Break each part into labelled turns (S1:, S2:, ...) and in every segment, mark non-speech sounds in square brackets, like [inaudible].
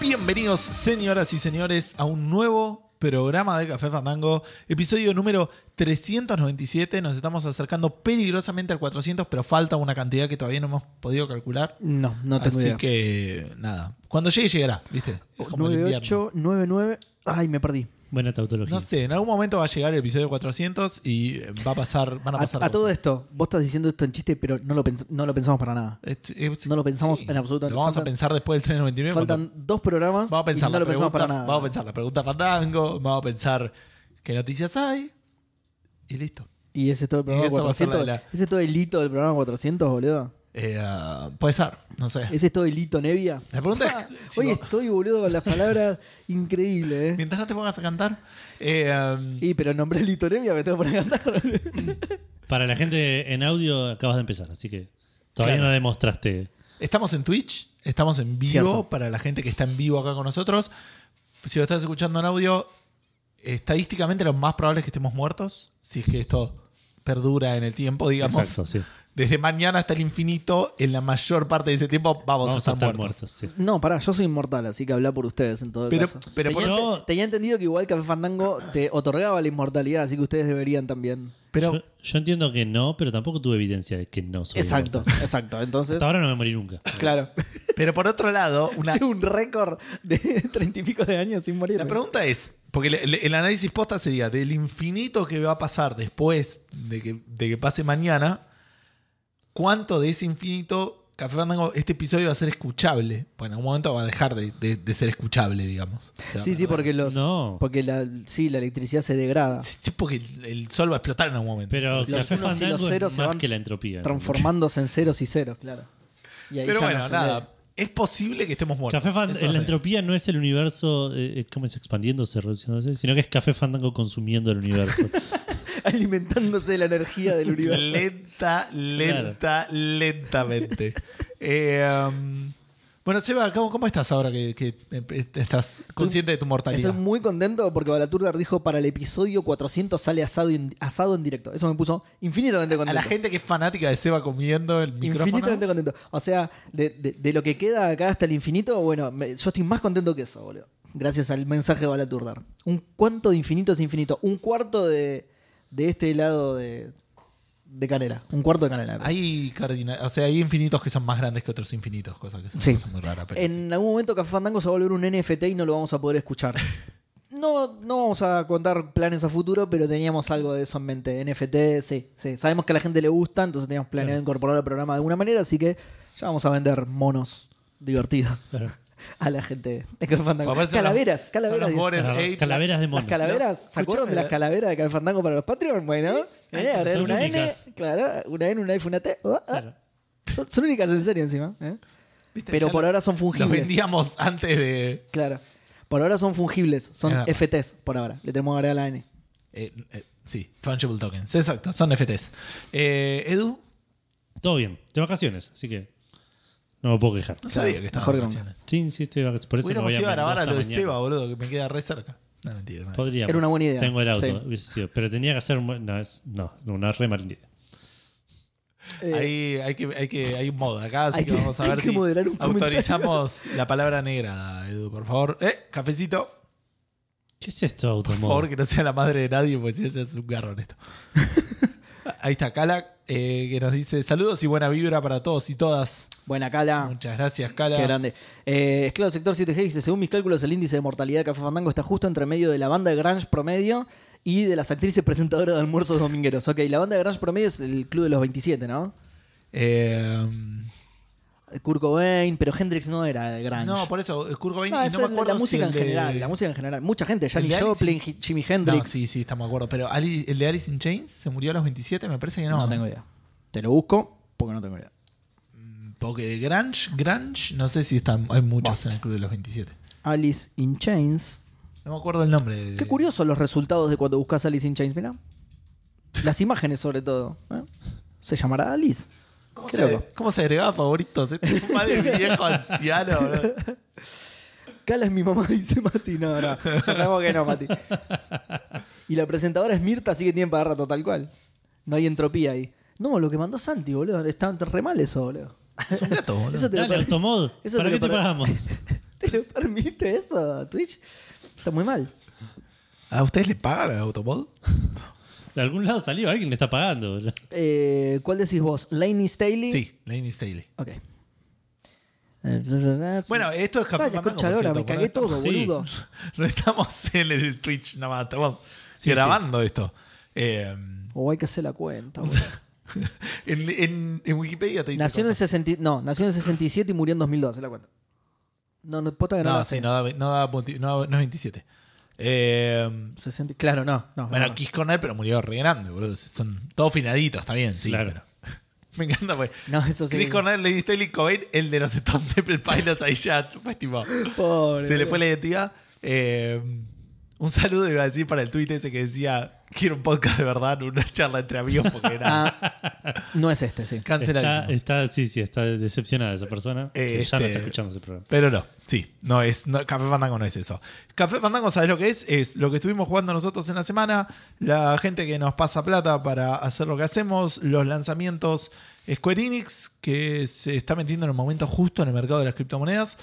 S1: Bienvenidos, señoras y señores, a un nuevo programa de Café Fandango, episodio número 397. Nos estamos acercando peligrosamente al 400, pero falta una cantidad que todavía no hemos podido calcular.
S2: No, no tengo
S1: Así
S2: idea.
S1: que, nada. Cuando llegue, llegará, ¿viste? Es como el invierno.
S2: 98, 99. Ay, me perdí.
S3: Buena tautología.
S1: No sé, en algún momento va a llegar el episodio 400 y eh, va a pasar, van a
S2: A,
S1: pasar
S2: a todo
S1: cosas.
S2: esto, vos estás diciendo esto en chiste, pero no lo, pens- no lo pensamos para nada.
S1: Es- es-
S2: No lo pensamos en absoluto.
S1: Lo vamos
S2: Faltan-
S1: a pensar después del 399. cuando-
S2: Faltan dos programas
S1: Vamos a pensar,
S2: y no
S1: la
S2: lo pensamos
S1: pregunta,
S2: para nada.
S1: vamos a pensar la pregunta Fandango, vamos a pensar qué noticias hay y listo.
S2: Y ese es todo el programa
S1: Y eso va a ser la
S2: 400.
S1: de
S2: Ese es todo el hito del programa 400, boludo.
S1: Eh, ah, puede ser, no sé.
S2: Ese es todo el hito Nevia. Ah,
S1: La pregunta es, si
S2: Hoy
S1: vos-
S2: estoy, boludo, con las
S1: [laughs]
S2: palabras increíbles, eh.
S1: mientras no te pongas a cantar, eh, um,
S2: Y pero nombré el hito Nevia, me tengo por cantar.
S3: Para la gente en audio, acabas de empezar, así que todavía
S1: Claro.
S3: no demostraste.
S1: estamos en Twitch, estamos en vivo
S2: Cierto.
S1: para la gente que está en vivo acá con nosotros. Si lo estás escuchando en audio, estadísticamente lo más probable es que estemos muertos, si es que esto perdura en el tiempo, digamos.
S3: Exacto, sí.
S1: Desde mañana hasta el infinito, en la mayor parte de ese tiempo vamos,
S3: Vamos a estar muertos.
S1: muertos.
S3: sí.
S2: No, pará, yo soy inmortal, así que habla por ustedes en todo
S1: Pero-
S2: caso.
S1: pero
S2: tenía,
S3: por-
S2: te-
S3: Yo-
S2: tenía entendido que igual Café Fandango te otorgaba la inmortalidad, así que ustedes deberían también.
S1: Pero
S3: yo, yo entiendo que no, pero tampoco tuve evidencia de que no soy
S2: exacto,
S3: inmortal.
S2: exacto. Entonces,
S3: Hasta ahora no me morí nunca.
S2: claro.
S1: Pero por otro lado, una-
S2: Sí, [laughs] un récord de [laughs] treinta y pico de años sin morir.
S1: la pregunta es, porque le- le- el análisis posta sería del infinito que va a pasar después de que, de que pase mañana, ¿cuánto de ese infinito, Café Fandango, este episodio va a ser escuchable? Bueno, en algún momento va a dejar de, de- de ser escuchable, digamos. O sea,
S2: Sí, sí, porque los.
S3: No.
S2: Porque la, sí, la electricidad se degrada,
S1: sí, sí, porque el, el sol va a explotar en algún momento.
S3: Pero
S2: Los
S3: Café
S2: unos y los
S3: Fandango es
S2: ceros se
S3: más
S2: van
S3: que la entropía.
S2: transformándose en ceros y ceros, claro. Y ahí
S1: Pero
S2: ya no
S1: bueno,
S2: se
S1: nada.
S2: lee.
S1: Es posible que estemos muertos.
S3: Café Fan-
S1: Eso es
S3: la
S1: real.
S3: entropía no es el universo eh, eh, ¿cómo es? expandiéndose, reduciéndose, sino que es Café Fandango consumiendo
S1: [laughs]
S3: el universo.
S2: [laughs] Alimentándose de la energía del universo.
S1: Lenta, lenta, lentamente. [laughs] Eh, um, bueno, Seba, ¿cómo, cómo estás ahora que, que, eh, estás consciente de tu mortalidad?
S2: Estoy muy contento porque Balaturdar dijo para el episodio 400 sale asado, en- asado en directo. Eso me puso infinitamente
S1: A
S2: contento.
S1: la gente que es fanática de Seba comiendo el
S2: Infinitamente
S1: micrófono.
S2: contento. O sea, de, de- de lo que queda acá hasta el infinito, bueno, me- yo estoy más contento que eso, boludo. Gracias al mensaje de Balaturdar. Un cuánto de infinito es infinito. Un cuarto de, de este lado de, de canela. Un cuarto de canela.
S1: Hay cardina- o sea, hay infinitos que son más grandes que otros infinitos, cosa que es una
S2: Sí.
S1: cosa muy rara. pero sí.
S2: en algún momento Café Fandango se va a volver un NFT y no lo vamos a poder escuchar. No, no vamos a contar planes a futuro, pero teníamos algo de eso en mente. NFT, sí, sí. Sabemos que a la gente le gusta, entonces teníamos planeado incorporar al programa de alguna manera, así que ya vamos a vender monos divertidos
S3: Claro.
S2: [laughs] a la gente de Café Fandango.
S1: Aparte son
S2: Calaveras,
S1: los-
S2: calaveras.
S1: son los Bored
S3: Claro,
S1: Apes.
S3: Calaveras de
S2: Las
S3: mono.
S2: calaveras,
S1: Los-
S2: ¿se acuerdan de las
S1: escúchame,
S2: calaveras de Café Fandango para los Patreon? Bueno, eh, ahora
S3: son
S2: una N,
S3: únicas.
S2: claro, una N, una F, una T. oh, ah.
S3: Claro.
S2: Son, son únicas en serio encima. ¿eh?
S1: ¿Viste?
S2: Pero
S1: Ya
S2: por
S1: lo-
S2: ahora son
S1: Los
S2: fungibles.
S1: vendíamos antes de.
S2: Claro. Por ahora son fungibles, son
S1: Es verdad.
S2: FTs por ahora. Le tenemos que agregar la N.
S1: eh, eh, sí, fungible tokens. Exacto, son FTs. Eh, Edu,
S3: Todo bien. De vacaciones, así que no me puedo quejar.
S1: no sabía que estaba
S2: mejor
S1: en
S2: que nunca.
S1: vacaciones.
S3: Sí, sí, estoy de vacaciones. Por eso me
S1: Hubiéramos
S3: voy a
S1: ido a grabar a lo de
S3: Mendoza mañana.
S1: Seba, boludo, que me queda re cerca. No, mentira. no.
S3: Ah, Podríamos.
S2: Era una buena idea.
S3: Tengo el auto.
S2: Sí.
S3: hubiese sido. Pero tenía que hacer. un buen- No, es- no, una re mala idea.
S2: Eh,
S1: Ahí hay que, hay que, hay un modo acá, así
S2: Hay
S1: que,
S2: que-
S1: vamos a
S2: hay
S1: ver
S2: que
S1: si
S2: moderar un comentario.
S1: autorizamos la palabra negra, Edu, por favor. Eh, cafecito.
S3: ¿Qué es esto,
S1: Por
S3: automodo?
S1: favor, que no sea la madre de nadie, porque si no, ya es un garrón
S2: [laughs]
S1: esto. Ahí está Cala, eh, que nos dice saludos y buena vibra para todos y todas.
S2: Buena cala.
S1: Muchas gracias,
S2: Qué
S1: Cala.
S2: grande. Eh, Esclavo Sector 7G dice: Según mis cálculos, el índice de mortalidad de Café Fandango está justo entre medio de la banda de Grange promedio y de las actrices presentadoras de almuerzos domingueros. Ok, la banda de Grange promedio es el club de los 27, ¿no?
S1: Eh,
S2: Kurt Cobain, pero Hendrix no era de Grange.
S1: no, por eso, Kurt Cobain,
S2: No,
S1: y
S2: esa
S1: no me
S2: es
S1: acuerdo
S2: la música
S1: si
S2: en
S1: el de-
S2: general. La música en general. Mucha gente, Janis
S1: de Alice
S2: Joplin, Jimi Hendrix.
S1: No, sí, sí, estamos de acuerdo. Pero Ali- el de Alice in Chains se murió a los 27, me parece que no.
S2: no tengo idea. Te lo busco porque no tengo idea.
S1: Porque de Grange, Grange, no sé si están, hay muchos en el Club de los 27.
S2: Alice in Chains.
S1: No me acuerdo el nombre. de-
S2: Qué curioso los resultados de cuando buscas Alice in Chains, mira. Las imágenes sobre todo. ¿eh? ¿Se llamará Alice?
S1: ¿Cómo
S2: Qué
S1: se,
S2: loco.
S1: ¿Cómo se agregaba favoritos? Este es un padre viejo anciano, bro.
S2: Cala es mi mamá, [laughs] dice Mati. No, no, ya sabemos que no, Mati. Y la presentadora es Mirta, así que tienen para rato, tal cual. No hay entropía ahí. No, lo que mandó Santi, boludo. Está re mal eso, boludo.
S1: Es un gato, boludo.
S2: Eso te lo
S3: Dale,
S2: perdí.
S3: automod.
S2: Eso
S3: ¿Para
S2: te
S3: qué
S2: lo
S3: te
S2: perdí.
S3: pagamos?
S2: ¿Te [laughs] lo permite eso, Twitch? Está muy mal.
S1: ¿A ustedes les pagan el autopod?
S3: De algún lado salió, alguien le está pagando.
S2: Eh, ¿Cuál decís vos? ¿Laney Staley?
S1: Sí, Laney Staley.
S2: Ok. Eh,
S1: Bueno, esto es Café
S2: Vaya,
S1: Fandango,
S2: concha
S1: por
S2: lora,
S1: cierto,
S2: me
S1: porque
S2: cagué todo,
S1: [laughs]
S3: Sí.
S2: boludo.
S1: No estamos en el Twitch nada más, estamos
S3: Sí,
S1: grabando esto. Eh,
S2: O hay que hacer la
S1: [laughs]
S2: cuenta. boludo.
S1: en, en- en Wikipedia te dice.
S2: Nació en el
S1: cosas.
S2: 60 no, nació en el 67 y murió en 2002, se la cuenta. No, no, posta que no.
S1: No,
S2: la
S1: sí,
S2: sé.
S1: no da, no, da punti- no- no es 27. Eh,
S2: 60 claro, no. no
S1: bueno,
S2: no.
S1: Kiss Cornell, pero murió re grande, boludo. Son todos finaditos, está bien, sí.
S3: Claro.
S1: pero- [laughs] me encanta, pues. güey.
S2: No, eso sí.
S1: Chris Cornell, Lady Staley, Cobain, el de los Stone Temple Pilots, ahí ya, pues, tipo,
S2: Pobre,
S1: se le
S2: boludo.
S1: fue la identidad. Eh, un saludo iba a decir para el tweet ese que decía, quiero un podcast de verdad, no una charla entre amigos,
S2: [laughs]
S1: porque era
S2: Ah, no es este, sí.
S1: canceladísimos.
S3: Está, está- sí, sí, está decepcionada esa persona. que
S1: Eh,
S3: Ya no
S1: este-
S3: está escuchando ese programa.
S1: Pero no, sí, no es. no- Café Fandango no es eso. Café Fandango, ¿sabes lo que es? Es lo que estuvimos jugando nosotros en la semana, la gente que nos pasa plata para hacer lo que hacemos, los lanzamientos. Square Enix, que se está metiendo en el momento justo en el mercado de las criptomonedas.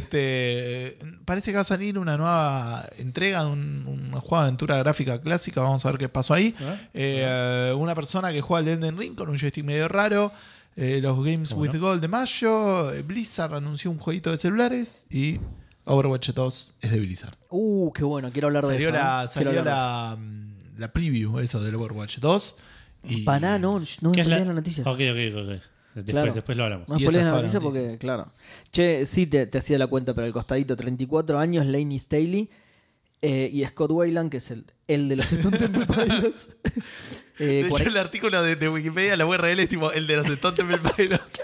S1: Este, parece que va a salir una nueva entrega de un, un juego de aventura gráfica clásica. Vamos a ver qué pasó ahí.
S3: Ah.
S1: Eh, una persona que juega al Elden Ring con un joystick medio raro. eh, los Games
S3: ¿Cómo
S1: with
S3: no?
S1: Gold de mayo. eh, Blizzard anunció un jueguito de celulares. Y Overwatch 2 es de Blizzard.
S2: Uh, qué bueno, quiero hablar de
S1: Salió,
S2: eso.
S1: la,
S2: ¿eh?
S1: salió
S2: Quiero hablar de
S1: la, mm, la preview eso del Overwatch 2.
S2: eso.
S1: Y,
S2: Pará, no, sh- no me
S3: ¿Qué es
S2: spoilees la noticia.
S3: Ok, ok, ok. Después,
S2: Claro.
S3: después lo hablamos.
S2: No
S1: Y
S2: me
S1: esa es
S2: spoilees la
S1: toda la
S2: noticia
S1: noticia.
S2: porque, claro. Che, sí, te, te hacía la cuenta, pero el costadito, 34 años, Laney Staley eh, y Scott Wayland, que es el, el
S1: [laughs]
S2: de los Stone Temple Pilots. Eh,
S1: De hecho,
S2: cuare-
S1: el artículo de, de Wikipedia, la URL es tipo el de los Stone Temple Pilots.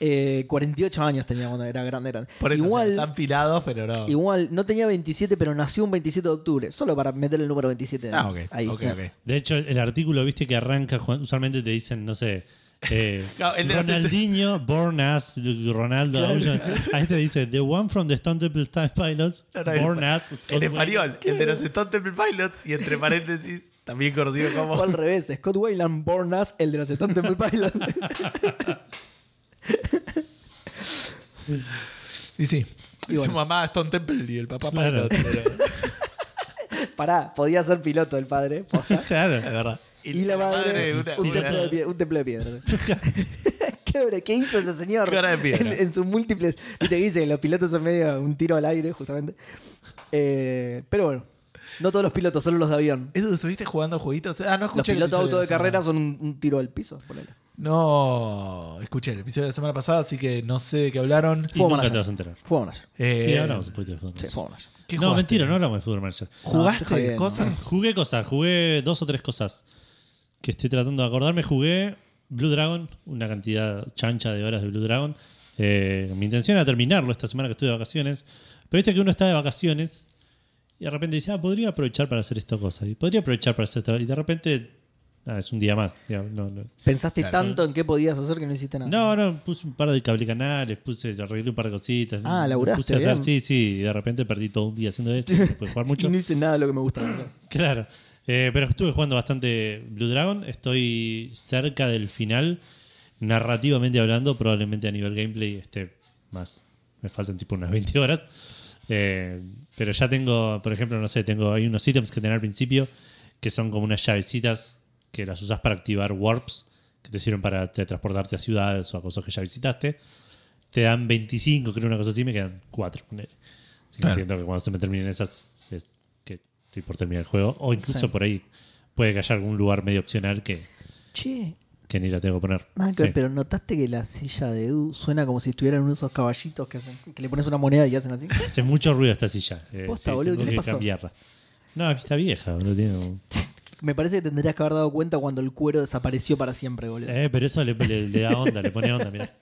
S2: eh, 48 años tenía cuando era grande. Era.
S1: Por eso o sea,
S2: igual,
S1: están filados, pero no.
S2: igual, no tenía 27, pero nació un 27 de octubre. Solo para meter el número 27.
S1: ah, ok.
S2: Ahí,
S1: ok,
S2: ya.
S1: ok.
S3: De hecho, el artículo, viste, que arranca, Juan- usualmente te dicen, no sé. eh,
S1: [laughs] Claro, el de los-
S3: Ronaldinho, born as Ronaldo. Ahí te dice, The one from the Stone Temple Time Pilots,
S1: No, no,
S3: born
S1: el,
S3: as. Scott
S1: el
S3: Wayland".
S1: español, el de los Stone Temple Pilots, y entre paréntesis, también conocido
S2: O al
S1: como.
S2: revés, Scott Wayland Bornas, el de los Stone Temple Pilots.
S1: Y sí.
S2: Y
S1: Su
S2: bueno.
S1: mamá Stone Temple y el papá
S3: Claro.
S1: Pilot. pero-
S2: [laughs] Pará, podía ser piloto el padre. posta.
S1: La
S3: [laughs] Claro.
S1: verdad.
S2: Y, la madre,
S1: una-
S2: un,
S1: una-
S2: templo de piedra, un templo de piedra. [laughs] ¿Qué, hombre, ¿Qué hizo ese señor?
S1: Cara de piedra.
S2: En, en sus múltiples. Y te dice que los pilotos son medio un tiro al aire, justamente. Eh, pero bueno, no todos los pilotos, solo los de avión.
S1: ¿Eso estuviste jugando jueguitos? Ah, no
S2: Los
S1: escuché. el
S2: pilotos
S1: episodio
S2: auto de
S1: la semana.
S2: carrera son un, un tiro al piso, ponele.
S1: No, escuché el episodio de la semana pasada, así que no sé de qué hablaron.
S3: Y
S2: Fue
S3: nunca
S2: Manager.
S3: te vas a enterar.
S2: Fue una. Sí,
S1: Eh,
S3: sí, hablamos un poquito de fútbol.
S2: fue una.
S1: ¿qué
S3: no,
S1: jugaste?
S3: mentira, no hablamos de Fútbol Manager.
S1: ¿Jugaste
S2: No, estoy jodiendo.
S1: cosas?
S3: Jugué cosas, jugué dos o tres cosas que estoy tratando de acordarme. Jugué Blue Dragon, una cantidad chancha de horas de Blue Dragon. Eh, mi intención era terminarlo esta semana que estuve de vacaciones. Pero viste que uno está de vacaciones y de repente dice, ah, podría aprovechar para hacer esta cosa. Y podría aprovechar para hacer esta. Y de repente, ah, es un día más. digamos, no, no.
S2: Pensaste
S1: Claro.
S2: tanto en qué podías hacer que no hiciste nada.
S3: No, no, puse un par de cablecanales, puse, arreglé un par de cositas.
S2: Ah,
S3: Me
S2: laburaste,
S3: Puse a
S2: bien.
S3: hacer, sí, sí, y de repente perdí todo un día haciendo esto, después de
S2: [laughs]
S3: jugar mucho.
S2: Y no hice nada de lo que me gustaba.
S3: Claro. Eh, pero estuve jugando bastante Blue Dragon. Estoy cerca del final. Narrativamente hablando, probablemente a nivel gameplay esté más. Me faltan tipo unas [laughs] 20 horas. Eh, pero ya tengo, por ejemplo, no sé, tengo hay unos ítems que tenía al principio que son como unas llavecitas que las usas para activar warps que te sirven para te- transportarte a ciudades o a cosas que ya visitaste. Te dan 25, creo una cosa así, me quedan 4.
S1: Claro.
S3: Entiendo que cuando se me terminen esas es que estoy por terminar el juego. O incluso
S2: Sí.
S3: por ahí puede que haya algún lugar medio opcional que,
S2: Che,
S3: que ni la tengo que poner.
S2: nada que ver,
S3: Sí.
S2: Ah, pero notaste que la silla de Edu suena como si estuvieran uno de esos caballitos que hacen, que le pones una moneda y hacen así.
S3: Hace mucho ruido esta silla. Eh,
S2: Posta, boludo,
S3: tengo
S2: ¿qué le
S3: que
S2: pasó?
S3: cambiarla. No, está vieja, boludo, tiene un-
S2: Me parece que tendrías que haber dado cuenta cuando el cuero desapareció para siempre, boludo.
S3: Eh, pero eso le, le- le da onda, le pone onda, mirá.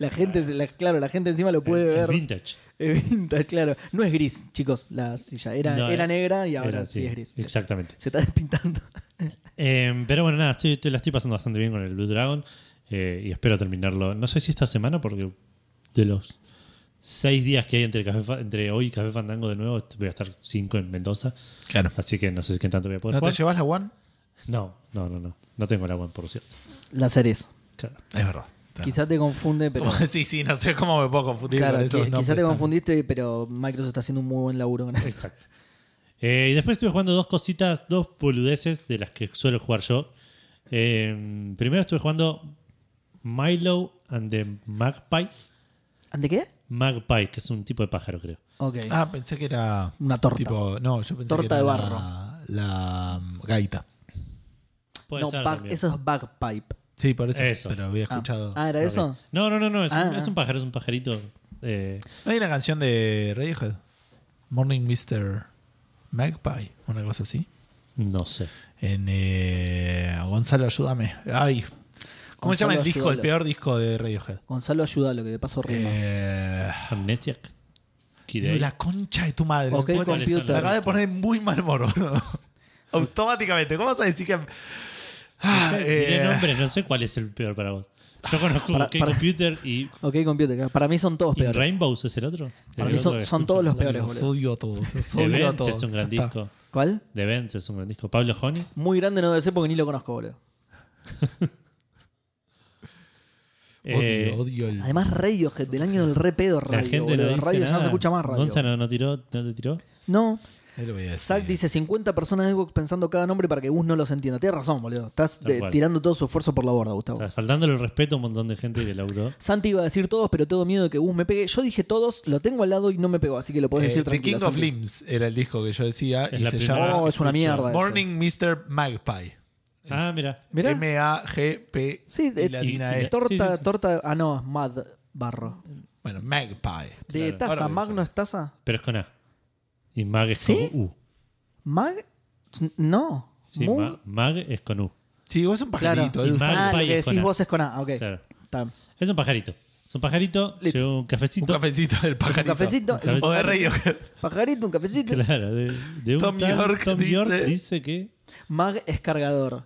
S2: La gente, se- la- claro, la gente encima lo puede
S3: Eh, Es- es
S2: ver.
S3: vintage.
S2: Es vintage, claro. No es gris, chicos, la silla. Era,
S3: No,
S2: era
S3: eh,
S2: negra y ahora
S3: Era
S2: sí
S3: así,
S2: es gris. Se-
S3: Exactamente.
S2: Se está despintando.
S3: Eh, pero bueno, nada, estoy, te la estoy pasando bastante bien con el Blue Dragon eh, y espero terminarlo. No sé si esta semana, porque de los seis días que hay entre, Café Fa- entre hoy y Café Fandango de nuevo, voy a estar cinco en Mendoza.
S1: Claro.
S3: Así que no sé si qué tanto voy a poder
S1: ¿No te
S3: jugar.
S1: llevas la One?
S3: No, no, no, no. No tengo la One, por cierto.
S2: Las series.
S3: Claro.
S1: Es verdad. está.
S2: Quizá te
S1: [laughs]
S2: confunde, pero.
S1: sí, sí, no sé cómo me puedo confundir.
S2: [laughs] Claro,
S1: con esos
S2: qui-
S1: nombres
S2: quizá te
S1: tan-
S2: confundiste, pero Microsoft está haciendo un muy buen laburo con eso.
S3: Exacto. Eh, y después estuve jugando dos cositas, dos boludeces de las que suelo jugar yo. Eh, primero estuve jugando Milo and the Magpie.
S2: ¿Ante qué?
S3: Magpie, que es un tipo de pájaro, creo.
S2: Ok.
S1: Ah, pensé que era.
S2: Una torta.
S1: Tipo, no, yo pensé
S2: Torta
S1: que era
S2: de
S1: la-
S2: barro.
S1: La, um, gaita.
S3: Puede
S2: no,
S3: ser
S2: bag-
S3: también.
S2: eso es bagpipe.
S1: Sí, por eso.
S3: Eso.
S1: Pero había
S2: Ah.
S1: escuchado.
S2: Ah, ¿era eso?
S3: No, no, no, no, es, un-
S2: Ah,
S3: es
S2: ah.
S3: un pájaro, es un pajarito. Eh,
S1: ¿No hay una canción de Radiohead? Morning Mr. Magpie, una cosa así.
S3: no sé.
S1: En eh, Gonzalo, ayúdame. Ay. ¿Cómo se llama el
S2: Gonzalo,
S1: disco, el
S2: ayúdalo.
S1: peor disco de Radiohead?
S2: Gonzalo, ayúdalo, que de paso rima.
S1: Eh,
S3: Amnesiac. Kid
S1: digo,
S3: A.
S1: la concha de tu madre.
S2: Ok,
S1: Me
S3: cuáles son
S2: computer.
S1: acaba de
S3: Claro.
S1: poner muy mal moro. [laughs] Automáticamente. ¿Cómo vas a decir que.? Ah,
S3: No sé, diré
S1: eh,
S3: nombres, no sé cuál es el peor para vos. Yo conozco
S2: Ah, Para-
S3: OK
S2: para-
S3: Computer y,
S2: Ok, computer. claro. Para mí son todos
S3: y
S2: peores.
S3: Rainbows, ¿es el otro?
S2: Para
S3: El
S2: mí
S3: otro
S2: son,
S3: que
S2: son
S3: escucho.
S2: todos los peores,
S1: los
S2: boludo.
S1: odio a
S2: [laughs]
S1: todos. Los
S3: The
S1: odio a
S3: Vents
S1: todos.
S3: es un gran
S1: Ya está.
S3: disco.
S2: ¿Cuál?
S3: The Vents es un gran disco. Pablo Honey.
S2: Muy grande no debe ser porque ni lo conozco, boludo.
S1: Odio,
S3: Eh,
S1: odio el.
S2: Además, Radiohead, del año del re pedo radio,
S3: La gente no
S2: boludo.
S3: dice
S2: radio ya no
S3: nada.
S2: se escucha más radio.
S3: Gonzalo no tiró, no te tiró.
S2: No,
S1: Ahí lo voy a decir.
S2: Zack dice 50 personas de Xbox pensando cada nombre para que Gus no los entienda. Tienes razón, boludo. Estás
S3: Tal
S2: de-
S3: cual.
S2: tirando todo su esfuerzo por la borda, Gustavo.
S3: Está faltándole el respeto a un montón de gente que laburó.
S2: Santi iba a decir todos, pero tengo miedo de que Gus me pegue. Yo dije todos, lo tengo al lado y no me pegó, así que lo podés
S1: Eh,
S2: decir
S1: The
S2: tranquilo.
S1: King of
S2: Santi.
S1: Limbs era el disco que yo decía
S3: Es
S1: y
S3: la
S1: se
S3: primera
S1: llama
S2: Oh, es una
S3: escucho.
S2: mierda. eso.
S1: Morning Mr. Magpie.
S3: Ah, mira.
S2: Mirá.
S1: M-A-G-P
S2: Sí,
S1: y
S2: eh,
S1: latina
S3: y-
S1: E.
S2: Torta,
S3: Sí, sí, sí.
S2: torta. Ah, no, es Mad Barro.
S1: Bueno, Magpie.
S2: De
S3: Claro.
S2: taza,
S1: Ahora voy a
S2: Magno es taza.
S3: Pero es con A. Y Mag es
S2: ¿Sí?
S3: con U.
S2: Mag. No.
S3: Sí,
S2: Mug.
S3: Ma- Mag es con U.
S1: Sí, vos sos un pajarito.
S2: Claro.
S1: Edu,
S3: Y
S1: está-
S3: Mag-
S2: Ah, lo
S3: Magpie
S2: que
S3: es con
S2: decís
S3: A.
S2: vos es con A. Ok.
S3: Claro.
S2: Está. Un
S3: Es un pajarito. Es un pajarito.
S2: Listo.
S3: Lleva un
S1: Un
S3: cafecito.
S1: cafecito del pajarito.
S2: cafecito. es
S3: Un
S2: un
S1: O de Radiohead.
S2: Pajarito, un cafecito.
S3: Claro, de, de un
S1: Tom
S3: tal
S1: York
S3: Tom
S1: dice-
S3: York dice que.
S2: Mag es cargador.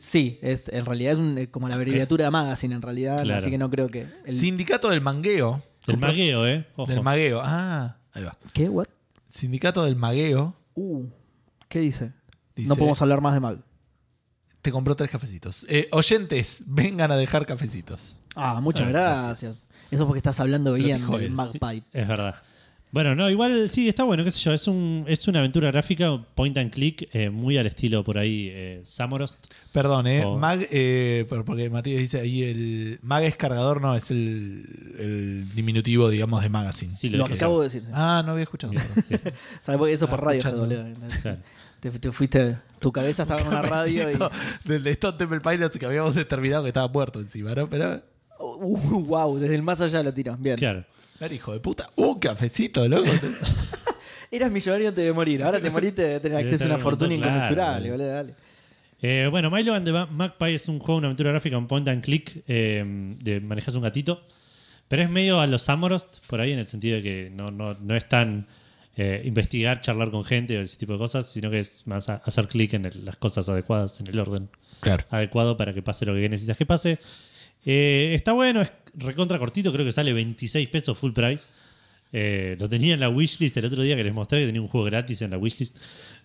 S2: Sí, es, en realidad es un- eh, como la abreviatura de magazine, en realidad.
S3: Claro.
S2: Así que no creo que. el-
S1: [laughs] Sindicato del Mangueo.
S3: Del magueo, ¿eh? Ojo.
S1: Del Magueo. Ah, ahí va.
S2: ¿Qué? ¿What?
S1: Sindicato del Magueo.
S2: Uh, ¿Qué dice?
S1: Dice,
S2: No podemos hablar más de Mag.
S1: Te compró tres cafecitos. Eh, oyentes, vengan a dejar cafecitos.
S2: Ah, muchas
S3: Ah,
S2: gracias.
S1: gracias.
S2: Eso porque estás hablando bien
S1: dijo
S2: del
S1: él.
S2: Magpie.
S3: Es verdad. Bueno, no, igual sí, está bueno, qué sé yo. Es, un, es una aventura gráfica, point and click, eh, muy al estilo por ahí, eh, Samorost.
S1: Perdón, ¿eh?
S3: Oh.
S1: Mag, eh, por- porque Matías dice ahí el. Mag es cargador, no, es el, el diminutivo, digamos, de magazine.
S3: Sí,
S2: Lo
S3: dije
S2: acabo
S3: yo.
S2: de decir. sí.
S1: Ah, no había escuchado. perdón.
S2: ¿Sabes por qué? Eso
S1: Estaba
S2: por radio,
S1: escuchando.
S2: boludo.
S1: [laughs]
S3: Claro.
S2: Te, te fuiste. Tu cabeza estaba en
S3: [laughs]
S2: una radio y.
S1: Cafecito Del de Stone Temple Pilots que habíamos determinado que estaba muerto encima, ¿no? Pero.
S2: Uh, wow, desde el más allá lo tiró. Bien.
S3: Claro.
S1: Era hijo de puta. Un cafecito, loco.
S2: Eras millonario antes de morir. Ahora te moriste de
S3: [laughs]
S2: tener
S3: Debe
S2: acceso a
S3: tener
S2: una
S3: un
S2: fortuna
S3: montón, claro,
S2: inconmensurable,
S3: boludo.
S2: boludo. Dale.
S3: Eh, bueno, Milo and the Ma- Magpie es un juego, una aventura gráfica, un point and click, eh, de manejas un gatito. Pero es medio a los Samorost, por ahí, en el sentido de que no, no, no es tan eh, investigar, charlar con gente o ese tipo de cosas, sino que es más a- hacer clic en el- las cosas adecuadas, en el orden
S1: [laughs] Claro.
S3: adecuado para que pase lo que necesitas que pase. Eh, está bueno, es recontra cortito, creo que sale 26 pesos full price. Eh, lo tenía en la wishlist el otro día que les mostré que tenía un juego gratis en la wishlist.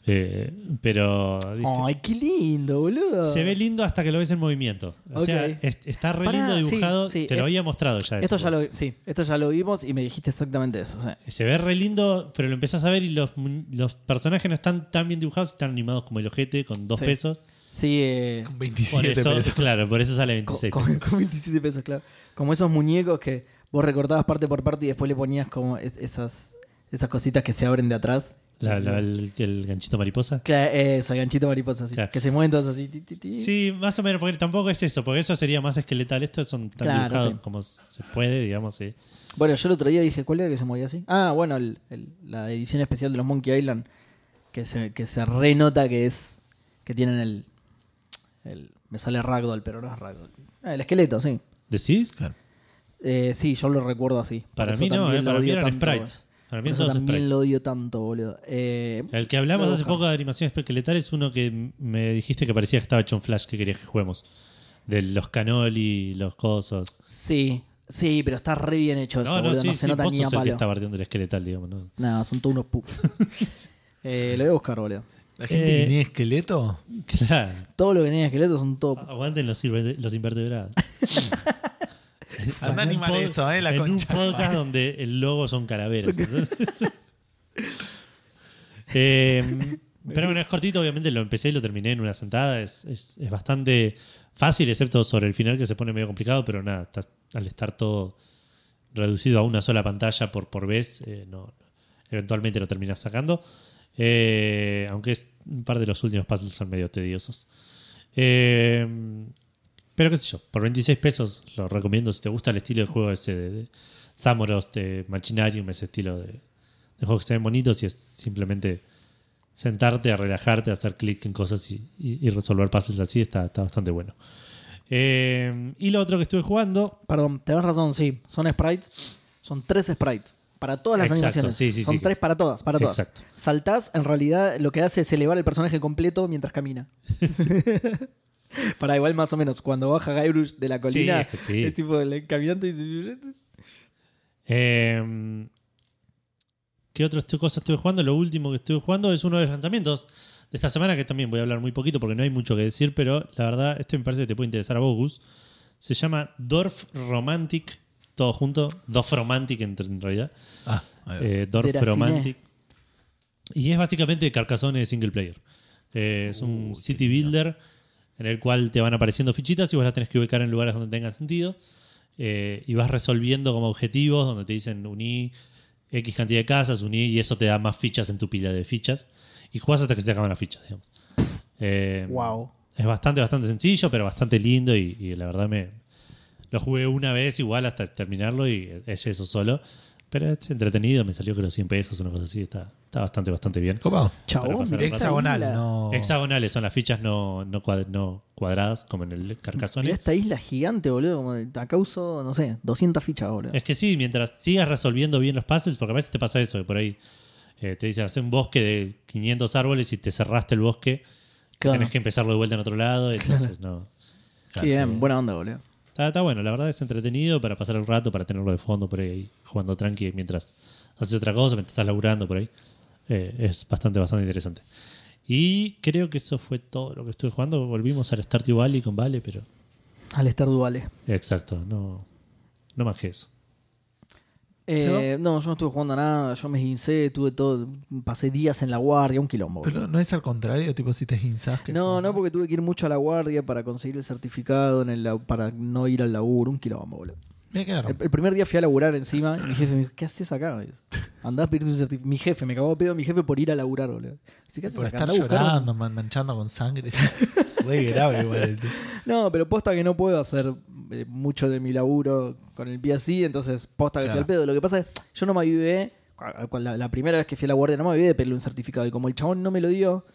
S3: Eh, pero dije,
S2: Ay, qué lindo, boludo.
S3: se ve lindo hasta que lo ves en movimiento. O
S2: Ok.
S3: sea, es- está re
S2: Pará,
S3: lindo
S2: sí,
S3: dibujado.
S2: sí,
S3: Te lo
S2: es-
S3: había mostrado ya.
S2: Esto
S3: el
S2: ya
S3: juego.
S2: lo, sí, esto ya lo vimos y me dijiste exactamente eso. sí.
S3: Se ve re lindo, pero lo empezás a ver y los, mu- los personajes no están tan bien dibujados, están animados como el ojete con dos
S2: Sí.
S3: pesos.
S2: Sí, eh,
S1: Con
S3: Por
S1: 27
S3: eso,
S1: pesos.
S3: claro, por eso sale
S2: co-
S3: 26
S2: con, [laughs]
S3: pesos.
S2: con 27 pesos, claro. Como esos muñecos que vos recortabas parte por parte y después le ponías como es- esas, esas cositas que se abren de atrás.
S3: La- la- el- el ganchito mariposa.
S2: Claro, eso, el ganchito mariposa, así.
S3: Claro.
S2: Que se mueven todos así. ti, ti, ti.
S3: Sí, más o menos, porque tampoco es eso, porque eso sería más esqueletal. Estos son tan
S2: Claro,
S3: dibujados
S2: sí.
S3: como se puede, digamos. sí.
S2: Bueno, yo el otro día dije, ¿cuál era que se movía así? Ah, bueno, el- el- la edición especial de los Monkey Island, que se, que se renota que es. que tienen el, el- Me sale Ragdoll, pero no es Ragdoll. Ah, el esqueleto, sí.
S3: ¿Decís?
S1: Claro.
S2: Eh, sí, yo lo recuerdo así. Por
S3: Para
S2: eso
S3: mí no,
S2: también
S3: eh,
S2: lo
S3: para mí
S2: odio
S3: eran
S2: tanto,
S3: sprites. Para
S2: boludo.
S3: mí
S2: Por
S3: eran
S2: eso
S3: todos
S2: también
S3: sprites.
S2: lo odio tanto, boludo. Eh,
S3: El que hablamos
S2: Voy a
S3: hace
S2: buscar.
S3: poco de animación esqueletal es uno que m- me dijiste que parecía que estaba hecho en Flash, que querías que juguemos. De los canoli, los cosos.
S2: sí, sí, pero está re bien hecho eso,
S3: No, no,
S2: boludo.
S3: sí,
S2: no se
S3: sí,
S2: nota
S3: vos
S2: ni a
S3: sos el que
S2: palo.
S3: está bardeando el esqueletal, digamos. ¿no? [laughs]
S2: Nada, son todos unos pups. [laughs] eh, lo voy a buscar, boludo.
S1: La gente que
S3: Eh.
S1: tiene esqueleto.
S3: Claro.
S2: Todo lo que tiene esqueleto son todo
S3: Aguanten los, irve- los invertebrados. [laughs]
S1: Anda a
S3: En un
S1: animar
S3: pod-
S1: eso, ¿eh? La
S3: en un
S1: concha.
S3: podcast donde el logo son calaveras.
S1: [laughs]
S3: Eh, pero bueno, es cortito, obviamente lo empecé y lo terminé en una sentada. Es, es- es bastante fácil, excepto sobre el final que se pone medio complicado, pero nada, estás- al estar todo reducido a una sola pantalla por, por vez, eh, no, eventualmente lo terminas sacando. Eh, aunque es un par de los últimos puzzles son medio tediosos. Eh, pero qué sé yo, por 26 pesos lo recomiendo si te gusta el estilo de juego ese de, de Samuros, de Machinarium, ese estilo de, de juegos que se ven bonitos y es simplemente sentarte a relajarte, a hacer clic en cosas y, y- y resolver puzzles así, está, está bastante bueno. Eh, y lo otro que estuve jugando,
S2: Perdón, tenés razón, sí. Son sprites. Son tres sprites. Para todas las
S3: Exacto,
S2: animaciones.
S3: sí, sí,
S2: Son
S3: sí.
S2: tres para todas, para todas.
S3: Exacto.
S2: Saltás, en realidad lo que hace es elevar el personaje completo mientras
S3: [laughs]
S2: camina. para igual más o menos. Cuando baja Guybrush de la colina,
S3: es que sí. Mm.
S2: tipo el caminante y...
S3: eh, ¿qué otras tu- cosas estuve jugando? Lo último que estuve jugando es uno de los lanzamientos de esta semana, que también voy a hablar muy poquito porque no hay mucho que decir, pero la verdad, este me parece que te puede interesar a vos, Gus. Se llama Dorf Romantic, todo junto, Dorf Romantic en, en realidad.
S1: Ah, ahí va.
S3: eh, Dorf
S2: Deraciné.
S3: Romantic. Y es básicamente Carcassonne de single player. Eh, es un city builder en el cual te van apareciendo fichitas y vos las tenés que ubicar en lugares donde tengan sentido. Eh, y vas resolviendo como objetivos donde te dicen uní X cantidad de casas, uní y eso te da más fichas en tu pila de fichas. Y jugás hasta que se te acaban las fichas, digamos. Eh,
S2: Wow.
S3: es bastante, bastante sencillo, pero bastante lindo y, y la verdad me lo jugué una vez igual hasta terminarlo y es eso solo. Pero es entretenido, me salió creo 100 pesos, una cosa así, está, está bastante, bastante bien.
S1: Copado.
S3: Para
S2: Chabón,
S3: pasar
S2: mirá esta
S1: Hexagonal,
S2: isla.
S1: no.
S3: Hexagonales son las fichas no, no, cuad- no cuadradas como en el
S2: Mirá
S3: Carcassonne.
S2: esta isla gigante, boludo. Como de- acá uso, no sé, 200 fichas, boludo.
S3: Es que sí, mientras sigas resolviendo bien los puzzles, porque a veces te pasa eso, que por ahí eh, te dicen, hacer un bosque de 500 árboles y te cerraste el bosque,
S2: Claro.
S3: tenés que empezarlo de vuelta en otro lado, entonces no.
S2: [laughs] Qué bien, buena onda, boludo.
S3: Está, está bueno, la verdad es entretenido para pasar el rato, para tenerlo de fondo por ahí, jugando tranqui mientras haces otra cosa, mientras estás laburando por ahí. Eh, es bastante, bastante interesante. Y creo que eso fue todo lo que estuve jugando. Volvimos al Stardew Valley con Vale, pero.
S2: Al estar Duale.
S3: Exacto, no. No más que eso.
S2: Eh, no, yo no estuve jugando a nada, yo me esguincé, tuve todo, pasé días en la guardia, un quilombo. boludo.
S1: Pero no es al contrario, tipo si te hinzas.
S2: No, no, porque tuve que ir mucho a la guardia para conseguir el certificado en el lau- para no ir al laburo, un quilombo, boludo.
S1: Mira qué garrón.
S2: El, el primer día fui a laburar encima y mi jefe me dijo, ¿qué haces acá? Me dice, Andás a pedir tu certificado. Mi jefe, me cagó a pedo mi jefe por ir a laburar, boludo. Dice, "¿Qué haces
S1: Por
S2: acá?
S1: estar
S2: Andá a buscar un-".
S1: llorando, man- manchando con sangre. [laughs] Re grave igual. el tío.
S2: No, pero posta que no puedo hacer eh, mucho de mi laburo con el pie así, entonces posta que fui
S1: Claro.
S2: al pedo. Lo que pasa es, yo no me avivé, cu- cu- la, la primera vez que fui a la guardia no me avivé de pedirle un certificado y como el chabón no me lo dio,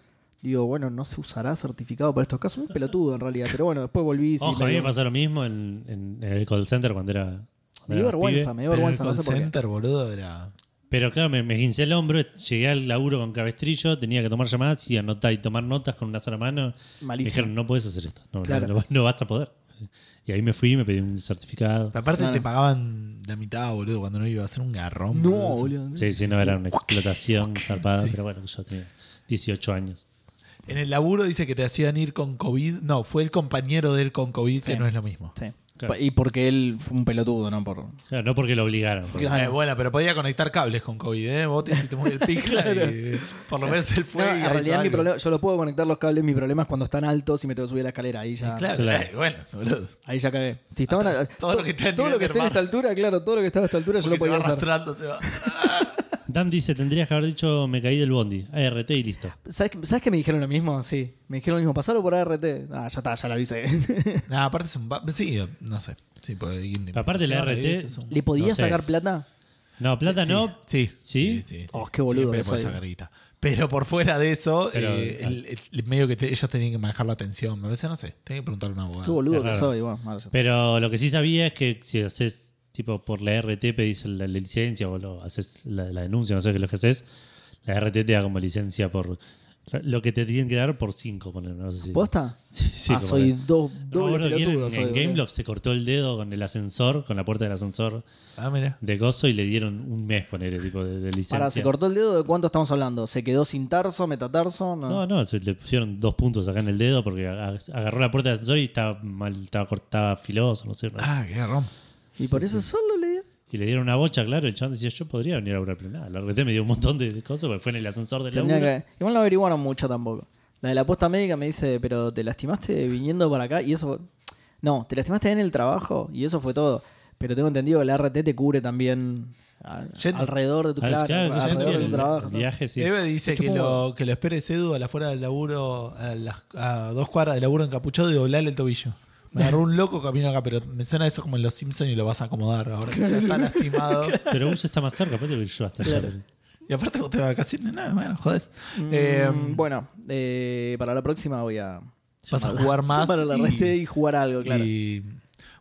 S2: digo, bueno, no se usará certificado para estos casos, un pelotudo en realidad, pero bueno, después volví y sí,
S3: Ojo, a
S2: me
S3: mí me
S2: dio-
S3: pasó lo mismo en, en- en el call center cuando era. cuando
S2: me dio
S3: era
S2: vergüenza,
S3: pibe.
S2: me dio
S1: Pero el
S2: vergüenza, no
S1: call
S2: sé por qué.
S1: center, boludo, era.
S3: Pero claro, me, me guincé el hombro, llegué al laburo con cabestrillo, tenía que tomar llamadas y anotar y tomar notas con una sola mano. Me
S2: Malísimo.
S3: dijeron, no puedes hacer esto, no, no-
S2: Claro.
S3: no, no vas a poder. Y ahí me fui y me pedí un certificado.
S1: Pero aparte
S2: Claro.
S1: te pagaban la mitad, boludo, cuando no iba a ser un garrón.
S2: No,
S1: boludo.
S2: boludo.
S3: Sí, sí, no era una explotación zarpada,
S1: Sí.
S3: pero bueno, yo tenía 18 años.
S1: En el laburo dice que te hacían ir con COVID. No, fue el compañero de él con COVID,
S2: Sí.
S1: que no es lo mismo.
S2: Sí.
S3: Claro.
S2: Y porque él fue un pelotudo, ¿no? Por...
S3: Claro, no porque lo obligaron. porque-
S2: Claro.
S1: Eh, bueno, pero podía conectar cables con COVID, ¿eh? Vos te hiciste muy el
S2: [laughs]
S1: picla y, por lo menos él fue
S2: No,
S1: y
S2: en
S1: hizo
S2: realidad mi
S1: algo.
S2: problema, yo lo puedo conectar los cables, mi problema es cuando están altos y me tengo que subir a la escalera, ahí ya...
S1: Claro,
S3: Claro.
S1: eh, bueno, boludo.
S2: Ahí ya cagué. Si estaban
S1: Hasta-
S2: a-
S1: todo lo que está en
S2: todo
S1: nivel
S2: lo que
S1: del
S2: esté en
S1: mar.
S2: esta altura, claro, todo lo que estaba a esta altura yo
S1: Porque
S2: lo
S1: se va
S2: podía hacer.
S1: arrastrando, se va.
S3: Dan dice, tendrías que haber dicho, me caí del bondi, ART y listo.
S2: ¿Sabes, que- ¿Sabes que me dijeron lo mismo? Sí, me dijeron lo mismo. Pasalo por ART. Ah, ya está, ya la avisé.
S1: Nah, aparte es un. ba- Sí, no sé. Sí, pues, porque hay
S3: Aparte la
S1: indemnización de
S3: RT,
S1: eso, es un-
S2: [laughs] ¿Le podías
S3: No sé. Ah,
S2: sacar plata?
S3: No, plata no.
S1: Sí.
S3: ¿Sí?
S2: Oh, qué boludo
S1: Siempre
S2: que
S1: podés
S2: soy.
S1: sacar guita. Pero por fuera de eso,
S3: Pero,
S1: eh, el, el medio que te- ellos tenían que manejar la atención. Me parece, no sé. Tenía que preguntarle a un
S2: Qué
S1: abogado.
S2: boludo
S3: es
S2: que
S3: raro.
S2: soy. Bueno, ahora ya está.
S3: Pero lo que sí sabía es que si haces, tipo, por la RT pedís la, la licencia o lo, haces la, la denuncia, no sé qué es lo que haces, la RT te da como licencia por lo que te tienen que dar por 5,
S2: ¿Posta?
S3: [laughs] Sí, sí,
S2: ah,
S3: como
S2: soy
S3: que-
S2: do-
S3: No,
S2: doble
S3: boludo, que
S2: pelotudo.
S3: en,
S2: soy,
S3: en
S2: boludo.
S3: Gameloft se cortó el dedo con el ascensor, con la puerta del ascensor
S1: Ah, mira.
S3: de gozo y le dieron un mes, poner tipo de, de licencia.
S2: Pará, ¿se cortó el dedo? ¿De cuánto estamos hablando? ¿Se quedó sin tarso, metatarso? No.
S3: No, no, se le pusieron dos puntos acá en el dedo porque a- a- agarró la puerta del ascensor y estaba mal, estaba cortada filoso, no sé. no sé.
S1: Ah, qué garrón.
S2: Y por eso solo le dio.
S3: Y le dieron una bocha, claro. El chabón decía, yo podría venir a laburar, pero nada. La RT me dio un montón de cosas porque fue en el ascensor del
S2: Tendría
S3: laburo.
S2: que- Igual no averiguaron mucho tampoco. La de la posta médica me dice, pero te lastimaste viniendo para acá y eso fue... No, te lastimaste en el trabajo y eso fue todo. Pero tengo entendido que la RT te cubre también a-
S1: Yendo.
S2: alrededor de tu,
S3: Ah,
S2: claro,
S3: claro, yo
S2: alrededor
S3: decía,
S2: de tu
S3: el
S2: trabajo. ¿no?
S3: viaje, sí.
S1: Eve dice que
S2: Chupo.
S1: lo, que lo espere Edu a la fuera del laburo, a, las- a dos cuadras del laburo encapuchado y doblarle el tobillo. Me agarró un loco camino acá, pero me suena eso como en Los Simpsons y lo vas a acomodar ahora que ya está
S2: [laughs]
S1: lastimado.
S3: Pero Gus está más cerca, puede que yo hasta allá.
S1: Y aparte vos te vas a vacaciones, nada, bueno, jodés.
S2: Mm,
S1: Eh,
S2: bueno, eh, para la próxima voy a...
S1: Vas a
S2: llamar-
S1: jugar más
S2: llamar a la
S1: y-
S2: RT y jugar algo, claro.
S1: y-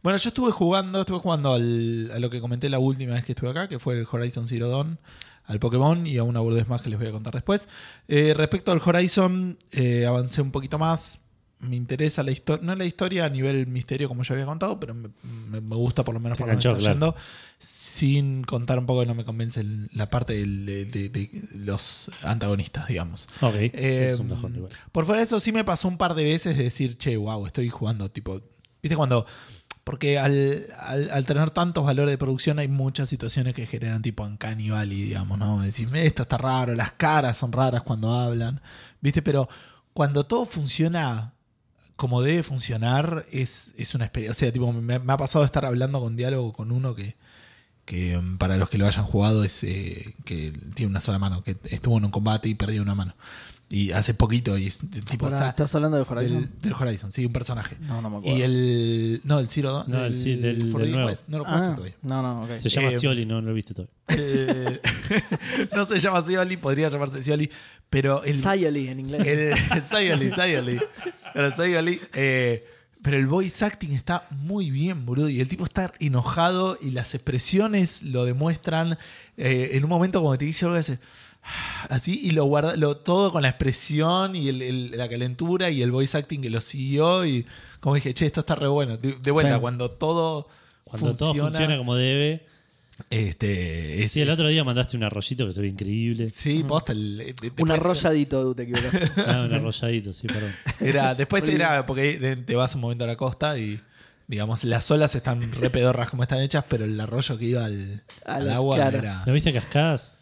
S1: bueno, yo estuve jugando, estuve jugando al- a lo que comenté la última vez que estuve acá, que fue el Horizon Zero Dawn, al Pokémon y a una burdez más que les voy a contar después. Eh, respecto al Horizon, eh, avancé un poquito más. Me interesa la historia, no la historia a nivel misterio como ya había contado, pero me, me- me gusta por lo menos
S3: Te
S1: por dónde
S3: enganchó,
S1: está yendo. Sin contar un poco que no me convence el- la parte del- de- de- de los antagonistas, digamos.
S3: Ok,
S1: Eh,
S3: es un bajón igual.
S1: Por fuera de eso sí me pasó un par de veces de decir, che, wow, estoy jugando, tipo, viste cuando... Porque al, al- al tener tantos valores de producción hay muchas situaciones que generan tipo Uncanny Valley, digamos, ¿no? Decís, esto está raro, las caras son raras cuando hablan, viste, pero cuando todo funciona como debe funcionar es, es una experiencia. O sea, tipo, me, me ha pasado de estar hablando con diálogo con uno que, que mm, para los que lo hayan jugado es eh, que tiene una sola mano, que estuvo en un combate y perdió una mano. Y hace poquito, y es tipo
S2: Pará,
S1: está
S2: ¿Estás hablando de Horizon?
S1: del, del Horizon, sí, un personaje.
S2: No, no me acuerdo.
S1: Y el. No, el Zero Dawn-
S3: No, el sí, del- del
S1: Forbidden
S3: nuevo.
S1: West, No lo jugaste
S2: Ah,
S1: todavía.
S2: no, no, ok.
S3: Se llama
S1: eh,
S3: Scioli, no, no lo viste todavía.
S1: Eh, [laughs] no se llama Sioli, podría llamarse Sioli, pero el.
S2: Sayali en inglés.
S1: El [laughs] Sayoli, Sayoli. Pero Sayoli, eh, pero el voice acting está muy bien, boludo. Y el tipo está enojado y las expresiones lo demuestran. Eh, en un momento cuando te dice algo, hace así y lo guarda, lo, todo con la expresión y el- el- la calentura y el voice acting que lo siguió. Y como dije, che, esto está re bueno. De, de vuelta,
S2: Sí.
S1: cuando todo
S3: Cuando
S1: funciona.
S3: todo funciona como debe.
S1: este, es-
S3: Sí, el
S1: es-
S3: otro día mandaste un arroyito que se ve increíble.
S1: sí, posta. el- de- de-
S2: Un
S1: después-
S2: arrolladito, te equivocaste.
S3: Ah, [laughs] un arrolladito, sí, perdón.
S1: Era, después era porque te- te vas un momento a la costa y digamos las olas están re pedorras como están hechas, pero el arroyo que iba al,
S2: A
S1: al
S2: las-
S1: agua
S2: claro.
S1: era.
S3: ¿Lo viste a cascadas?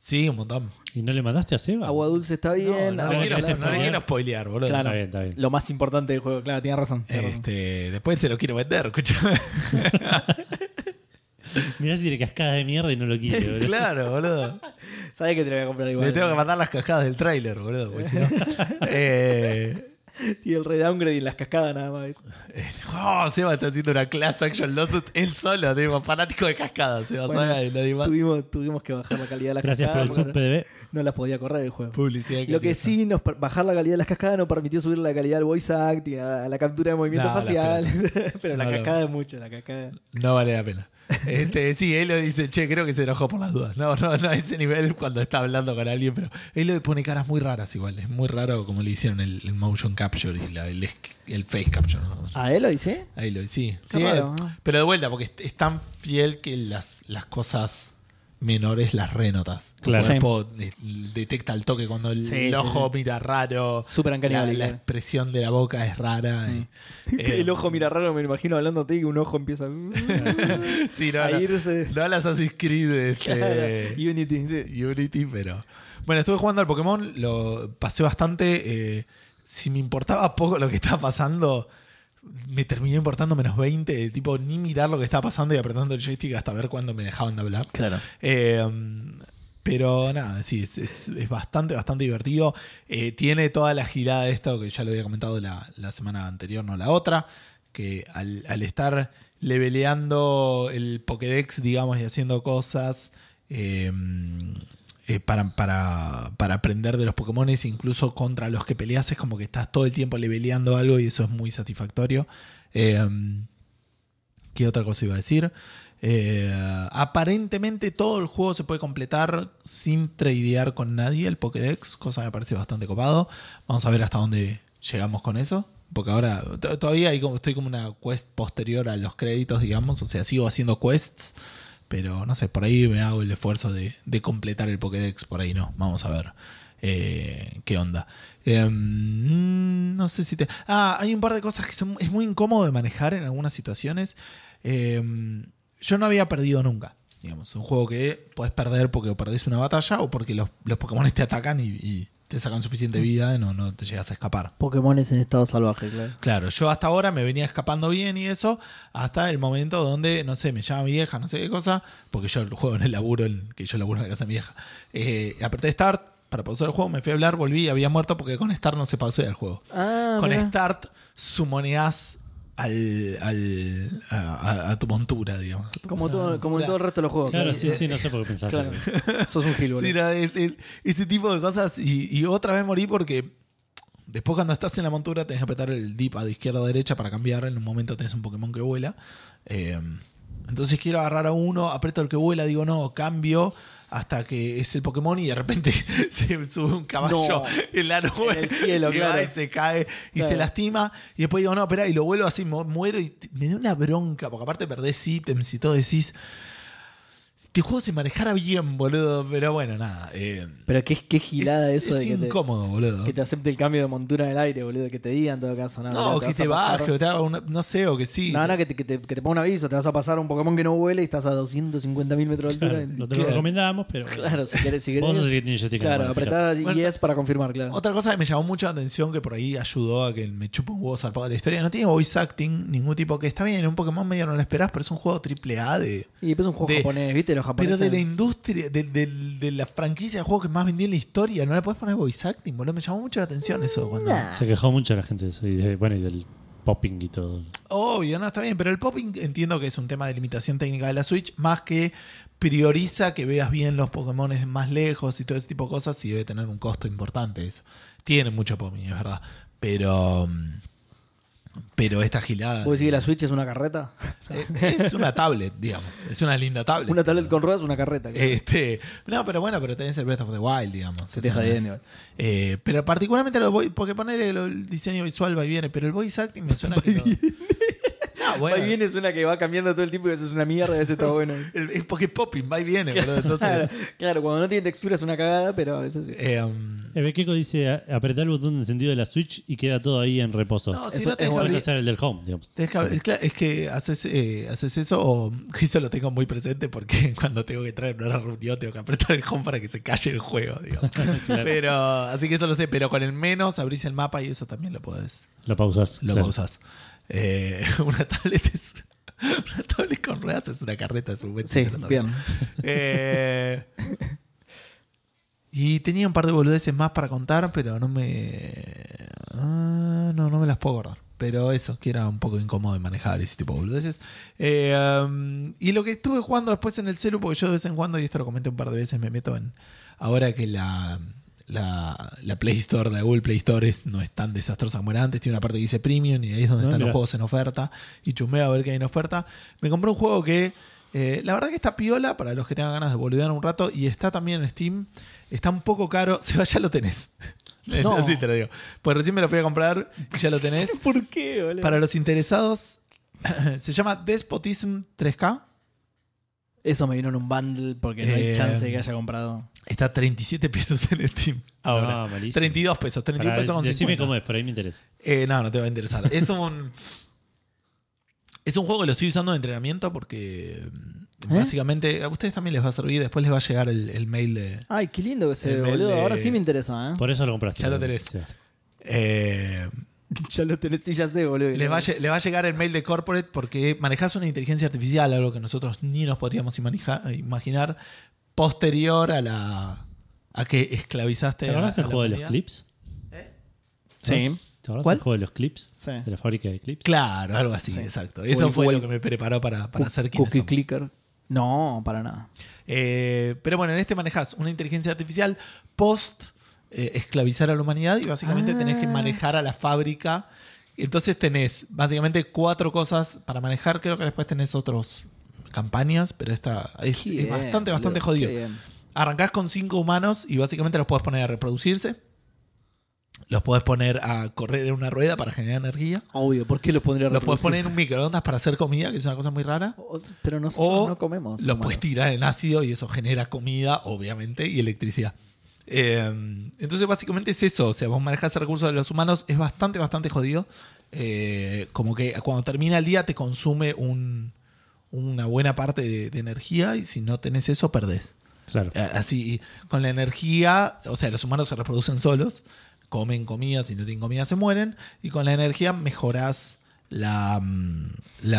S1: Sí, un montón.
S3: ¿Y no le mandaste a Seba?
S2: Agua dulce
S1: [laughs]
S2: está
S1: No,
S2: bien.
S1: no,
S2: agua
S1: le
S3: no,
S1: quiero,
S3: ese
S1: no le
S3: spoiler.
S1: quiero spoilear, boludo.
S2: Claro.
S3: Está bien, está bien.
S2: Lo más importante del juego, claro, tienes razón. tenés razón.
S1: Este, después se lo quiero vender, escuchame.
S3: Mirá si le cascadas de mierda y no lo quise,
S1: [laughs]
S3: boludo.
S1: claro, boludo.
S2: Sabes que te lo voy a comprar igual.
S1: Le tengo que mandar las cascadas del tráiler, boludo. porque si
S2: [laughs]
S1: no- Eh,
S2: Y el redowngrade y las cascadas nada más.
S1: eh, oh, Seba está haciendo una class action lawsuit él solo, tipo, fanático de cascadas. Seba
S2: Bueno,
S1: sabe, nadie más.
S2: Tuvimos, tuvimos que bajar la calidad de las
S3: Gracias por
S2: cascadas.
S3: el sub,
S2: porque
S3: PDB.
S2: no- no las podía correr el juego.
S1: Publicidad
S2: Lo
S1: tiene.
S2: que sí, nos per- bajar la calidad de las cascadas nos permitió subir la calidad del voice acting, a, a la captura de movimientos
S1: No, la
S2: faciales. [laughs] Pero la
S1: No, no.
S2: cascada es mucho, la cascada.
S1: No vale la pena. Este, sí, él lo dice, che, creo que se enojó por las dudas. No, no, no a ese nivel cuando está hablando con alguien, pero él le pone caras muy raras igual. Es muy raro como le hicieron el, el motion capture y la- el, esc- el face capture. ¿no?
S2: ¿A él lo hice?
S1: Ahí lo sí.
S2: Qué
S1: sí
S2: raro,
S1: eh,
S2: ¿no?
S1: Pero de vuelta, porque es, es tan fiel que las, las cosas menores las renotas.
S3: Claro.
S1: El cuerpo de- detecta el toque cuando el,
S2: Sí,
S1: el
S2: sí,
S1: ojo
S2: sí.
S1: mira raro.
S2: Súper Uncanny
S1: la,
S2: Valley,
S1: la
S2: claro.
S1: expresión de la boca es rara. y-
S2: [laughs] El
S1: eh,
S2: ojo mira raro, me lo imagino hablándote y un ojo empieza [laughs] a,
S1: [laughs] sí, no,
S2: a
S1: no.
S2: irse.
S1: No las Assassin's Creed. este,
S3: Eh.
S2: Claro, Unity, sí.
S1: Unity, pero. Bueno, estuve jugando al Pokémon, lo pasé bastante. eh, si me importaba poco lo que estaba pasando, me terminó importando menos 20. eh, Tipo, ni mirar lo que estaba pasando y apretando el joystick hasta ver cuándo me dejaban de hablar.
S2: Claro.
S1: Eh, pero nada, sí, es, es- es bastante, bastante divertido. Eh, tiene toda la girada de esto que ya lo había comentado la, la semana anterior, no la otra. Que al, al estar leveleando el Pokédex, digamos, y haciendo cosas eh, eh, para, para, para aprender de los Pokémones, incluso contra los que peleas, es como que estás todo el tiempo leveleando algo y eso es muy satisfactorio. Eh, ¿Qué otra cosa iba a decir? Eh, aparentemente todo el juego se puede completar sin tradear con nadie el Pokédex, cosa que me parece bastante copado. Vamos a ver hasta dónde llegamos con eso. Porque ahora to- todavía hay como- estoy como una quest posterior a los créditos, digamos. O sea, sigo haciendo quests. Pero no sé, por ahí me hago el esfuerzo de, de completar el Pokédex. Por ahí no. Vamos a ver eh, qué onda. Em, mm, no sé si te. Ah, hay un par de cosas que son, es muy incómodo de manejar en algunas situaciones. eh, yo no había perdido nunca. Digamos, un juego que podés perder porque o perdés una batalla o porque los, los Pokémon te atacan y, y te sacan suficiente vida y no, no te llegas a escapar.
S2: Pokémones en estado salvaje, claro.
S1: Claro, yo hasta ahora me venía escapando bien y eso, hasta el momento donde, no sé, me llama mi vieja, no sé qué cosa, porque yo juego en el laburo, en- que yo laburo en la casa de mi vieja. Eh, apreté Start para pausar el juego, me fui a hablar, volví y había muerto porque con Start no se pausó el juego.
S2: Ah,
S1: con
S2: mirá.
S1: Start sumoneás al, al- a, a- a tu montura, digamos.
S2: Como,
S1: Ah,
S2: todo, como en todo el resto de los juegos.
S3: Claro, sí, sí, no sé por qué pensaste.
S2: Claro. Sos un gil, boludo.
S1: Sí, no, es- es- ese tipo de cosas. Y, y otra vez morí porque después cuando estás en la montura tenés que apretar el dip a de izquierda a derecha para cambiar. En un momento tenés un Pokémon que vuela. Eh, entonces quiero agarrar a uno, aprieto el que vuela, digo no, cambio hasta que es el Pokémon y de repente [laughs] se sube un caballo
S2: No.
S1: en la nube
S2: En el cielo,
S1: y va
S2: claro.
S1: y se cae y
S2: Claro.
S1: se lastima y después digo no, espera y lo vuelvo así, mu- muero y t- me da una bronca porque aparte perdés ítems y todo decís este juego se manejara bien, boludo. Pero bueno, nada. eh,
S2: Pero qué, qué gilada
S1: es
S2: eso
S1: es
S2: de que te,
S1: incómodo, boludo.
S2: que te acepte el cambio de montura en el aire, boludo. Que te digan en todo caso. No,
S1: no,
S2: mirá,
S1: o que
S2: vas
S1: te
S2: a pasar-
S1: baje, o te haga una- no sé, o que sí.
S2: No, no, que te, que, te, que te ponga un aviso. Te vas a pasar un Pokémon que no vuela y estás a 250.000 metros de altura.
S3: Claro,
S2: Y-
S3: no te lo
S1: Claro.
S3: recomendamos, pero. bueno.
S2: Claro, si querés. Si
S3: Vos sos el
S2: querés
S3: que tiene joystick en la
S2: claro,
S3: mano,
S2: apretá y
S1: Bueno,
S2: yes para confirmar, claro.
S1: Otra cosa que me llamó mucho la atención, que por ahí ayudó a que me chupe un huevo zarpado de la historia, no tiene voice acting, ningún tipo que está bien, un Pokémon medio no lo esperás, pero es un juego triple A de...
S2: Y es un juego
S1: de-
S2: japonés, ¿viste? Los
S1: Pero
S2: japoneses.
S1: de la industria, de, de- de la franquicia de juegos que más vendió en la historia, no le podés poner voice acting, boludo, me llamó mucho la atención eso. Cuando...
S3: fíjate. Se quejó mucho la gente de eso, y de- bueno, y del popping y todo.
S1: Obvio, no está bien, pero el popping entiendo que es un tema de limitación técnica de la Switch, más que prioriza que veas bien los Pokémon más lejos y todo ese tipo de cosas, y debe tener un costo importante eso. Tiene mucho popping, es verdad, pero. mm, Pero esta gilada.
S2: ¿Vos decís que la Switch es una carreta?
S1: eh, [laughs] Es una tablet, digamos. Es una linda tablet.
S2: [laughs] una tablet con ruedas es una carreta. claro.
S1: Este, no, pero bueno, pero tenés el Breath of the Wild, digamos.
S2: Se
S1: O
S2: te
S1: sea,
S2: deja
S1: no
S2: bien,
S1: es-
S2: igual.
S1: eh, pero particularmente lo voy, porque ponerle el diseño visual va y viene, pero el voice acting me
S2: [laughs]
S1: suena que no. [laughs] No, bueno.
S2: Ahí viene es una que va cambiando todo el tiempo y a veces es una mierda, a veces está bueno.
S1: El- Es porque popping va y viene, boludo. Entonces,
S2: [laughs] Claro, claro, cuando no tiene textura es una cagada, pero a veces sí.
S1: eh, um,
S3: Eh, Bequeco dice: "A- apretá el botón de encendido de la Switch y queda todo ahí en reposo.
S1: no, si
S2: Eso
S1: no
S2: es
S1: tenés que
S3: Podés
S1: abrir-
S3: hacer el del home, digamos.
S1: tenés que abrir- es, cla- es que haces, eh, haces eso o [laughs] eso lo tengo muy presente porque [laughs] cuando tengo que traer una reunión tengo que apretar el home para que se calle el juego, digo.
S2: [laughs]
S1: Pero, así que eso lo sé, pero con el menos abrís el mapa y eso también lo podés,
S3: Lo pausás.
S1: lo
S3: claro.
S1: pausás. Eh, [laughs] una tablet es, [laughs] una tablet con ruedas es una carreta, es un buen
S2: Sí,
S1: título también.
S2: bien.
S1: Eh, y tenía un par de boludeces más para contar, pero no me. ah, no, no me las puedo acordar. Pero eso, que era un poco incómodo de manejar ese tipo de boludeces. Eh, um, y lo que estuve jugando después en el celu, porque yo de vez en cuando, y esto lo comenté un par de veces, me meto en. Ahora que la. La, la Play Store, la Google Play Store es- no es tan desastrosa como era antes. Tiene una parte que dice premium y ahí es donde
S3: Ah,
S1: están los
S3: mirá.
S1: juegos en oferta. Y chumeo a ver qué hay en oferta. Me compré un juego que eh, la verdad que está piola para los que tengan ganas de volver un rato y está también en Steam. Está un poco caro. [laughs] Se va, ya lo tenés. [laughs]
S2: No.
S1: Así te lo digo. Pues recién me lo fui a comprar y ya lo tenés.
S2: [laughs]
S3: [laughs]
S2: ¿Por qué, boludo?
S1: Para los interesados, [laughs] se llama Despotism 3K.
S2: Eso me vino en un bundle porque no
S1: Eh,
S2: hay chance de que haya comprado.
S1: Está a 37 pesos en Steam. Ahora.
S3: No, malísimo.
S1: 32 pesos, 31
S3: Pará,
S1: pesos con
S3: decime
S1: 50.
S3: cómo es, por ahí me interesa.
S1: Eh, no, no te va a interesar. Es un. Es un juego que lo estoy usando de entrenamiento porque mm,
S2: ¿Eh?
S1: básicamente a ustedes también les va a servir. Después les va a llegar el, el mail de.
S2: Ay, qué lindo que se
S1: El
S2: ve, boludo.
S1: de-
S2: Ahora sí me interesa, ¿eh?
S3: Por eso lo compraste.
S1: Ya lo tenés.
S3: Sí.
S1: eh,
S2: [laughs] Ya lo tenés, sí, ya sé, boludo.
S1: les, va a, lle- les va a llegar el mail de corporate porque manejas una inteligencia artificial, algo que nosotros ni nos podríamos imanija- imaginar, posterior a la. a que esclavizaste
S3: ¿Te
S1: a-
S3: acordás
S1: a
S3: del
S1: la
S3: juego de los
S1: humanidad.
S3: clips?
S2: Sí.
S3: ¿Te acordás
S1: ¿Cuál?
S3: del juego de los clips?
S2: Sí.
S3: De la fábrica de clips.
S1: Claro, algo así,
S2: Sí.
S1: exacto.
S2: O
S1: Eso
S2: el-
S1: fue
S2: o el-
S1: lo que me preparó para, para
S2: Cu-
S1: ser quien
S2: Cookie Clicker. No, para nada.
S1: Eh, pero bueno, en este manejas una inteligencia artificial post eh, esclavizar a la humanidad y básicamente
S2: Ah.
S1: tenés que manejar a la fábrica. Entonces tenés básicamente cuatro cosas para manejar. Creo que después tenés otros campañas, pero esta es, es
S2: Qué bien,
S1: bastante, bastante
S2: boludo,
S1: jodido.
S2: qué bien.
S1: Arrancás con cinco humanos y básicamente los podés poner a reproducirse. Los podés poner a correr en una rueda para generar energía.
S2: Obvio, ¿por qué los pondría
S1: Los podés poner en un microondas para hacer comida, que es una cosa muy rara.
S2: Pero nosotros
S1: O
S2: no comemos.
S1: Lo
S2: humanos.
S1: puedes tirar en ácido y eso genera comida, obviamente, y electricidad. Eh, entonces, básicamente es eso. O sea, vos manejas el recurso de los humanos, es bastante, bastante jodido. Eh, como que cuando termina el día te consume un, una buena parte de, de energía y si no tenés eso, perdés.
S3: Claro.
S1: Eh, Así, con la energía, o sea, los humanos se reproducen solos, comen comida, si no tienen comida se mueren, y con la energía mejorás la, mm,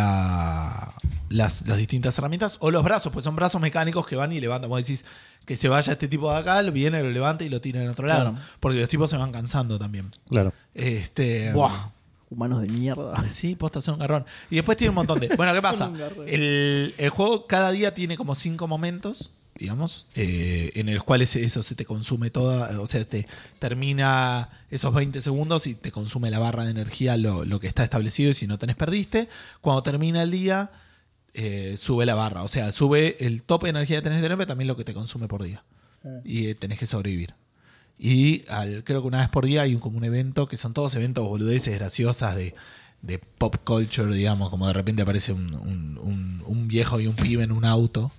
S1: la- las, las distintas herramientas o los brazos, pues son brazos mecánicos que van y levantan. Vos decís que se vaya este tipo de acá, lo viene, lo levanta y lo tira en otro lado,
S2: Claro.
S1: porque los tipos se van cansando también.
S3: Claro.
S1: Este,
S2: Buah, humanos de mierda.
S1: [laughs] Sí, posta son un garrón. Y después tiene un
S2: [laughs]
S1: montón de. Bueno, ¿qué pasa?
S2: Son un garrón.
S1: El, el juego cada día tiene como cinco momentos, digamos, eh, en los cuales eso se te consume toda. O sea, te termina esos 20 segundos y te consume la barra de energía lo, lo que está establecido. Y si no tenés, perdiste. Cuando termina el día, eh, sube la barra. O sea, sube el tope de energía que tenés de pero también lo que te consume por día.
S2: Ah.
S1: Y eh, tenés que sobrevivir. Y al- creo que una vez por día hay un, como un evento que son todos eventos boludeces graciosas de, de pop culture, digamos, como de repente aparece un, un- un- un viejo y un pibe en un auto.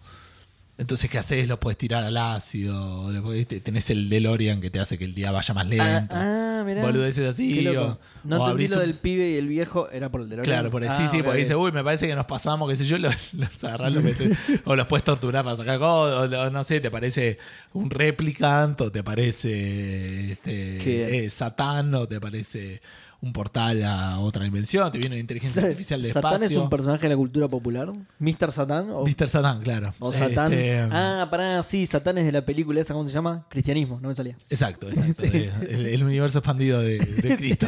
S1: Entonces, ¿qué haces? Lo puedes tirar al ácido, lo podés- te- tenés el DeLorean que te hace que el día vaya más
S2: Ah,
S1: lento.
S2: ah, mirá.
S1: Boludeces así.
S2: Qué
S1: O,
S2: loco. No
S1: o
S2: entendí
S1: abrís
S2: lo
S1: un-
S2: del pibe y el viejo, era por el del Ah,
S1: Claro, por ahí sí, sí, porque dice, uy, me parece que nos pasamos, qué sé yo, [laughs] los, los agarrás, los metés, o los puedes torturar para sacar cosas, o, lo- no sé, te parece un replicant, o te parece
S2: ¿Qué?
S1: este, eh, Satán, o te parece un portal a otra dimensión, te viene una
S2: [laughs]
S1: inteligencia artificial de
S2: ¿Satán
S1: espacio.
S2: es un personaje de la cultura popular? ¿Mr. Satán? ¿O,
S1: Mr. Satán, claro.
S2: o Satán?
S1: Este,
S2: ah, pará, sí, Satán es de la película esa, ¿cómo se llama? Cristianismo, no
S1: [laughs]
S2: me salía. [laughs]
S1: Exacto, exacto. de- el, el universo expandido de,
S2: [laughs]
S1: de Cristo.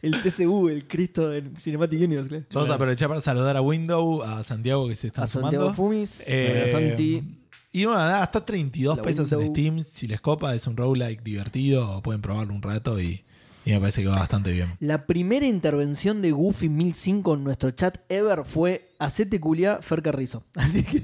S2: El CCU, el Cristo en Cinematic Universe, claro.
S1: Vamos a aprovechar para saludar a Window, a Santiago que se está
S2: A Santiago
S1: sumando.
S2: Fumis,
S1: Eh,
S2: a Santi.
S1: Y bueno, nada, hasta 32
S2: La
S1: pesos en
S2: Window.
S1: Steam. Si les copa, es un roguelike divertido. Pueden probarlo un rato y, y me parece que va bastante bien.
S2: La primera intervención de Goofy 1005 en nuestro chat ever fue Hacete culia Fer Carrizo. [laughs] Así que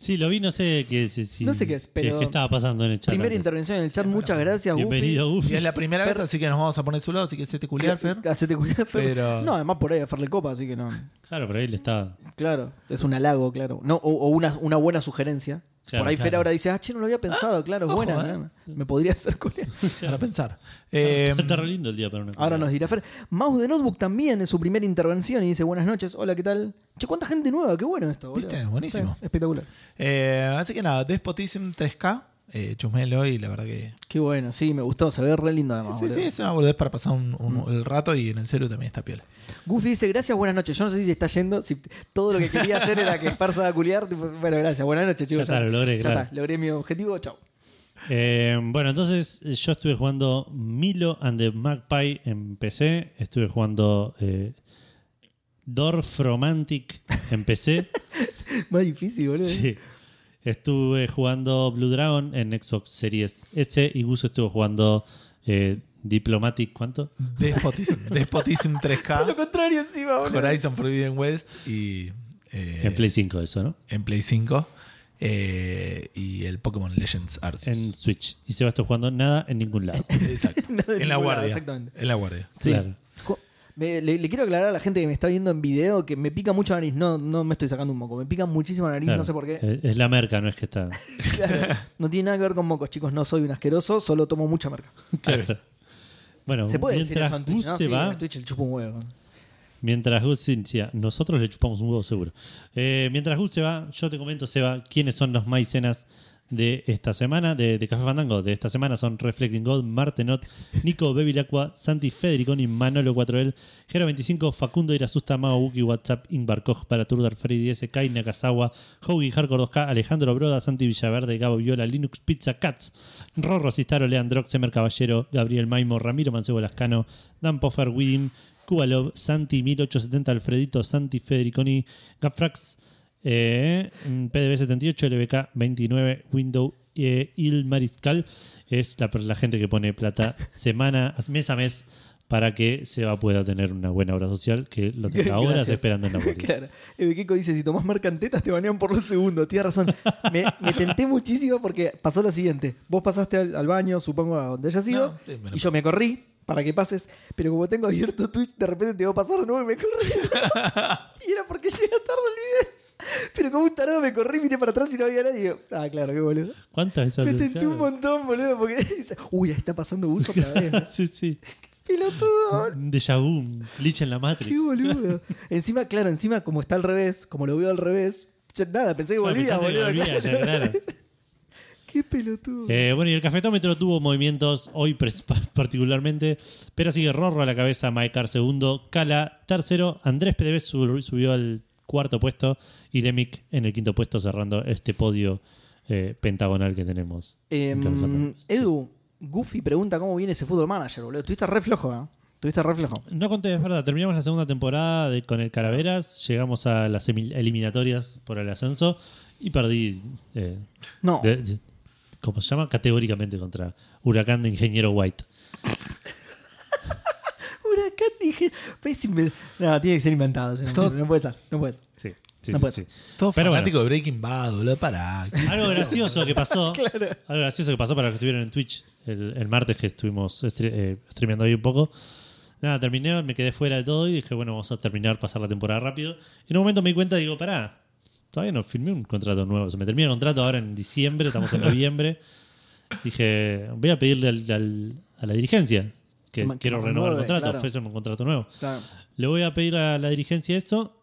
S3: Sí, lo vi, no sé qué, si- si-
S2: No sé qué es,
S3: si
S2: pero-
S3: qué estaba pasando en el chat.
S2: primera
S3: antes.
S2: intervención en el chat, muchas gracias Goofy.
S3: Bienvenido, Goofy.
S1: Y es la primera vez, así que nos vamos a poner a su lado. Así que se te culiar, Fer.
S2: Hacete culiar, Fer.
S1: Pero-
S2: [laughs] No, además por ahí a Fer le copa, así que no.
S3: Claro, pero ahí le estaba.
S2: Claro, es un halago, claro. No, o, o una, una buena sugerencia.
S3: Claro,
S2: por ahí Fer
S3: claro.
S2: ahora dice, ah, che, no lo había pensado, claro, es
S1: ojo,
S2: buena.
S1: eh.
S2: ¿no? Me podría hacer culiar.
S1: Para pensar. Eh,
S3: [laughs] Está re lindo el día para una
S2: Ahora
S3: comida.
S2: nos dirá Fer. Mouse de Notebook también en su primera intervención y dice buenas noches, hola, ¿qué tal? Che, cuánta gente nueva, qué bueno esto. boludo.
S1: ¿Viste? Buenísimo.
S2: Sí, espectacular.
S1: eh, así que nada, Despotism 3K. Eh, chusmelo y la verdad que.
S2: Qué bueno, sí, me gustó, se ve re lindo además.
S1: Sí,
S2: boludo.
S1: sí, es una boludez para pasar un, un- el rato y en el celu también está piola.
S2: Goofy dice, gracias, buenas noches. Yo no sé si se está yendo, si todo lo que quería hacer era que Fer se haga culiar. tipo, Bueno, gracias, buenas noches, chicos.
S3: Ya está, lo logré,
S2: Ya
S3: claro.
S2: está, logré mi objetivo, chao.
S3: Eh, bueno, entonces eh, yo estuve jugando Milo and the Magpie en PC. Estuve jugando eh, Dorf Romantic en PC.
S2: Más difícil, boludo.
S3: Sí. Estuve jugando Blue Dragon en Xbox Series S y Guso estuvo jugando eh, Diplomatic, ¿cuánto?
S1: Despotism, [laughs] Despotism 3K.
S2: Lo contrario encima, boludo.
S1: Horizon Forbidden West y. eh,
S3: En Play 5 eso, ¿no?
S1: en Play 5. eh, y el Pokémon Legends Arceus.
S3: En Switch. Y Seba estuvo jugando nada en ningún lado.
S1: Exacto.
S2: Nada de
S1: en la
S2: ningún lado,
S1: guardia.
S2: exactamente.
S1: En la
S3: [laughs]
S1: guardia.
S2: [laughs] Sí.
S3: Claro.
S2: Jo- me- le, le quiero aclarar a la gente que me está viendo en video que me pica mucho la nariz. No, no me estoy sacando un moco. Me pica muchísimo la nariz,
S3: Claro.
S2: no sé por qué.
S3: Eh, Es la merca, no es
S2: [laughs]
S3: que está.
S2: Claro. No tiene nada que ver con mocos, chicos. No soy un asqueroso, solo tomo mucha marca.
S3: Bueno,
S2: Se puede decir
S3: mientras
S2: eso en Twitch.
S3: Gus
S2: ¿no?
S3: se
S2: Sí,
S3: va,
S2: en Twitch el chupa un huevo.
S3: Mientras Gus se inicia, nosotros le chupamos un huevo seguro. Eh, mientras Gus se va, yo te comento, Seba, quiénes son los maicenas de esta semana, de, de Café Fandango. De esta semana son Reflecting God, Martenot, Nico Bevilacqua, Santi Federiconi, Manolo 4L, Gero 25, Facundo Irasusta, Mago Buki, WhatsApp, Ingvar Koch, para Turdar, Freddy S, Kai Nakazawa, Hogi Hardcore 2K, Alejandro Broda, Santi Villaverde, Gabo Viola, Linux Pizza Cats, Rorro Cistaro, Leandrox, Semer Caballero, Gabriel Maimo, Ramiro Mancebo Lascano, Dan Poffer, Widim, Kubalov, Santi 1870, Alfredito, Santi Federiconi, Gapfrax, eh, PDB 78, LBK 29, Window eh, Il Mariscal. Es la, la gente que pone plata semana, mes a mes para que Seba pueda tener una buena obra social, que lo
S2: [laughs]
S3: tenga horas
S2: Gracias.
S3: esperando en la
S2: [laughs]
S3: puerta.
S2: Claro. Ebequeco dice: si tomás mercantetas te banean por dos segundos. Tienes razón. Me, me tenté muchísimo porque pasó lo siguiente. Vos pasaste al, al baño, supongo, a donde hayas ido.
S1: No, sí, me lo-
S2: y yo me corrí para que pases. Pero como tengo abierto Twitch, de repente te veo pasar de nuevo y
S1: [laughs]
S2: me corrí. y era porque llega tarde el video. Pero como un tarado me corrí, miré para atrás y no había nadie. Y digo, ah, claro, qué boludo.
S3: ¿Cuántas veces
S2: Me [laughs]
S3: haces? [laughs]
S2: tenté un montón, boludo, porque dice, uy, ahí está pasando uso otra vez.
S3: Sí, sí.
S2: Pelotudo.
S3: Un déjà vu, un glitch en la Matrix.
S2: Qué boludo. [laughs] encima, claro, encima, como está al revés, como lo veo al revés. ya nada, pensé que
S3: Ah,
S2: volvía,
S3: pensando que
S2: boludo.
S3: volvía, ya, claro.
S2: [laughs] Qué pelotudo.
S3: Eh, bueno, y el cafetómetro tuvo movimientos hoy pres- [laughs] pa- particularmente, pero sigue Rorro a la cabeza, Maikar segundo, Cala tercero, Andrés PDB sub- subió al cuarto puesto y Lemic en el quinto puesto cerrando este podio eh, pentagonal que tenemos. en Café
S2: Em,
S3: Fandango.
S2: Edu, Goofy pregunta cómo viene ese fútbol manager, boludo. Tuviste re flojo, ¿eh? Tuviste re flojo.
S3: No conté, es verdad, terminamos la segunda temporada de- con el Calaveras, llegamos a las emi- eliminatorias por el ascenso y perdí, eh,
S2: No.
S3: de- de- ¿cómo se llama? Categóricamente contra Huracán de Ingeniero White.
S2: Huracán dije. pero es inven- No, tiene que ser inventado. si no,
S1: Todo-
S2: no puede ser, no puede ser.
S3: Sí, sí,
S2: No
S3: sí,
S2: puede
S3: sí.
S2: ser.
S1: [laughs] Todo
S3: Pero bueno.
S1: fanático de Breaking Bad, boludo, pará.
S3: [laughs] Algo gracioso que
S2: [laughs]
S3: pasó.
S2: Claro.
S3: Algo gracioso que pasó para los que estuvieron en Twitch el, el martes que estuvimos estre- eh, streameando ahí un poco. Nada, terminé, me quedé fuera de todo y dije, bueno, vamos a terminar, pasar la temporada rápido. Y en un momento me di cuenta y digo, pará, todavía no firmé un contrato nuevo. Se me termina el contrato ahora en diciembre, estamos
S2: [laughs]
S3: en noviembre. Dije, voy a pedirle al- al- a la dirigencia que
S2: Que me- que
S3: quiero
S2: me
S3: renovar el
S2: renueve,
S3: contrato,
S2: claro.
S3: ofréceme un contrato nuevo.
S2: Claro.
S3: Le voy a pedir a la dirigencia eso.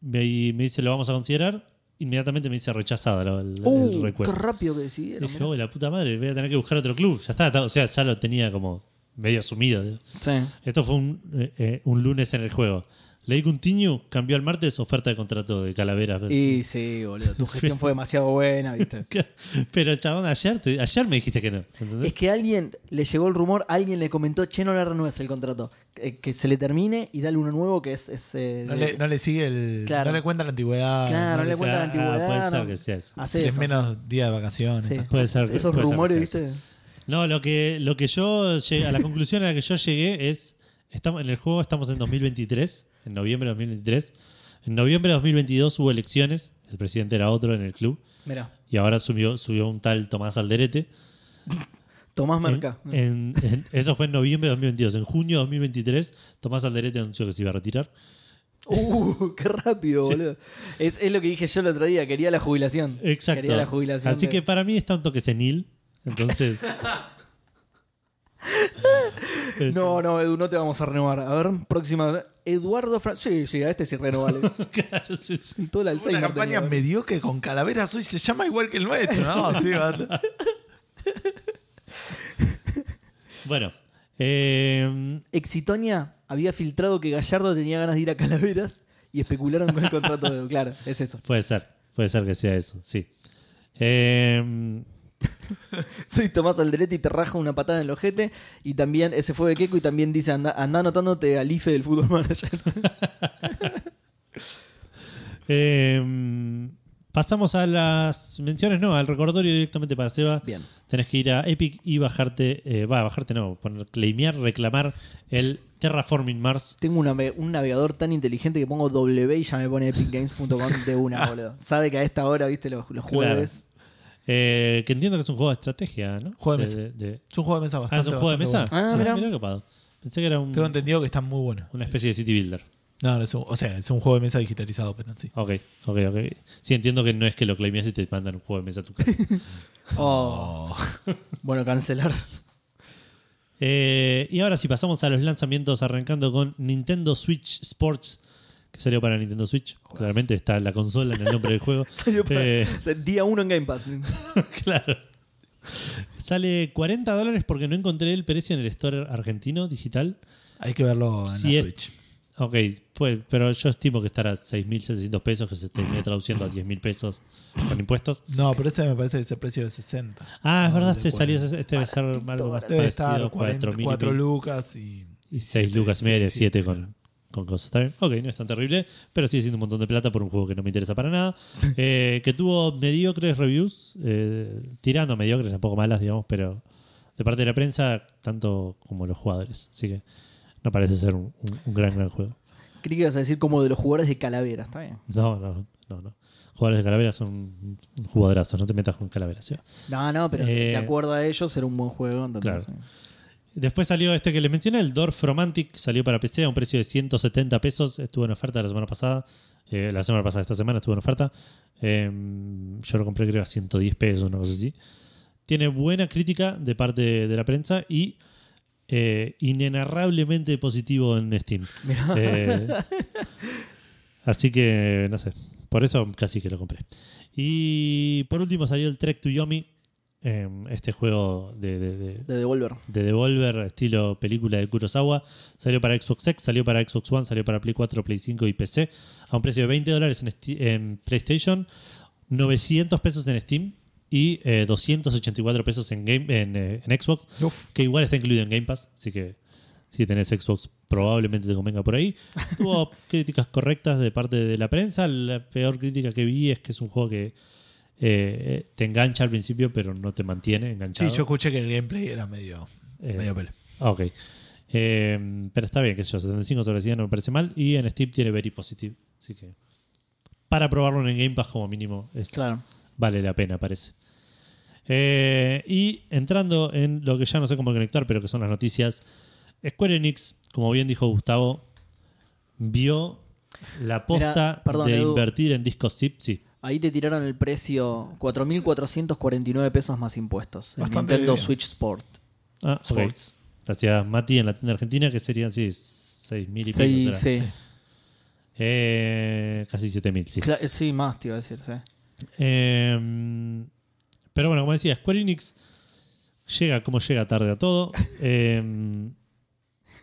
S3: Me- Y me dice, lo vamos a considerar. Inmediatamente me dice rechazada la- la- el
S2: Uh, qué
S3: recuerdo.
S2: rápido que decidieron.
S3: Dije,
S2: mirá.
S3: oh, la puta madre, voy a tener que buscar otro club. Ya está, ta- o sea, ya lo tenía como medio asumido. digo.
S2: Sí.
S3: Esto fue un, eh, eh, un lunes en el juego. Leí Coutinho, cambió al martes oferta de contrato de Calavera.
S2: Y sí, boludo. Tu gestión fue demasiado buena, ¿viste?
S3: [laughs] Pero chabón, ayer, te- ayer me dijiste que no. ¿entendés?
S2: Es que alguien le llegó el rumor, alguien le comentó, che, no le renueves el contrato. Eh, Que, que se le termine y dale uno nuevo que es. es, eh,
S1: No
S2: de-
S1: le, no le sigue el.
S2: Claro.
S1: No le cuenta la antigüedad.
S2: claro, no le cuenta la
S3: Ah,
S2: antigüedad.
S3: puede ser
S2: no.
S3: que sea eso.
S2: Hace
S1: Tres
S2: eso,
S1: menos días de vacaciones.
S2: sí.
S1: esas
S3: puede ser que-
S2: Esos
S3: puede ser que
S2: rumores,
S3: sea
S2: ¿viste?
S3: No, lo que, lo que yo llegué- a la conclusión a la que yo llegué es estamos en el juego estamos en 2023, en noviembre de 2023. En noviembre de 2022 hubo elecciones, el presidente era otro en el club
S2: Mira,
S3: y ahora subió subió un tal Tomás Alderete.
S2: Tomás Merca.
S3: En- en- en- eso fue en noviembre de 2022, en junio de 2023 Tomás Alderete anunció que se iba a retirar.
S2: Uh, qué rápido,
S3: Sí.
S2: boludo. Es, es lo que dije yo el otro día, quería la jubilación.
S3: Exacto.
S2: Quería la jubilación.
S3: Así
S2: de-
S3: que para mí está un toque senil,
S2: [laughs]
S3: entonces [laughs]
S2: No, no, Edu, no te vamos a renovar. A ver, próxima. Eduardo Fran... Sí, sí, a este sí
S3: [laughs]
S2: renovable.
S3: claro, sí, sí.
S2: Todo el
S1: Una
S2: Alzheimer
S1: campaña
S2: tenía.
S1: mediocre con calaveras hoy se llama igual que el nuestro,
S3: [laughs]
S1: ¿no? Sí, va-
S3: Bueno, eh,
S2: Exitonia había filtrado que Gallardo tenía ganas de ir a Calaveras y especularon con el contrato de Edu. Claro, es eso.
S3: Puede ser, puede ser que sea eso, sí. Eh,
S2: Soy Tomás Alderete y te raja una patada en el ojete. Y también, ese fue de Keco y también dice, anda, anda anotándote al IFE del fútbol manager.
S3: eh, pasamos a las menciones, no, al recordatorio directamente para Seba.
S2: [laughs] Bien.
S3: Tenés que ir a Epic y bajarte, eh, va, bajarte no, poner, claimear, reclamar el Terraforming Mars.
S2: Tengo una- un navegador tan inteligente que pongo W y ya me pone epicgames.com de una, [laughs] boludo. Sabe que a esta hora, viste, los, los
S3: Claro.
S2: jueves.
S3: eh, que entiendo que es un juego de estrategia, ¿no?
S1: Juego de mesa.
S3: de-
S1: Es un juego de mesa
S3: ah,
S1: bastante.
S3: es un juego de mesa.
S1: bastante bueno.
S2: bueno. Ah,
S3: Sí,
S2: mirá.
S3: mirá qué copado. Pensé que era un-
S1: Tengo entendido que están muy buenos.
S3: una especie de City Builder.
S1: No, no es un- o sea, es un juego de mesa digitalizado, pero sí.
S3: Ok, ok, ok. Sí, entiendo que no es que lo claimeas y te mandan un juego de mesa a tu casa.
S2: Oh. [laughs] bueno, cancelar.
S3: Eh, y ahora sí, pasamos a los lanzamientos arrancando con Nintendo Switch Sports, que salió para Nintendo Switch. Claramente está la consola en el nombre del juego.
S2: Salió para-
S3: Eh, [laughs]
S2: o sea, día uno en Game Pass.
S3: claro. Sale 40 dólares porque no encontré el precio en el store argentino digital.
S1: Hay que verlo en
S3: Sí,
S1: la
S3: es-
S1: Switch.
S3: Ok, pues, pero yo estimo que estará a 6.700 pesos, que se termina traduciendo a 10.000 pesos con impuestos.
S1: No, pero ese me parece que es el precio de 60.
S3: Ah, es
S1: No,
S3: verdad,
S1: de
S3: este salió,
S1: 40.
S3: este debe ser algo más
S1: Debe estar
S3: parecido, 4.000 y
S1: 4
S3: pico.
S1: lucas y.
S3: Y 6 lucas y
S1: sí,
S3: media,
S1: sí,
S3: 7
S1: claro.
S3: con, con cosas. Está bien. Ok, no es tan terrible, pero sigue siendo un montón de plata por un juego que no me interesa
S1: [laughs]
S3: para nada. Eh, que tuvo mediocres reviews, eh, tirando a mediocres, tampoco malas, digamos, pero de parte de la prensa, tanto como los jugadores. Así que no parece ser un, un- un gran, gran juego.
S2: Creí que ibas a decir como de los jugadores de Calavera, está bien.
S3: No, no, no, no. Jugadores de Calavera son jugadorazos, no te metas con Calavera. ¿sí?
S2: No, no, pero
S3: Eh.
S2: de acuerdo a ellos era un buen juego. entonces,
S3: Claro. Después salió este que les mencioné, el Dorf Romantic, salió para PC a un precio de 170 pesos, estuvo en oferta la semana pasada, eh, la semana pasada, esta semana estuvo en oferta, Eh, yo lo compré creo a 110 pesos, una cosa así. Tiene buena crítica de parte de la prensa y eh, inenarrablemente positivo en Steam. Eh, así que, no sé. Por eso casi que lo compré. Y por último salió el Trek to Yomi. eh, este juego de- de- de,
S2: de Devolver.
S3: de Devolver, estilo película de Kurosawa. Salió para Xbox X, salió para Xbox One, salió para Play 4, Play 5 y PC. A un precio de 20 dólares en, Sti- en PlayStation, 900 pesos en Steam y eh, 284 pesos en, game, en, eh, en Xbox,
S1: Uf.
S3: que igual está incluido en Game Pass. Así que si tenés Xbox, probablemente te convenga por ahí. Tuvo críticas correctas de parte de la prensa. La peor crítica que vi es que es un juego que. eh, te engancha al principio, pero no te mantiene enganchado.
S1: Sí, yo escuché que el gameplay era medio,
S3: Eh,
S1: medio pelo.
S3: Ah, ok. Eh, pero está bien, que sé yo, 75 sobre 100 no me parece mal. Y en Steam tiene Very Positive. Así que. Para probarlo en el Game Pass, como mínimo, es,
S2: Claro.
S3: vale la pena, parece. Eh, y entrando en lo que ya no sé cómo conectar, pero que son las noticias. Square Enix, como bien dijo Gustavo, vio la posta
S2: Mira, perdón,
S3: de
S2: Edu.
S3: invertir en discos zip. Sí,
S2: Ahí te tiraron el precio 4.449 pesos más impuestos. El
S1: Bastante
S2: Nintendo
S1: bien.
S2: Switch Sport.
S3: Ah, ok.
S1: Sports.
S3: Gracias, Mati, en la tienda argentina, que serían, sí, 6.000 y pico.
S2: Sí,
S3: será.
S2: sí.
S1: Sí.
S3: Eh, casi 7000, sí.
S2: Cla- sí, más te iba a decir, sí.
S3: Eh, pero bueno, como decía, Square Enix llega como llega tarde a todo. Eh,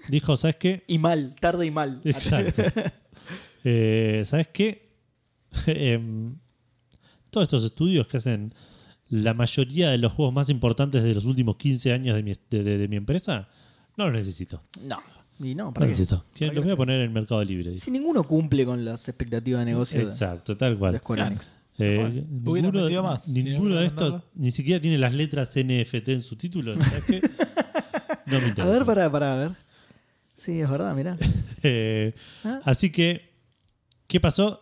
S3: dijo, ¿sabes qué? [laughs]
S2: Y mal, tarde y mal.
S3: Exacto. Eh, ¿Sabes qué? [laughs] Em, todos estos estudios que hacen la mayoría de los juegos más importantes de los últimos 15 años de mi, de- de- de mi empresa, no los necesito.
S2: No. Y no,
S3: No
S2: ¿para qué?
S3: necesito. Que
S2: ¿Para qué
S3: Los voy a
S2: los
S3: poner en el mercado libre. dijo.
S2: Si ninguno cumple con las expectativas de negocio de-
S3: Exacto, tal
S2: de,
S3: cual.
S2: Square
S1: Claro.
S2: Enix.
S3: Eh,
S1: fue. Hubieran
S3: ninguno
S1: vendido más, si
S3: ninguno
S1: no
S3: de
S1: hubieran
S3: estos
S1: mandado.
S3: ni siquiera tiene las letras NFT en su título. ¿sabes
S2: [laughs]
S3: qué? No me
S2: A
S3: interesa.
S2: ver, pará, pará, a ver. Sí, es verdad, mirá.
S3: Eh,
S2: Ah.
S3: así que, ¿qué pasó?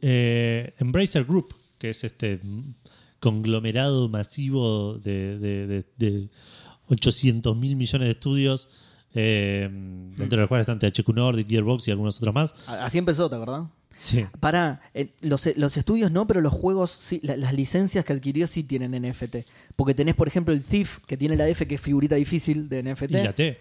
S3: Eh, Embracer Group, que es este mm, conglomerado masivo de, de, mil millones de estudios, eh, dentro de los cuales están THQ Nordic, Gearbox y algunos otros más.
S2: A- [laughs] Así empezó, ¿te acordás?
S3: Sí.
S2: Pará, eh, los, los estudios no, pero los juegos, sí, la- las licencias que adquirió sí tienen NFT. Porque tenés, por ejemplo, el Thief, que tiene la F, que es figurita difícil de NFT.
S3: Y la T.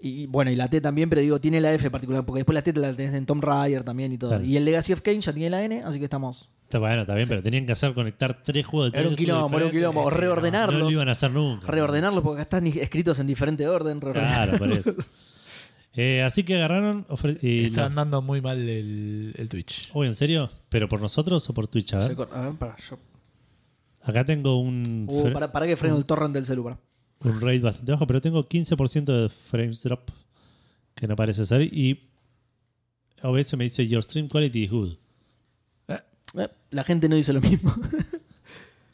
S2: Y bueno, y la T también, pero digo, tiene la F en particular, porque después la T la tenés en Tom Raider también y todo.
S3: Claro.
S2: Y el Legacy of Kane ya tiene la N, así que estamos.
S3: Está bueno, está bien, pero tenían que hacer conectar tres juegos de
S2: Era
S3: tres
S2: un
S3: estudios
S2: quilombo, era un
S3: diferentes.
S2: quilombo.
S3: No lo
S2: Reordenarlos.
S3: iban a hacer nunca.
S2: Reordenarlos porque acá están escritos en diferente orden. reordenarlos.
S3: Claro, por
S2: [laughs]
S3: eso. Eh, así que agarraron. ofre- y Oh,
S1: Está
S3: la-
S1: andando muy mal el, el Twitch.
S3: Uy, ¿en serio? ¿Pero por nosotros o por Twitch? A ver.
S2: [laughs] Se cor- A ver, pará, yo-
S3: Acá tengo un,
S2: Uh,
S3: fra-
S2: pará- pará que freno el torrent del celular.
S3: un rate bastante bajo, pero tengo 15% de frames drop que no parece ser. Y OBS me dice: Your stream quality is good.
S2: Eh, La gente no dice lo mismo.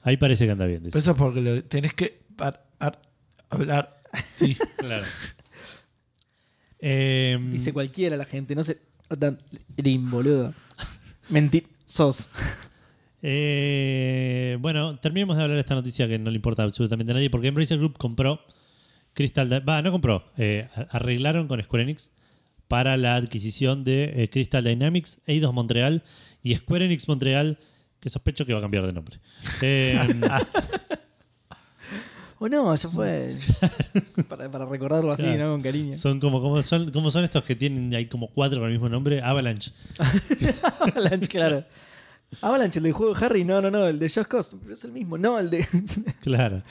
S3: Ahí parece que anda bien.
S1: Pero
S3: [laughs] Dice.
S1: eso es porque lo tenés que par- ar- hablar.
S3: [laughs]
S1: Sí.
S3: Claro. Eh,
S2: dice cualquiera la gente, no sé. Tan- Erin, boludo.
S3: [laughs]
S2: Mentir. Sos.
S3: Eh, bueno, terminemos de hablar de esta noticia que no le importa absolutamente a nadie, porque Embracer Group compró Crystal Dy- Va, no compró. eh, a- arreglaron con Square Enix para la adquisición de eh, Crystal Dynamics, Eidos Montreal y Square Enix Montreal, que sospecho que va a cambiar de nombre. Eh,
S2: O no, ya
S3: [laughs]
S2: fue. para, para recordarlo así,
S3: Claro.
S2: ¿no? Con
S3: [laughs]
S2: cariño.
S3: son como, como son, como son estos que tienen ahí como cuatro con el mismo nombre, Avalanche.
S2: Avalanche, claro. Avalanche, el del juego de Harry, no, no, no, el de Josh Cost, pero es el mismo, no, el de.
S3: Claro.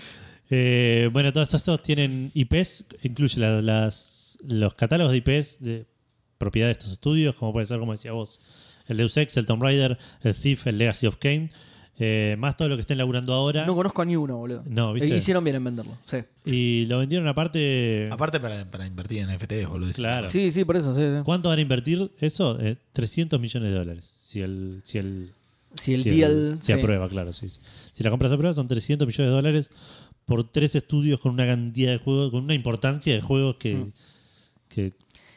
S3: Eh, bueno, todos estos tienen IPs, incluye la- las, los catálogos de IPs de propiedad de estos estudios, como puede ser, como decía vos, el Deus Ex, el Tomb Raider, el Thief, el Legacy of Kane, eh, más todo lo que estén laburando ahora.
S2: No conozco a ni uno, boludo.
S3: No, ¿viste?
S2: Eh, Hicieron bien en venderlo, sí.
S3: Y lo vendieron aparte.
S1: Aparte para, para invertir en FTs, boludo.
S3: Claro.
S2: Sí, sí, por eso, sí. sí.
S3: ¿Cuánto van a invertir eso? Eh, 300 millones de dólares. Si el, si el
S2: Si el
S3: si
S2: día
S3: el- se aprueba, claro. sí, sí. Si la compra se aprueba, son 300 millones de dólares por tres estudios con una cantidad de juegos, con una importancia de juegos que,
S2: Mm.
S3: que-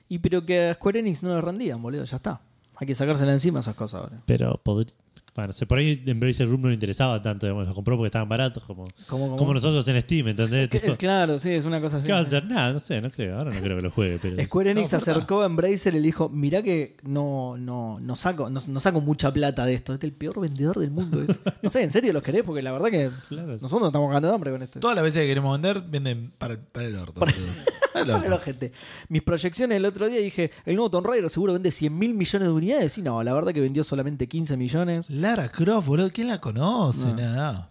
S2: Y pero que a Square Enix no le rendían, boludo, ya está. Hay que sacársela encima esas cosas ahora.
S3: pero podr- bueno, se- por ahí Embracer Group no le interesaba tanto, digamos, los compró porque estaban baratos, como,
S2: ¿Cómo, cómo? [laughs]
S3: como nosotros en Steam, ¿entendés?
S2: Que-
S3: Tipo,
S2: es, claro, sí, es una cosa así.
S3: ¿Qué va a hacer? Nada, no sé, no creo, ahora no creo que lo juegue, pero
S2: Square Enix se
S1: Está oferta.
S2: acercó a Embracer y le dijo, mirá que no, no, no saco, no, no saco mucha plata de esto. Este es el peor vendedor del mundo.
S3: [laughs]
S2: este". No sé, en serio los querés, porque la verdad que
S3: Claro.
S2: nosotros estamos ganando hambre con esto.
S1: Todas las veces que queremos vender, venden para, el- para el orto. boludo.
S3: [laughs]
S1: loco.
S2: Para el ojete. Mis proyecciones el otro día dije, el nuevo Tomb Raider seguro vende 100 mil millones de unidades. Y no, la verdad que vendió solamente 15 millones.
S1: Lara Croft, boludo, ¿quién la conoce?
S2: No.
S1: Nada.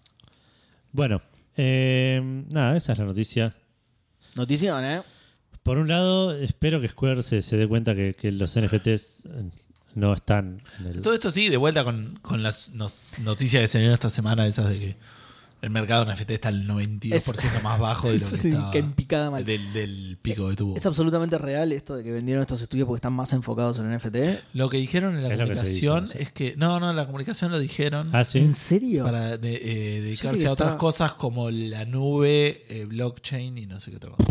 S3: Bueno, eh, nada, esa es la noticia.
S2: Notición, ¿eh?
S3: Por un lado, espero que Square se, se dé cuenta que, que los NFTs eh, no están en el-
S1: Todo esto sí, de vuelta con, con las nos- noticias que se dieron esta semana, esas de que el mercado NFT está al 92%
S2: [laughs]
S1: más bajo de lo que
S2: Sí,
S1: estaba.
S2: que en picada mal.
S1: Del, del pico que tuvo.
S2: Es absolutamente real esto de que vendieron estos estudios porque están más enfocados en el NFT.
S1: Lo que dijeron en la
S3: Es lo que se dice,
S1: comunicación
S3: no sé.
S1: es que. No, no, en la comunicación lo dijeron
S3: Ah, sí.
S2: ¿En serio?
S1: para de- eh, dedicarse
S2: que
S1: a otras
S2: está-
S1: cosas como la nube, eh, blockchain y no sé qué otra cosa.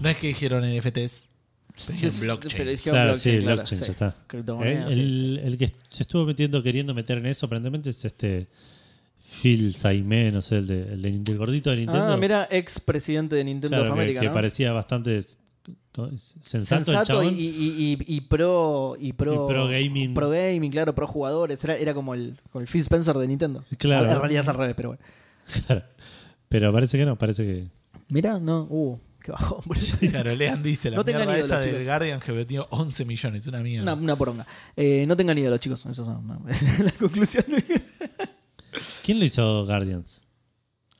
S1: No es que dijeron
S2: [laughs]
S1: NFTs, pero dijeron blockchain.
S2: Pero dijeron
S3: Claro,
S2: blockchain,
S3: sí,
S2: claro,
S3: blockchain,
S2: sí.
S3: ya está.
S2: Criptomonedas,
S3: Eh, el,
S2: sí,
S3: el- el que se estuvo metiendo, queriendo meter en eso, aparentemente es este Phil Saime, no sé, el, de, el, de- el gordito de Nintendo.
S2: Ah, mira, ex presidente de Nintendo
S3: Claro,
S2: of
S3: que-
S2: America,
S3: que,
S2: ¿no?
S3: parecía bastante s- co- sensato, el
S2: sensato y,
S3: chabón.
S2: y- y- y pro y pro,
S3: Y pro gaming.
S2: pro gaming, claro, pro jugadores. Era, era como el, como el Phil Spencer de Nintendo.
S3: Claro.
S2: En realidad es al revés, pero bueno.
S3: Pero parece que no, parece que...
S2: Mira, no, uh, qué bajón. [laughs] boludo.
S1: Claro, Lean dice la
S2: No tengan
S1: mierda
S2: ídolos,
S1: esa del
S2: chicos.
S1: Guardian que vendió 11 millones, una mierda.
S2: Una, una poronga. Eh, no tengan los chicos. Esa es una- [laughs] esa es la conclusión.
S3: ¿Quién lo hizo Guardians?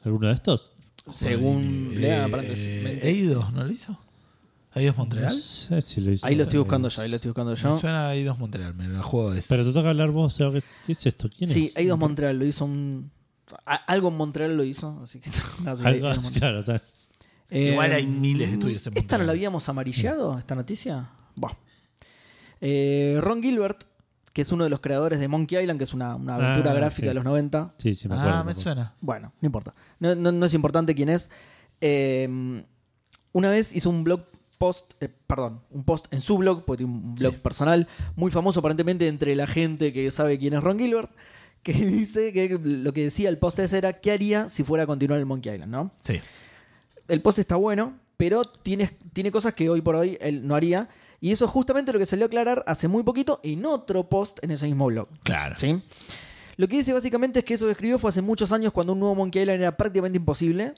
S3: ¿Alguno de estos?
S2: Según
S1: Eh,
S2: Lea,
S1: eh,
S2: aparentemente.
S1: Eidos, ¿no lo hizo? ¿Eidos Montreal?
S3: No sé si lo hizo.
S2: Ahí lo estoy buscando yo, ahí lo estoy buscando
S1: Me
S2: yo.
S1: suena a Eidos Montreal, me la juego de eso.
S3: Pero te toca hablar vos, Seba, ¿qué, qué es esto? ¿Quién
S2: Sí,
S3: es?
S2: Eidos Montreal lo hizo un... a- Algo en Montreal lo hizo, así que... [laughs] no, sí,
S3: Algo-
S2: Eidos Montreal.
S3: claro, está.
S1: Igual hay
S2: Eh,
S1: miles de estudios en Mm.
S2: ¿Esta no
S1: Montreal.
S2: la habíamos amarillado, esta noticia? Buah. Eh, Ron Gilbert, que es uno de los creadores de Monkey Island, que es una, una aventura
S3: Ah,
S2: gráfica
S3: sí.
S2: de los 90.
S3: Sí, sí, me acuerdo.
S1: ah, me
S3: acuerdo.
S1: suena.
S2: Bueno, no importa. No, no- no es importante quién es. Eh, una vez hizo un blog post, eh, perdón, un post en su blog, porque tiene un blog personal, muy famoso aparentemente entre la gente que sabe quién es Ron Gilbert, que [laughs] dice que lo que decía el post ese era qué haría si fuera a continuar el Monkey Island, ¿no?
S1: Sí.
S2: el post está bueno, pero tiene, tiene cosas que hoy por hoy él no haría. Y eso es justamente lo que salió a aclarar hace muy poquito en otro post en ese mismo blog.
S1: Claro.
S2: ¿sí? Lo que dice básicamente es que eso que escribió fue hace muchos años cuando un nuevo Monkey Island era prácticamente imposible.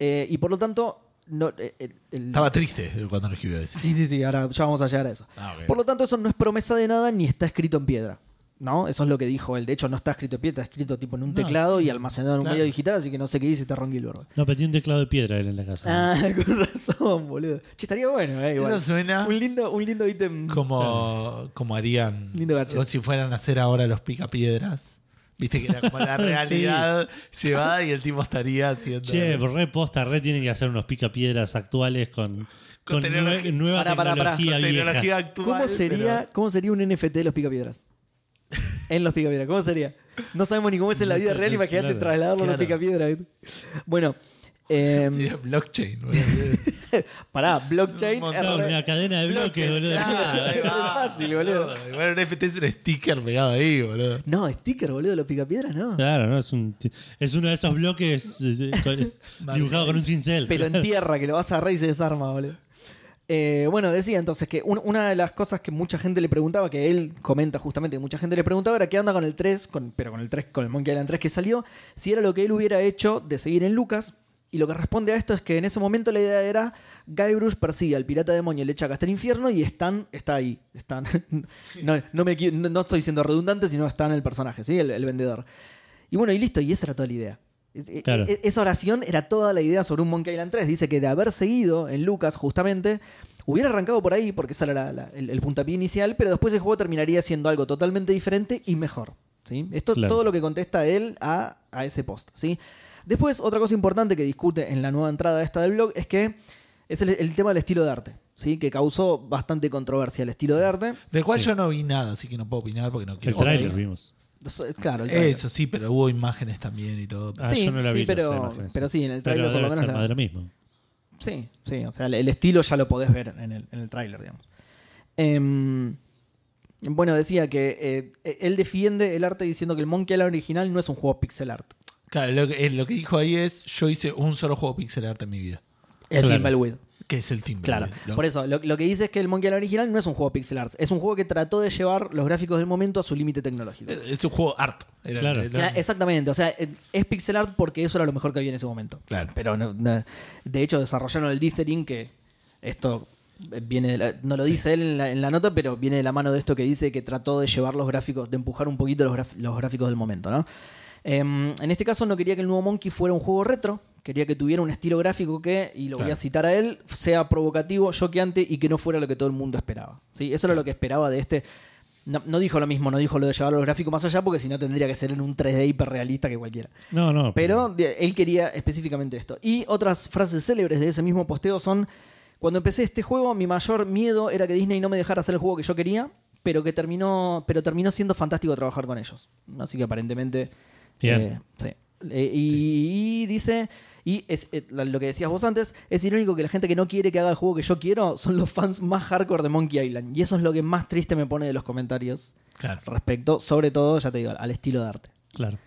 S2: eh, y por lo tanto. No, eh, el- el-
S1: Estaba triste cuando lo escribió eso.
S2: Sí, sí, sí, ahora ya vamos a llegar a eso.
S1: Ah, ok.
S2: Por lo tanto, eso no es promesa de nada ni está escrito en piedra. ¿No? Eso es lo que dijo él. De hecho, no está escrito en piedra, está escrito tipo en un
S1: No,
S2: teclado
S1: sí,
S2: y almacenado en un
S1: claro.
S2: medio digital, así que no sé qué dice este Ron Gilbert.
S3: No, pero tiene un teclado de piedra él en la casa.
S2: Ah, con razón, boludo. Che, estaría bueno, eh, igual.
S1: Eso suena
S2: Un lindo, un lindo ítem.
S1: como, como harían.
S2: Lindo gadget.
S1: O si fueran a hacer ahora los picapiedras. Viste que era como
S2: [laughs]
S1: la realidad llevada y el tipo estaría haciendo.
S3: Che, re posta, re tienen que hacer unos pica piedras actuales con, con, nue-
S1: tecnología-
S3: nueva
S2: Pará, pará, pará.
S3: tecnología
S1: con
S3: vieja.
S1: tecnología actual.
S2: ¿Cómo sería,
S1: pero-
S2: ¿Cómo sería un NFT de los [laughs] picapiedras? En los picapiedras, ¿cómo sería? No sabemos ni cómo es en la vida real, imagínate
S3: Claro,
S2: trasladarlo a los
S1: claro.
S2: picapiedras. Bueno, eh,
S1: Sería blockchain. boludo.
S2: pará, blockchain.
S1: Un
S3: No,
S2: R-
S3: una cadena de bloques, boludo.
S1: [laughs] Ah, ahí va.
S2: Fácil, boludo.
S1: Igual un FT es un sticker pegado ahí, boludo.
S2: No, sticker, boludo, de los picapiedras, no.
S3: Claro, ¿no? Es, un, es uno de esos bloques
S2: [laughs]
S3: eh, con- dibujado con un cincel. [laughs]
S2: Pero en tierra, que lo vas a agarrar y se desarma, boludo. Eh, bueno, decía entonces que un- una de las cosas que mucha gente le preguntaba, que él comenta justamente, que mucha gente le preguntaba era qué onda con el 3, con- pero con el 3, con el Monkey Island 3 que salió, si era lo que él hubiera hecho de seguir en Lucas. Y lo que responde a esto es que en ese momento la idea era Guybrush persigue al pirata demonio, le echa hasta el infierno y Stan está ahí. [laughs] Stan. No, no, me, equi- no, no estoy siendo redundante, sino Stan el personaje, ¿sí? El- el vendedor. Y bueno, y listo, y esa era toda la idea. E- e-
S3: Claro.
S2: e- Esa oración era toda la idea sobre un Monkey Island 3. Dice que de haber seguido en Lucas, justamente, hubiera arrancado por ahí, porque ese era la- la- el, el puntapié inicial, pero después el juego terminaría siendo algo totalmente diferente y mejor. ¿sí? Esto
S3: Claro.
S2: todo lo que contesta él a, a ese post. ¿sí? Después, otra cosa importante que discute en la nueva entrada esta del blog es que es el, el tema del estilo de arte, ¿sí? que causó bastante controversia el estilo de arte.
S1: Del cual
S3: Sí.
S1: yo no vi nada, así que no puedo opinar porque no
S3: el
S1: quiero.
S3: trailer
S1: opinar.
S3: vimos.
S2: Eso- Claro, el tráiler.
S1: Eso sí, pero hubo imágenes también y todo.
S3: Ah,
S2: Sí,
S3: yo no la
S2: sí,
S3: vi. no sé,
S2: pero-
S3: imágenes.
S2: pero sí, en el
S3: Pero
S2: trailer por
S3: debe
S2: lo menos
S3: ser
S2: la-
S3: más de lo mismo.
S2: Sí, sí, o sea, el- el estilo ya lo podés ver en el, en el tráiler, digamos. Em, bueno, decía que eh, él defiende el arte diciendo que el Monkey Island original no es un juego pixel art.
S1: Claro, lo que, eh, lo que dijo ahí es: Yo hice un solo juego pixel art en mi vida,
S2: El
S3: Claro.
S2: Thimbleweed.
S1: que es el Timber.
S2: Claro. Por eso, lo, lo que dice es que el Monkey Island original no es un juego pixel art. Es un juego que trató de llevar los gráficos del momento a su límite tecnológico.
S1: eh, Es un juego art. Era-
S3: Claro.
S1: era-
S2: Claro, exactamente, o sea, eh, es pixel art porque eso era lo mejor que había en ese momento.
S1: Claro.
S2: Pero no- no- de hecho desarrollaron el dithering que Esto viene de la- no lo dice él en la, en la nota, pero viene de la mano de esto que dice que trató de llevar los gráficos, de empujar un poquito los, graf- los gráficos del momento, ¿no? Em, en este caso no quería que el nuevo Monkey fuera un juego retro, quería que tuviera un estilo gráfico que, y lo voy a
S1: Claro.
S2: citar a él, sea provocativo, choqueante y que no fuera lo que todo el mundo esperaba. ¿sí? Eso era lo que esperaba de este. No, no dijo lo mismo, no dijo lo de llevar los gráficos más allá, porque si no tendría que ser en un 3D hiperrealista que cualquiera.
S3: No, no.
S2: Pero de- él quería específicamente esto. Y otras frases célebres de ese mismo posteo son, cuando empecé este juego, mi mayor miedo era que Disney no me dejara hacer el juego que yo quería, pero que terminó, pero terminó siendo fantástico trabajar con ellos. Así que aparentemente...
S3: Bien.
S2: eh, sí. Eh, y, y dice, y es, eh, la- lo que decías vos antes, es irónico que la gente que no quiere que haga el juego que yo quiero son los fans más hardcore de Monkey Island. Y eso es lo que más triste me pone de los comentarios
S1: Claro. Ah,
S2: respecto, sobre todo, ya te digo, al estilo de arte.
S3: Claro.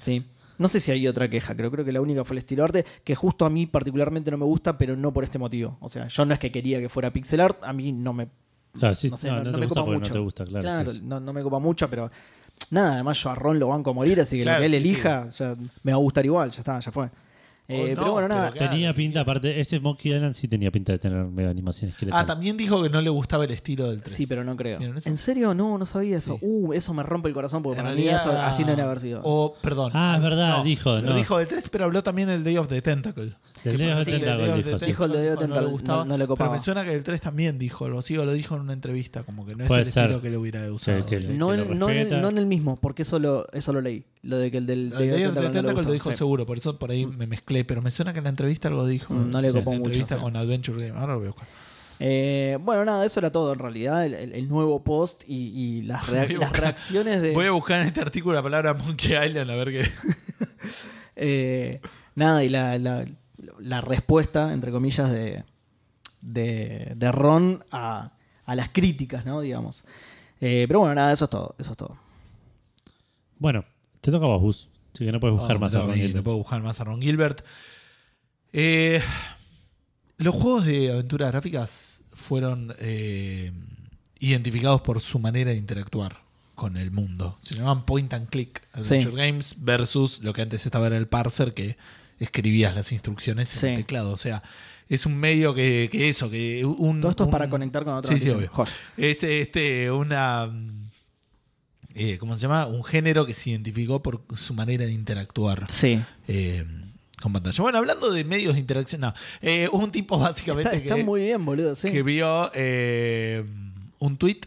S2: Sí. No sé si hay otra queja, creo, creo que la única fue el estilo arte, que justo a mí particularmente no me gusta, pero no por este motivo. O sea, yo no es que quería que fuera pixel art, a mí no me,
S3: Claro, Ah, sí,
S2: no sé,
S3: no,
S2: no-
S3: no
S2: no
S3: te
S2: me
S3: gusta
S2: copa
S3: porque
S2: mucho.
S3: no te gusta, claro. sí, sí.
S2: no, no me copa mucho, pero nada, además yo a Ron lo banco a morir, así que
S1: Claro,
S2: lo que él
S1: sí, Oh,
S2: elija ya me va a gustar igual, ya está, ya fue. Eh,
S1: no,
S2: pero bueno, nada,
S1: pero Claro.
S3: Tenía pinta, aparte, ese Monkey Island sí tenía pinta de tener medio animación esqueletal.
S1: Ah, también dijo que no le gustaba el estilo del 3.
S2: sí, pero no creo.
S1: ¿Vieron eso?
S2: ¿En serio? No, no sabía eso.
S1: Sí.
S2: Uh, eso me rompe el corazón porque
S1: En
S2: para
S1: realidad, ah, oh,
S2: mí eso así no debe haber sido.
S1: O, perdón.
S3: Ah, es verdad, dijo,
S1: Lo
S3: no.
S1: dijo del 3, pero habló también del Day of the Tentacle.
S3: Del
S1: Que
S3: Day of the
S1: sí, del
S3: Tentacle
S1: Day of
S3: dijo,
S1: the
S3: sí.
S2: Dijo el Day of the
S1: no le
S2: Tentacle,
S1: gustaba.
S2: no- no le copaba.
S1: Pero me suena que el 3 también dijo algo así, o lo dijo en una entrevista, como que no es
S3: Puede
S1: el
S3: ser.
S1: estilo que le hubiera usado.
S3: que le-
S2: no,
S3: lo
S2: en, no, en el,
S3: respeta.
S2: no en el mismo, porque eso lo, eso lo leí. Lo de que el del
S1: El Day of the
S2: no le
S1: Tentacle
S2: gustó.
S1: lo dijo
S2: Sí.
S1: seguro, por eso por ahí
S3: Mm.
S1: me mezclé, pero me suena que en la entrevista algo dijo.
S2: Mm, no le
S1: Sí,
S2: copó
S1: En la
S2: mucho,
S1: entrevista
S2: sí.
S1: con Adventure Game, ahora lo voy a buscar.
S2: Eh, bueno, nada, eso era todo en realidad. El, el- el nuevo post y,
S1: [laughs]
S2: y las, rea-
S1: Voy a
S2: las
S1: buscar-
S2: reacciones de.
S1: Voy a buscar en este artículo la palabra Monkey Island a ver qué.
S2: eh, nada, y la, la- la respuesta, entre comillas, de, de, de Ron a, a las críticas, ¿no? Digamos. Eh, pero bueno, nada, eso es todo. Eso es todo.
S3: Bueno, te toca a vos, Bus. Así que no puedes buscar
S1: Ah, No,
S3: más.
S1: no,
S3: a Ron
S1: no,
S3: Gilbert.
S1: No puedo buscar más a Ron Gilbert. Eh, los juegos de aventuras gráficas fueron eh, identificados por su manera de interactuar con el mundo. Se llamaban point and click adventure
S2: Sí.
S1: games versus lo que antes estaba en el parser que escribías las instrucciones en
S2: Sí.
S1: el teclado. O sea, es un medio que, que eso, que un...
S2: Todo esto es
S1: un-
S2: para conectar con otra
S1: Mm. Sí, sí,
S2: noticia.
S1: obvio.
S2: Joya.
S1: Es este, una. mm, eh, ¿Cómo se llama? Un género que se identificó por su manera de interactuar
S2: Sí.
S1: eh, con pantalla. Bueno, hablando de medios de interacción, no. Eh, un tipo básicamente
S2: Está, está
S1: que,
S2: muy bien, boludo. Sí.
S1: que vio eh, un tweet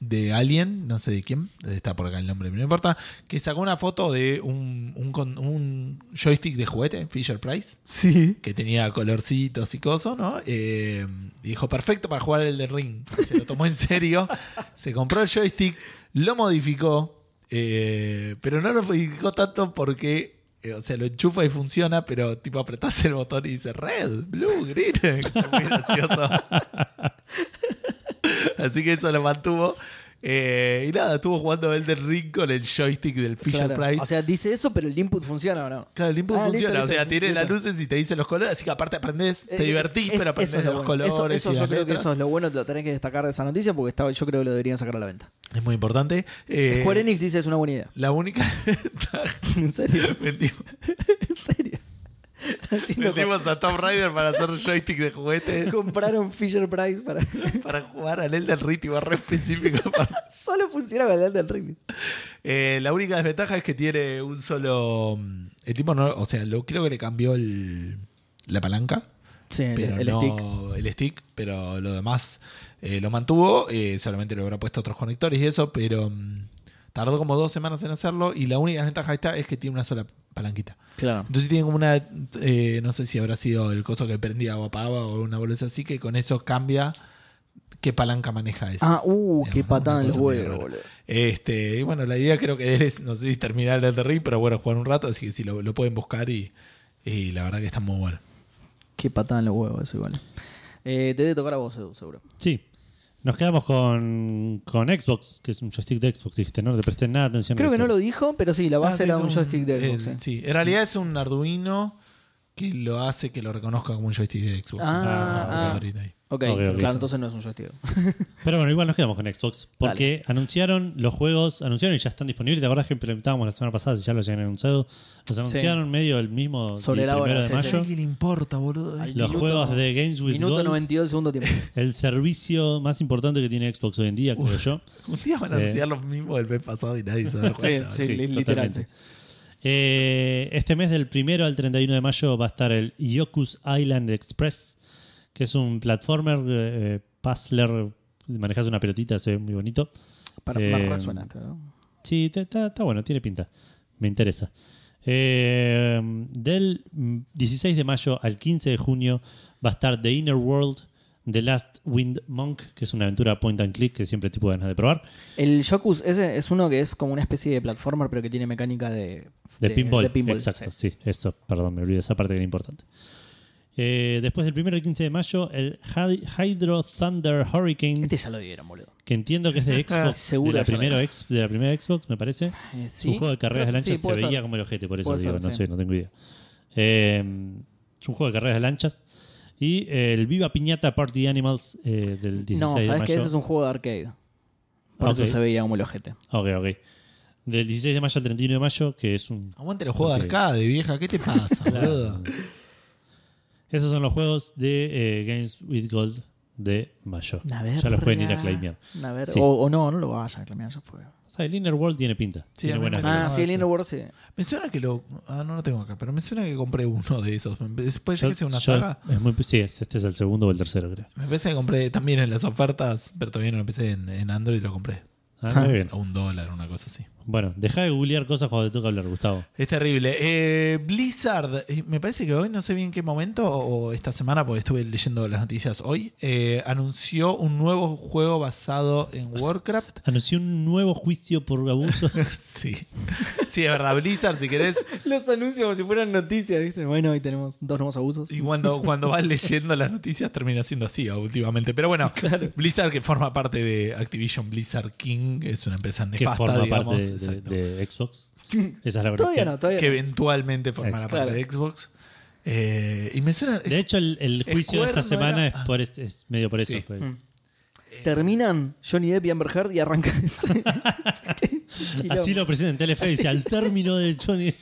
S1: de alguien, no sé de quién, está por acá el nombre, pero no importa, que sacó una foto de un, un con- un joystick de juguete, Fisher Price
S2: Sí.
S1: que tenía colorcitos y cosas, ¿no? Eh, y dijo, perfecto para jugar el de Ring. Se lo tomó en serio, se compró el joystick, lo modificó, eh, pero no lo modificó tanto porque, eh, o sea, lo enchufa y funciona, pero tipo apretás el botón y dice red, blue, green. [laughs] Es muy gracioso. Así que eso lo mantuvo. Eh, y nada, estuvo jugando el de Ring con el joystick del Fisher
S2: Claro.
S1: Price.
S2: O sea, dice eso, pero el input funciona o no.
S1: Claro, el input
S2: Ah, listo,
S1: funciona, o
S2: listo,
S1: sea,
S2: listo,
S1: tiene
S2: listo.
S1: las luces y te dice los colores, así que aparte aprendés, te
S2: Eh,
S1: divertís,
S2: es-
S1: pero aprendés
S2: eso es lo
S1: los
S2: bueno. Eso-
S1: colores
S2: Eso,
S1: y
S2: yo
S1: las
S2: creo que
S1: letras.
S2: eso es lo bueno, lo tenés que destacar de esa noticia porque estaba, yo creo que lo deberían sacar a la venta.
S1: Es muy importante. Eh,
S2: Square Enix dice es una buena
S1: [laughs]
S2: idea. [laughs]
S1: La única... [laughs]
S2: En serio, [laughs]
S1: Vendimos,
S2: en serio. Están haciendo co-
S1: vendimos a Tom Rider para
S2: [laughs]
S1: hacer joystick de juguete,
S2: Compraron Fisher Price
S1: [laughs]
S2: para. [laughs]
S1: para jugar al Elden Ring, tipo, re específico. [laughs] para-
S2: Solo funciona con el del Ring.
S1: Eh, la única desventaja es que tiene un solo... mm, El tipo no... O sea, lo, creo que le cambió el, la palanca.
S2: Sí, el,
S1: pero
S2: el
S1: no-
S2: stick.
S1: el stick, pero lo demás eh, lo mantuvo, eh, solamente le habrá puesto otros conectores y eso, pero mm, tardó como dos semanas en hacerlo y la única ventaja esta es que tiene una sola palanquita.
S2: Claro.
S1: Entonces tiene como una, eh, no sé si habrá sido el coso que prendía o apagaba o una bolsa así, que con eso cambia qué palanca maneja eso.
S2: Ah, uh,
S1: Digamos,
S2: qué
S1: ¿no?
S2: patada
S1: Una
S2: en los
S1: cosa medio
S2: huevos,
S1: rara.
S2: boludo.
S1: Este, y bueno, la idea creo que es, no sé si terminar el Elden Ring, pero bueno, jugar un rato, así que si lo, lo pueden buscar y, y la verdad que está muy bueno.
S2: Qué patada en los huevos, eso igual. Eh, te debe tocar a vos, Edu, seguro.
S3: Sí. Nos quedamos con, con Xbox, que es un joystick de Xbox, dijiste, ¿no? No te presté nada de atención.
S2: Creo que no lo
S3: Víctor.
S2: dijo, pero sí, la
S1: Ah,
S2: base
S1: sí,
S2: era
S1: es
S2: un joystick de
S1: eh,
S2: Xbox. sí.
S1: Sí, en realidad es un Arduino que lo hace que lo reconozca como un joystick de Xbox.
S2: Ah,
S1: Entonces,
S2: ah.
S1: una computadorita ahí.
S2: Ok,
S3: Ok, ok,
S2: claro,
S3: sí.
S2: entonces no es un joystick.
S3: Pero bueno, igual nos quedamos con Xbox. Porque anunciaron los juegos, anunciaron y ya están disponibles. ¿Te acordás que implementábamos la semana pasada si ya los habían anunciado? Los anunciaron medio el mismo
S2: Sobre
S3: el
S2: la hora,
S3: primero
S2: sí,
S3: de mayo.
S1: ¿A quién le importa, boludo?
S2: Ay,
S3: Los
S2: Minuto-
S3: juegos de Games with
S2: Minuto
S3: Gold,
S2: 92 del segundo tiempo.
S3: el servicio más importante que tiene Xbox hoy en día, creo yo.
S1: Un día van a
S3: Eh.
S1: anunciar los mismos del mes pasado y nadie se va a dar cuenta.
S2: [laughs] sí,
S3: sí,
S2: li- literal.
S3: totalmente. Eh, este mes del primero al 31 de mayo va a estar el Yoku's Island Express, que es un platformer, eh, puzzler, manejas una pelotita, se ve muy bonito.
S2: sí. Para
S3: Eh,
S2: más resuena esto, ¿no?
S3: Sí, te- está está bueno, tiene pinta. Me interesa. Eh, del mm, 16 de mayo al 15 de junio va a estar The Inner World, The Last Wind Monk, que es una aventura point and click que siempre tipo ganas de probar.
S2: El Shokus ese es uno que es como una especie de platformer, pero que tiene mecánica de,
S3: De, pinball.
S2: de pinball,
S3: Exacto,
S2: sí.
S3: sí. Eso, perdón, me olvidé esa parte que era importante. Eh, después del 1 al 15 de mayo, el Hy- Hydro Thunder Hurricane,
S2: Este ya lo dieron, boludo.
S3: que entiendo que es
S2: [laughs]
S3: de Xbox,
S2: Seguro
S3: de, la
S2: ya lo
S3: primera ex- de la primera Xbox, me parece.
S2: Eh,
S3: Es un juego de carreras
S2: Creo-
S3: de lanchas
S2: sí,
S3: se
S2: puede
S3: veía
S2: ser.
S3: como el ojete, por eso
S2: Puede
S3: digo,
S2: ser,
S3: no
S2: sí.
S3: sé, no tengo idea. Eh, es un juego de carreras de lanchas. Y eh, el Viva Piñata Party Animals eh, del 16
S2: No,
S3: de
S2: sabes
S3: mayo.
S2: que ese es un juego de arcade. Por
S3: Ah,
S2: eso
S3: ok.
S2: se veía como el ojete.
S3: Ok, ok. Del 16 de mayo al 31 de mayo, que es un
S1: Aguante los juegos
S3: Ok.
S1: de arcade, vieja. ¿Qué te
S3: [laughs]
S1: pasa, boludo?
S3: Esos son los juegos de eh, Games with Gold de mayo.
S2: A ver,
S3: ya los pueden ir a
S2: ra-
S3: claimear.
S2: a ver,
S3: Sí.
S2: O, o no, no lo vayan a claimear, ya fue.
S3: O sea, el Inner World tiene pinta.
S1: Sí,
S3: tiene
S1: a mí
S3: buena
S1: me
S3: pinta.
S2: Ah,
S1: no,
S2: sí, el
S1: sí.
S2: Inner World sí.
S1: Me suena que lo. Ah, no lo tengo acá, pero me suena que compré uno de esos. Me- ¿Puede ser
S3: Yo-
S1: que sea una
S3: yo-
S1: saga?
S3: es muy- sí, es- este es el segundo o el tercero, creo.
S1: Me parece que compré también en las ofertas, pero todavía no lo empecé en, en Android y lo compré.
S3: Ah, muy bien.
S1: A un dólar, una cosa así.
S3: Bueno, deja de googlear cosas cuando te toca hablar, Gustavo.
S1: Es terrible. Eh, Blizzard, eh, me parece que hoy, no sé bien en qué momento, o esta semana, porque estuve leyendo las noticias hoy, eh, anunció un nuevo juego basado en Warcraft.
S3: [laughs] Anunció un nuevo juicio por abuso.
S1: Sí. Sí, es verdad. Blizzard, si querés.
S2: Los anuncios como si fueran noticias, ¿viste? Bueno, hoy tenemos dos nuevos abusos.
S1: Y cuando, cuando vas leyendo las noticias termina siendo así ah, últimamente. Pero bueno, Blizzard, que forma parte de Activision Blizzard King, es una empresa
S3: que
S1: nefasta,
S3: forma
S1: digamos.
S3: parte de,
S1: exacto,
S3: de Xbox. Esa es la
S2: Todavía
S3: verdad.
S2: no, todavía
S1: que
S2: no.
S1: eventualmente formará
S2: Claro.
S1: parte de Xbox. Eh, y me suena.
S3: De hecho, el, el juicio de esta
S1: Square no
S3: semana
S1: era-
S3: es, por este- es medio por eso.
S1: Sí.
S3: pues.
S2: Mm. Terminan Johnny Depp y Amber Heard y
S3: [laughs]
S2: arrancan. [laughs] Qué
S3: Así
S2: quilombo.
S3: lo presenta en Telefe. Dice, al término de Johnny.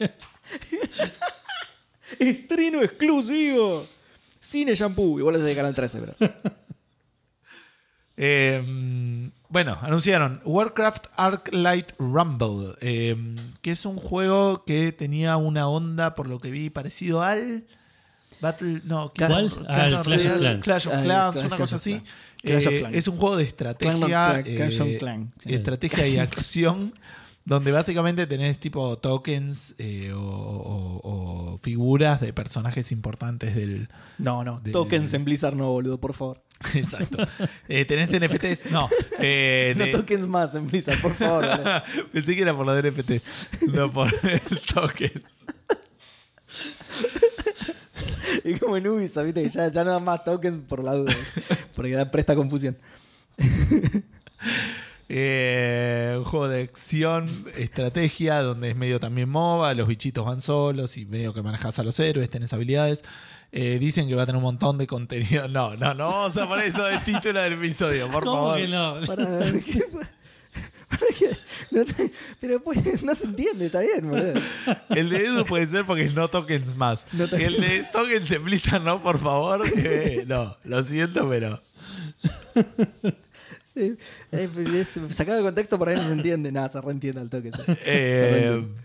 S2: Estreno exclusivo. Cine Shampoo. Igual es de Canal 13, pero.
S1: Eh, bueno, anunciaron Warcraft Arclight Rumble, eh, que es un juego que tenía una onda, por lo que vi, parecido al Battle. No, ¿qué-
S3: ¿Cuál? Al Clash of Clans.
S1: Clash of
S2: Ah,
S1: Clans,
S2: Clash-
S1: una
S2: Clash
S1: cosa
S2: of
S1: así.
S2: Clans. Clash of
S1: Eh,
S2: Clans.
S1: es un juego de estrategia,
S2: Clan of Clan, Clash of
S1: eh,
S2: Clan. Sí.
S1: estrategia
S2: [laughs]
S1: y acción, donde básicamente tenés tipo tokens eh, o, o- o figuras de personajes importantes del,
S2: [laughs] No, no.
S1: Del-
S2: Tokens en Blizzard no, boludo, por favor.
S1: [laughs] Exacto. Eh, ¿Tenés NFTs?
S2: [laughs]
S1: No. Eh,
S2: No
S1: de-
S2: tokens más en Blizzard, por
S1: [laughs]
S2: favor. boludo.
S1: Pensé que era por los NFT. No por el tokens.
S2: Es como en Ubisoft, viste, que ya, ya no dan más tokens por la duda. Porque da presta confusión.
S1: Eh, un juego de acción, estrategia, donde es medio también MOBA, los bichitos van solos y medio que manejas a los héroes, tenés habilidades. Eh, dicen que va a tener un montón de contenido. [laughs] No, no, no vamos a poner eso de título del episodio, por
S3: ¿Cómo
S1: favor.
S3: que no?
S2: Para, ¿qué? Para que- no te- pero pues, no se entiende, está bien, boludo.
S1: El de Edu puede ser porque es no tokens más.
S2: No tokens.
S1: El de tokens en Blizzard, no, por favor. Eh, no, lo siento, pero.
S2: Eh, eh, es sacado de contexto para que no se entiende. Nada, se reentiende al toque. sí.
S1: Eh, [laughs]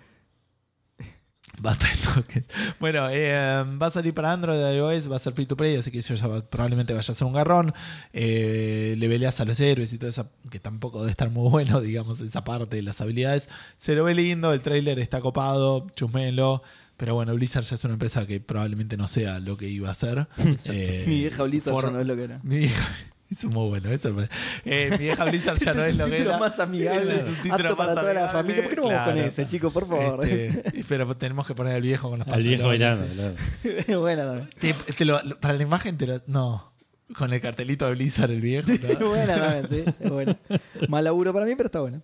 S1: basta de toques. Bueno, eh, va a salir para Android, iOS, va a ser free to play, así que eso ya va- probablemente vaya a ser un garrón. Eh, le peleas a los héroes y todo eso, que tampoco debe estar muy [laughs] bueno, digamos, esa parte de las habilidades. Se lo ve lindo, el trailer está copado, chusmelo. Pero bueno, Blizzard ya es una empresa que probablemente no sea lo que iba a
S2: [laughs]
S1: ser. Eh,
S2: Mi vieja Blizzard
S1: for-
S2: ya no es lo que era.
S1: mi vieja. [laughs] Eso es muy bueno. Eso es- eh, mi vieja Blizzard ya
S2: Ese
S1: no
S2: Este
S1: es
S2: es un
S1: lo que
S2: título
S1: era.
S2: más amigable,
S1: Ese es un título
S2: apto para
S1: más
S2: toda la
S1: amigable,
S2: familia. ¿Por qué no vamos con ese, chicos? Por favor.
S1: Este, pero tenemos que poner al viejo con los
S3: Al viejo
S1: pantalones.
S3: bailando. claro.
S1: Este
S2: [laughs] buena
S1: [laughs]
S2: también.
S1: Te- te lo- lo- para la imagen te lo... No. Con el cartelito de Blizzard el viejo.
S2: Es
S1: ¿no?
S2: buena también, [laughs] sí. Es buena. Mal laburo para mí, pero está bueno.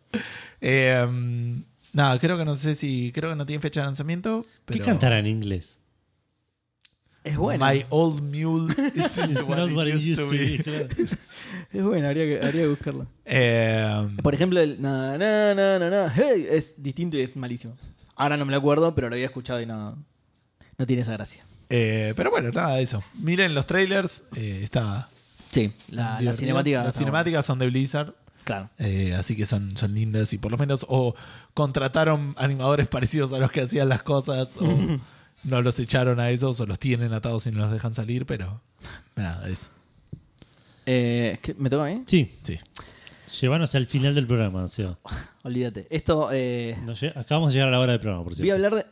S1: Eh, mm, nada, creo que no sé si... Creo que no tiene fecha de lanzamiento.
S3: ¿Qué
S1: pero-
S3: cantará en inglés?
S2: Es buena.
S1: My old mule is
S3: [laughs] Not what it used to be, claro.
S2: Es buena, habría que, habría que buscarla.
S1: Eh,
S2: Por ejemplo, el na na na na na hey, es distinto y es malísimo. Ahora no me lo acuerdo, pero lo había escuchado y no, no tiene esa gracia.
S1: eh, pero bueno, nada de eso. Miren los trailers. eh, está.
S2: Sí, la, la
S1: divertido.
S2: cinemática.
S1: Las
S2: está
S1: cinemáticas son de Blizzard.
S2: buena. Claro.
S1: eh, así que son, son lindas y por lo menos o contrataron animadores [laughs] parecidos a los que hacían las cosas
S2: [laughs]
S1: o no los echaron a esos o los tienen atados y no los dejan salir, pero nada, eso.
S2: Eh, ¿qué- ¿Me toca a mí?
S3: Sí,
S1: Sí.
S3: llévanos al final del programa, Seba.
S2: Olvídate. Esto. eh,
S3: No lle- acabamos de llegar a la hora del programa, por
S2: voy a
S3: cierto.
S2: hablar de.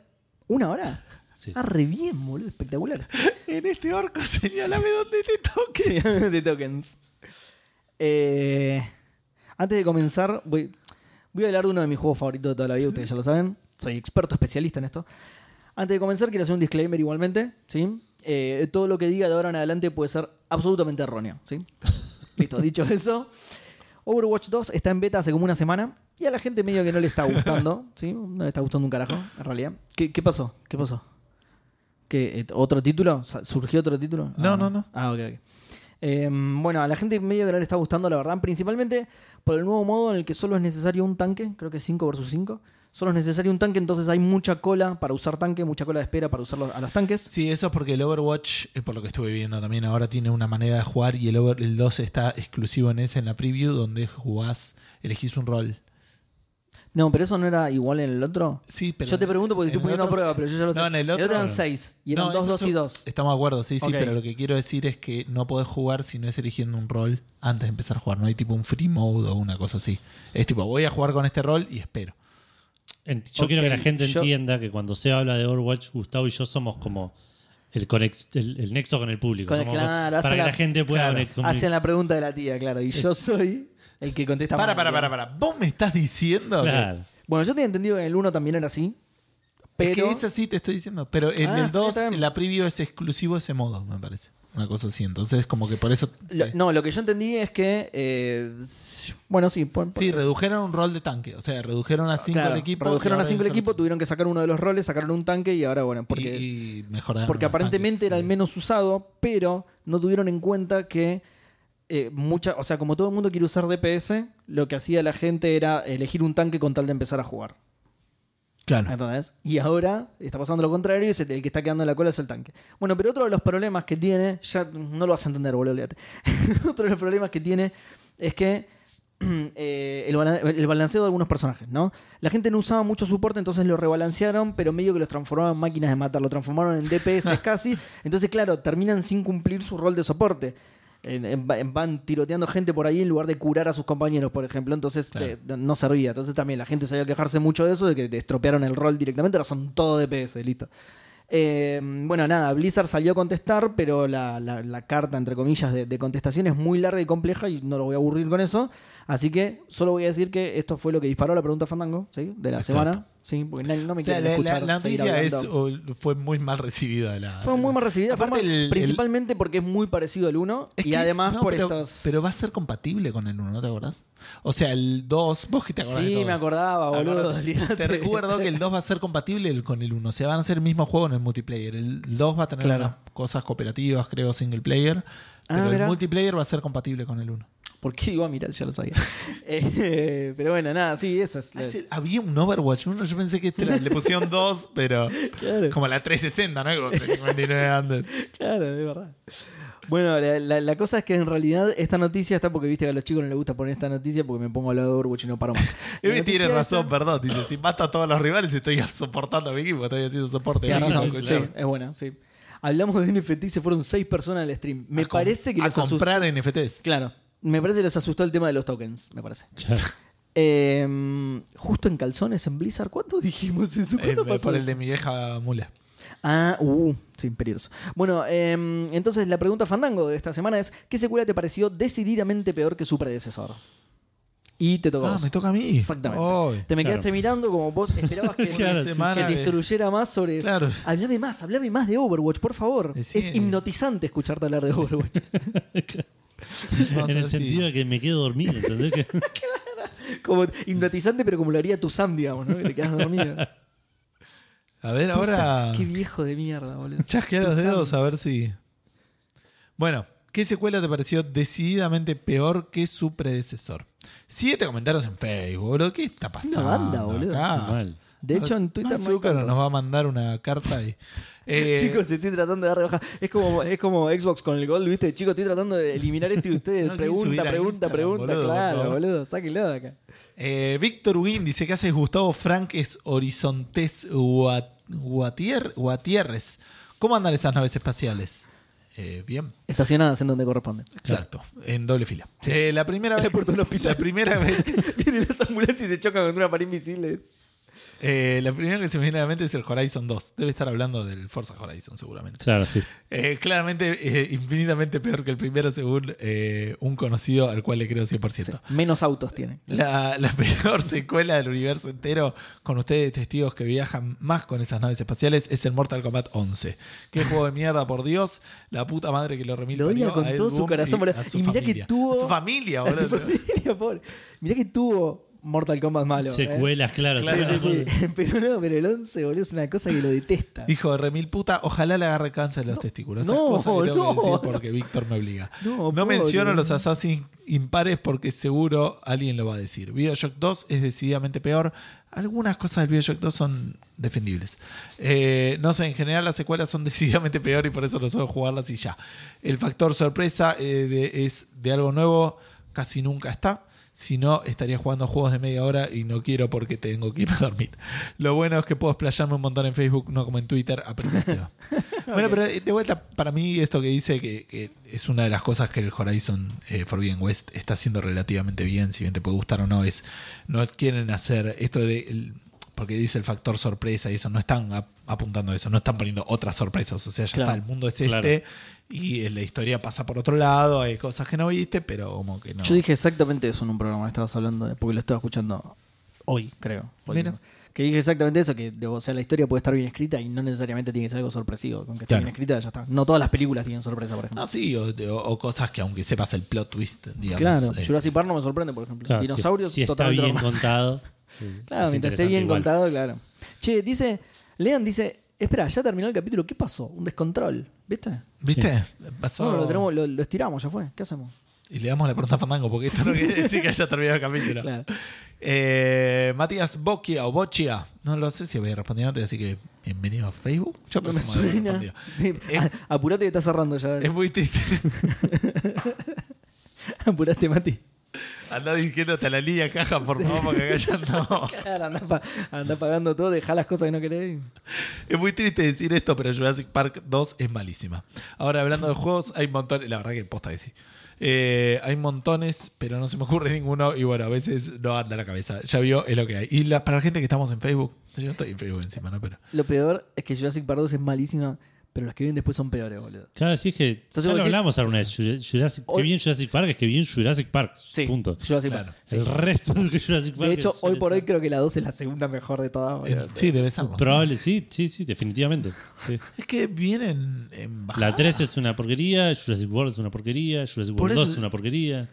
S2: ¿Una
S1: [laughs]
S2: hora?
S3: Sí.
S2: Ah, re bien, boludo. Espectacular.
S1: En este orco señalame donde te toque.
S2: Sí, [laughs] de tokens. Eh, antes de comenzar, voy, voy a hablar de uno de mis juegos favoritos de toda la vida, ustedes ya lo saben. Soy experto especialista en esto. Antes de comenzar, quiero hacer un disclaimer igualmente. ¿sí? Eh, todo lo que diga de ahora en adelante puede ser absolutamente erróneo.
S1: [laughs]
S2: ¿sí? Listo, dicho eso. Overwatch 2 está en beta hace como una semana y a la gente medio que no le está gustando. ¿sí? No le está gustando un carajo, en realidad. ¿Qué, qué pasó? ¿Qué pasó? ¿Qué, eh, ¿Otro título? ¿Sa- ¿Surgió otro título?
S1: No,
S2: Ah,
S1: no, no.
S2: Ah, ok, ok. Eh, bueno, a la gente medio que no le está gustando, la verdad, principalmente por el nuevo modo en el que solo es necesario un tanque, creo que 5 versus 5. Solo es necesario un tanque, entonces hay mucha cola para usar tanque, mucha cola de espera para usar los- a los tanques.
S1: Sí, eso es porque el Overwatch, eh, por lo que estuve viendo también, ahora tiene una manera de jugar y el, Over, el 2 está exclusivo en ese, en la preview, donde jugás, elegís un rol.
S2: No, pero eso no era igual en el otro.
S1: Sí, pero
S2: yo te pregunto porque te estoy
S1: en el
S2: poniendo a
S1: otro-
S2: prueba, pero yo ya lo sé.
S1: No, en el otro-
S2: eran 6 y eran
S1: No,
S2: 2,
S1: eso
S2: 2
S1: es-
S2: y 2.
S1: Estamos de acuerdo, sí, sí,
S2: Ok.
S1: pero lo que quiero decir es que no podés jugar si no es eligiendo un rol antes de empezar a jugar. No hay tipo un free mode o una cosa así. Es tipo, voy a jugar con este rol y espero.
S3: En- yo quiero
S2: Ok,
S3: que la gente
S2: yo-
S3: entienda que cuando Seba habla de Overwatch, Gustavo y yo somos como el, conex- el, el nexo con el público.
S2: Con el-
S3: Somos-
S2: claro,
S3: para
S2: ah, hacen
S3: que
S2: la-
S3: la gente pueda
S1: claro,
S3: conect- con-
S2: Hacen la pregunta de la tía, claro, y yo soy el que contesta
S1: Para,
S2: mal,
S1: para, para,
S2: digamos.
S1: para. ¿Vos me estás diciendo? que-
S3: Claro.
S2: Bueno, yo tenía entendido que en el 1 también era así. Pero...
S1: Es que es así, te estoy diciendo. Pero en
S2: Ah,
S1: el 2,
S2: está bien.
S1: la preview es exclusivo ese modo, me parece. Una cosa así. Entonces, como que por eso.
S2: Lo-
S1: eh,
S2: no, lo que yo entendí es que. eh, s- bueno, sí. pon- pon-
S1: Sí, redujeron un rol de tanque. O sea, redujeron a 5
S2: claro,
S1: el equipo.
S2: Redujeron
S1: y
S2: a
S1: ahora
S2: 5 el
S1: hay un
S2: equipo,
S1: solo-
S2: tuvieron que sacar uno de los roles, sacaron un tanque y ahora, bueno, porque.
S1: y, y mejoraron
S2: Porque
S1: los
S2: aparentemente
S1: tanques.
S2: era el menos usado, pero no tuvieron en cuenta que eh, mucha, o sea, como todo el mundo quiere usar DPS, lo que hacía la gente era elegir un tanque con tal de empezar a jugar.
S1: Claro.
S2: ¿Entendés? Y ahora está pasando lo contrario y es el el que está quedando en la cola es el tanque. Bueno, pero otro de los problemas que tiene, ya no lo vas a entender, boludo, olvídate. [laughs] otro de los problemas que tiene es que [clears throat] eh, el, bala- el balanceo de algunos personajes, ¿no? La gente no usaba mucho soporte, entonces lo rebalancearon, pero medio que los transformaron en máquinas de matar, lo transformaron en DPS casi. Entonces, claro, terminan sin cumplir su rol de soporte. En- en- va- en- van tiroteando gente por ahí en lugar de curar a sus compañeros, por ejemplo. Entonces
S1: Claro.
S2: eh, no servía. Entonces también la gente sabía quejarse mucho de eso, de que te estropearon el rol directamente. Ahora son todo DPS, listo. Eh, bueno, nada, Blizzard salió a contestar, pero la, la- la carta, entre comillas, de, de contestación es muy larga y compleja y no lo voy a aburrir con eso. Así que solo voy a decir que esto fue lo que disparó la pregunta Fandango, ¿sí? De la
S1: Exacto.
S2: semana, ¿sí? Porque nadie- no me
S1: O sea,
S2: quieren
S1: la, la-
S2: escuchar
S1: la
S2: seguir
S1: noticia es,
S2: hablando.
S1: o- fue muy mal recibida. La,
S2: Fue muy mal recibida, fue
S1: Aparte
S2: mal-
S1: el- el-
S2: principalmente porque es muy parecido al 1
S1: Es
S2: y
S1: que es-
S2: además
S1: no,
S2: por
S1: pero,
S2: estos...
S1: Pero va a ser compatible con el 1, ¿no te acordás? O sea, el 2, vos que te acordás. de
S2: Sí,
S1: todo.
S2: me acordaba, boludo.
S1: Acordate.
S2: olvídate.
S1: Te recuerdo que el 2 va a ser compatible el- con el 1. O sea, van a ser el mismo juego en el multiplayer. El 2 va a tener
S2: Claro. Ah,
S1: unas cosas cooperativas, creo, single player. Pero el
S2: mirá.
S1: multiplayer va a ser compatible con el 1.
S2: [laughs] ¿Por qué digo a mirar? Ya lo sabía. [laughs] Eh, pero bueno, nada, sí, eso es... la-
S1: Había un Overwatch 1, yo pensé que este era- le pusieron 2,
S2: [laughs]
S1: pero
S2: Claro.
S1: como la 360, ¿no? Como 359 antes.
S2: Claro, de verdad. Bueno, la, la- la cosa es que en realidad esta noticia está porque viste que a los chicos no les gusta poner esta noticia porque me pongo al lado de Overwatch y no paro más.
S1: [laughs]
S2: La
S1: Emi tiene
S2: noticia
S1: razón,
S2: esta-
S1: perdón. Dice, si mato a todos los rivales estoy soportando a mi equipo, estoy haciendo soporte.
S2: Tiene
S1: Ahí
S2: razón,
S1: lo
S2: sí,
S1: escuché.
S2: es buena, sí. Hablamos de NFT y se fueron seis personas al stream. Me
S1: A com-
S2: parece que
S1: a
S2: los asustó.
S1: comprar NFTs.
S2: Claro. Me parece que los asustó el tema de los tokens, me parece. [laughs]
S3: Claro.
S2: Eh, justo en calzones en Blizzard, ¿cuánto dijimos eso?
S1: Eh,
S2: ¿Cuándo pasó
S1: por el
S2: eso?
S1: de mi vieja mula.
S2: Ah, uh, sí, peligroso. Bueno, eh, entonces la pregunta fandango de esta semana es: ¿qué secuela te pareció decididamente peor que su predecesor? Y te tocó. a
S1: Ah,
S2: vos.
S1: me toca a mí.
S2: Exactamente.
S1: Ay.
S2: Te me
S3: Claro.
S2: quedaste mirando como vos
S1: [laughs]
S2: esperabas que,
S1: Una
S3: Claro,
S2: que
S1: semana
S2: te
S1: de-
S2: instruyera más sobre.
S1: Claro.
S2: Hablame más, hablame más de Overwatch, por favor.
S1: Eh, sí.
S2: Es hipnotizante escucharte hablar de
S1: [laughs]
S2: Overwatch.
S1: Vamos a
S2: [laughs]
S3: en
S1: ver
S3: el
S1: si-
S3: sentido de que me quedo dormido, ¿entendés? Que-
S2: como hipnotizante, pero como lo haría tu Sam, digamos, ¿no? Que te quedas dormido.
S1: A ver, ahora.
S2: Qué viejo de mierda, boludo.
S1: Chasquea los
S2: Tusa.
S1: dedos a ver si. Bueno, ¿qué secuela te pareció decididamente peor que su predecesor? Siete comentarios en Facebook, boludo. ¿Qué está pasando?
S2: banda, boludo.
S1: acá?
S3: Mal.
S2: De hecho, en Twitter
S1: Mark
S2: no hay
S1: Zuckerberg
S2: tantos.
S1: nos va a mandar una carta
S2: [laughs]
S1: y. Eh,
S2: Chicos, estoy tratando de dar de baja. Es como, es como Xbox con el Gold, ¿viste? Chicos, estoy tratando de eliminar
S1: [laughs]
S2: esto y ustedes
S1: No quieren subir
S2: pregunta,
S1: a
S2: pregunta,
S1: Instagram,
S2: pregunta.
S1: boludo, por
S2: claro,
S1: favor.
S2: boludo. Sáquenlo de acá.
S1: eh, Víctor Huguín dice: ¿Qué haces, Gustavo Franques Horizontes Guat- Guatier- Guatierres? ¿Cómo andan esas naves espaciales? Eh, bien.
S2: Estacionadas en
S1: [laughs]
S2: donde corresponde.
S1: Exacto, en doble fila. Eh, la primera vez
S2: Por todo el hospital.
S1: La primera vez que
S2: Vienen las ambulancias y se chocan con una pared invisible.
S1: Eh, la primera que se me viene a la mente es el Horizon 2. Debe estar hablando del Forza Horizon, seguramente.
S3: Claro, sí.
S1: Eh, claramente, eh, infinitamente peor que el primero, según eh, un conocido al cual le creo 100%.
S2: Menos autos tienen.
S1: La, [laughs] la peor secuela del universo entero, con ustedes testigos que viajan más con esas naves espaciales, es el Mortal Kombat 11.
S2: [laughs]
S1: Qué juego de mierda, por Dios. La puta madre que lo remil
S2: Lo odia
S1: parió
S2: con
S1: a Ed
S2: todo su
S1: Boon
S2: corazón,
S1: y,
S2: boludo.
S1: a su
S2: Y mirá que
S1: familia.
S2: tuvo-
S1: A su familia,
S2: A su
S1: boludo.
S2: familia, pobre. Mirá que tuvo Mortal Kombat malo. ¿eh?
S3: Secuelas, claro.
S2: Sí,
S3: secuelas.
S2: sí, sí. [laughs] Pero no, pero el 11, boludo, es una cosa que lo detesta.
S1: Hijo de remil puta, ojalá le agarre cáncer en los testículos. Esas
S2: no,
S1: cosas que tengo que
S2: no.
S1: decir porque Víctor me obliga. No,
S2: No, pobre.
S1: menciono los Assassin's impares porque seguro alguien lo va a decir. Bioshock 2 es decididamente peor. Algunas cosas del Bioshock 2 son defendibles. Eh, no sé, en general las secuelas son [laughs] decididamente peor y por eso no suelo jugarlas y ya. El factor sorpresa eh, de- es de algo nuevo, casi nunca está. Si no, estaría jugando juegos de media hora y no quiero porque tengo que ir a dormir. Lo bueno es que puedo explayarme un montón en Facebook, no como en Twitter. Aprende, Seba. Bueno, pero eh, de vuelta, para mí esto que dice que, que es una de las cosas que el Horizon eh, Forbidden West está haciendo relativamente bien, si bien te puede gustar o no, es no quieren hacer esto de... el- porque dice el factor sorpresa y eso, no están ap- apuntando a eso, no están poniendo otras sorpresas, o sea, ya
S2: Claro,
S1: está, el mundo es
S3: claro.
S1: este y eh, la historia pasa por otro lado, hay cosas que no viste, pero como que no...
S2: Yo dije exactamente eso en un programa que estabas hablando, de- porque lo estaba escuchando hoy, creo. Hoy
S1: Mira.
S2: mismo. Que dije exactamente eso, que o sea, la historia puede estar bien escrita y no necesariamente tiene que ser algo sorpresivo. Con que esté
S1: Claro.
S2: bien escrita, ya está. No todas las películas tienen sorpresa, por ejemplo.
S1: No, Ah, sí, o, o- o cosas que aunque sepas el plot twist, digamos.
S2: claro,
S1: eh,
S2: Jurassic Park no me sorprende, por ejemplo.
S3: Ah, Claro,
S2: Dinosaurios,
S3: si, si está
S2: totalmente
S3: bien
S2: normal. [laughs]
S3: contado. sí,
S2: Claro,
S3: es
S2: mientras esté
S3: interesante
S2: bien
S3: igual.
S2: contado, claro. Che, dice, Lean dice, espera, ya terminó el capítulo, ¿qué pasó? Un descontrol, ¿viste?
S1: ¿Viste? Pasó...
S2: Bueno, Oh, lo, tenemos- lo- lo estiramos, ya fue. ¿Qué hacemos?
S1: Y le damos la pregunta a Fandango, porque esto no quiere decir que haya terminado el capítulo.
S2: Claro.
S1: Eh, Matías Bocchia o Bocchia, no lo sé si había respondido antes, así que bienvenido a Facebook. Yo
S2: No [laughs] me
S1: presumo de haber
S2: suena.
S1: respondido.
S2: Ah, [laughs] Apurate que está cerrando ya.
S1: Es muy triste
S2: [laughs]
S1: [laughs]
S2: Apurate, Mati.
S1: andar dirigiéndote a la línea caja, por favor, porque acá ya [laughs] no.
S2: Claro, anda, pagando todo, dejá las cosas que no querés.
S1: Es muy triste decir esto, pero Jurassic Park 2 es malísima. Ahora, hablando de juegos, hay montones. La verdad que posta que sí. Eh, hay montones, pero no se me ocurre ninguno. Y bueno, a veces no anda la cabeza. Ya vio, es lo que hay. Y la- para la gente que estamos en Facebook, yo estoy en Facebook encima, ¿no? Pero.
S2: Lo peor es que Jurassic Park 2 es malísima, pero las que vienen después son peores, boludo.
S3: Claro, sí, es que
S2: Entonces
S3: ya
S2: vos
S3: lo
S2: decís-
S3: hablamos alguna vez. Jura- Jurassic,
S2: Hoy-
S3: que bien Jurassic Park es que bien Jurassic Park. Punto.
S2: Jurassic
S1: Claro.
S2: Park.
S3: El resto de lo que Jurassic Park
S2: De hecho,
S3: es-
S2: hoy por hoy creo que la 2 es la segunda mejor de todas, boludo.
S1: Eh, sí, debe serlo.
S3: Probable, sí, sí, sí, definitivamente. sí.
S1: Es que vienen en bajada.
S3: La 3 es una porquería, Jurassic World es una porquería, Jurassic
S1: Por
S3: World
S1: eso-
S3: 2 es una porquería.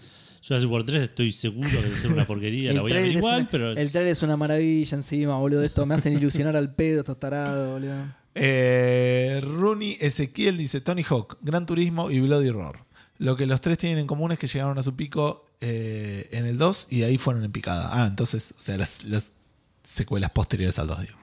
S3: Jurassic World 3 estoy seguro que debe ser una porquería,
S2: El
S3: la voy a
S2: trailer
S3: ver
S2: es
S3: igual,
S2: una-
S3: pero es-
S2: El trailer es una maravilla encima, boludo. Esto me hacen ilusionar al pedo, estos tarados, boludo. [laughs]
S1: Eh, Rooney Ezequiel dice Tony Hawk, Gran Turismo y Bloody Roar. Lo que los tres tienen en común es que llegaron a su pico eh, en el 2 y de ahí fueron en picada. Ah, entonces, o sea, las, las secuelas posteriores al 2, digamos.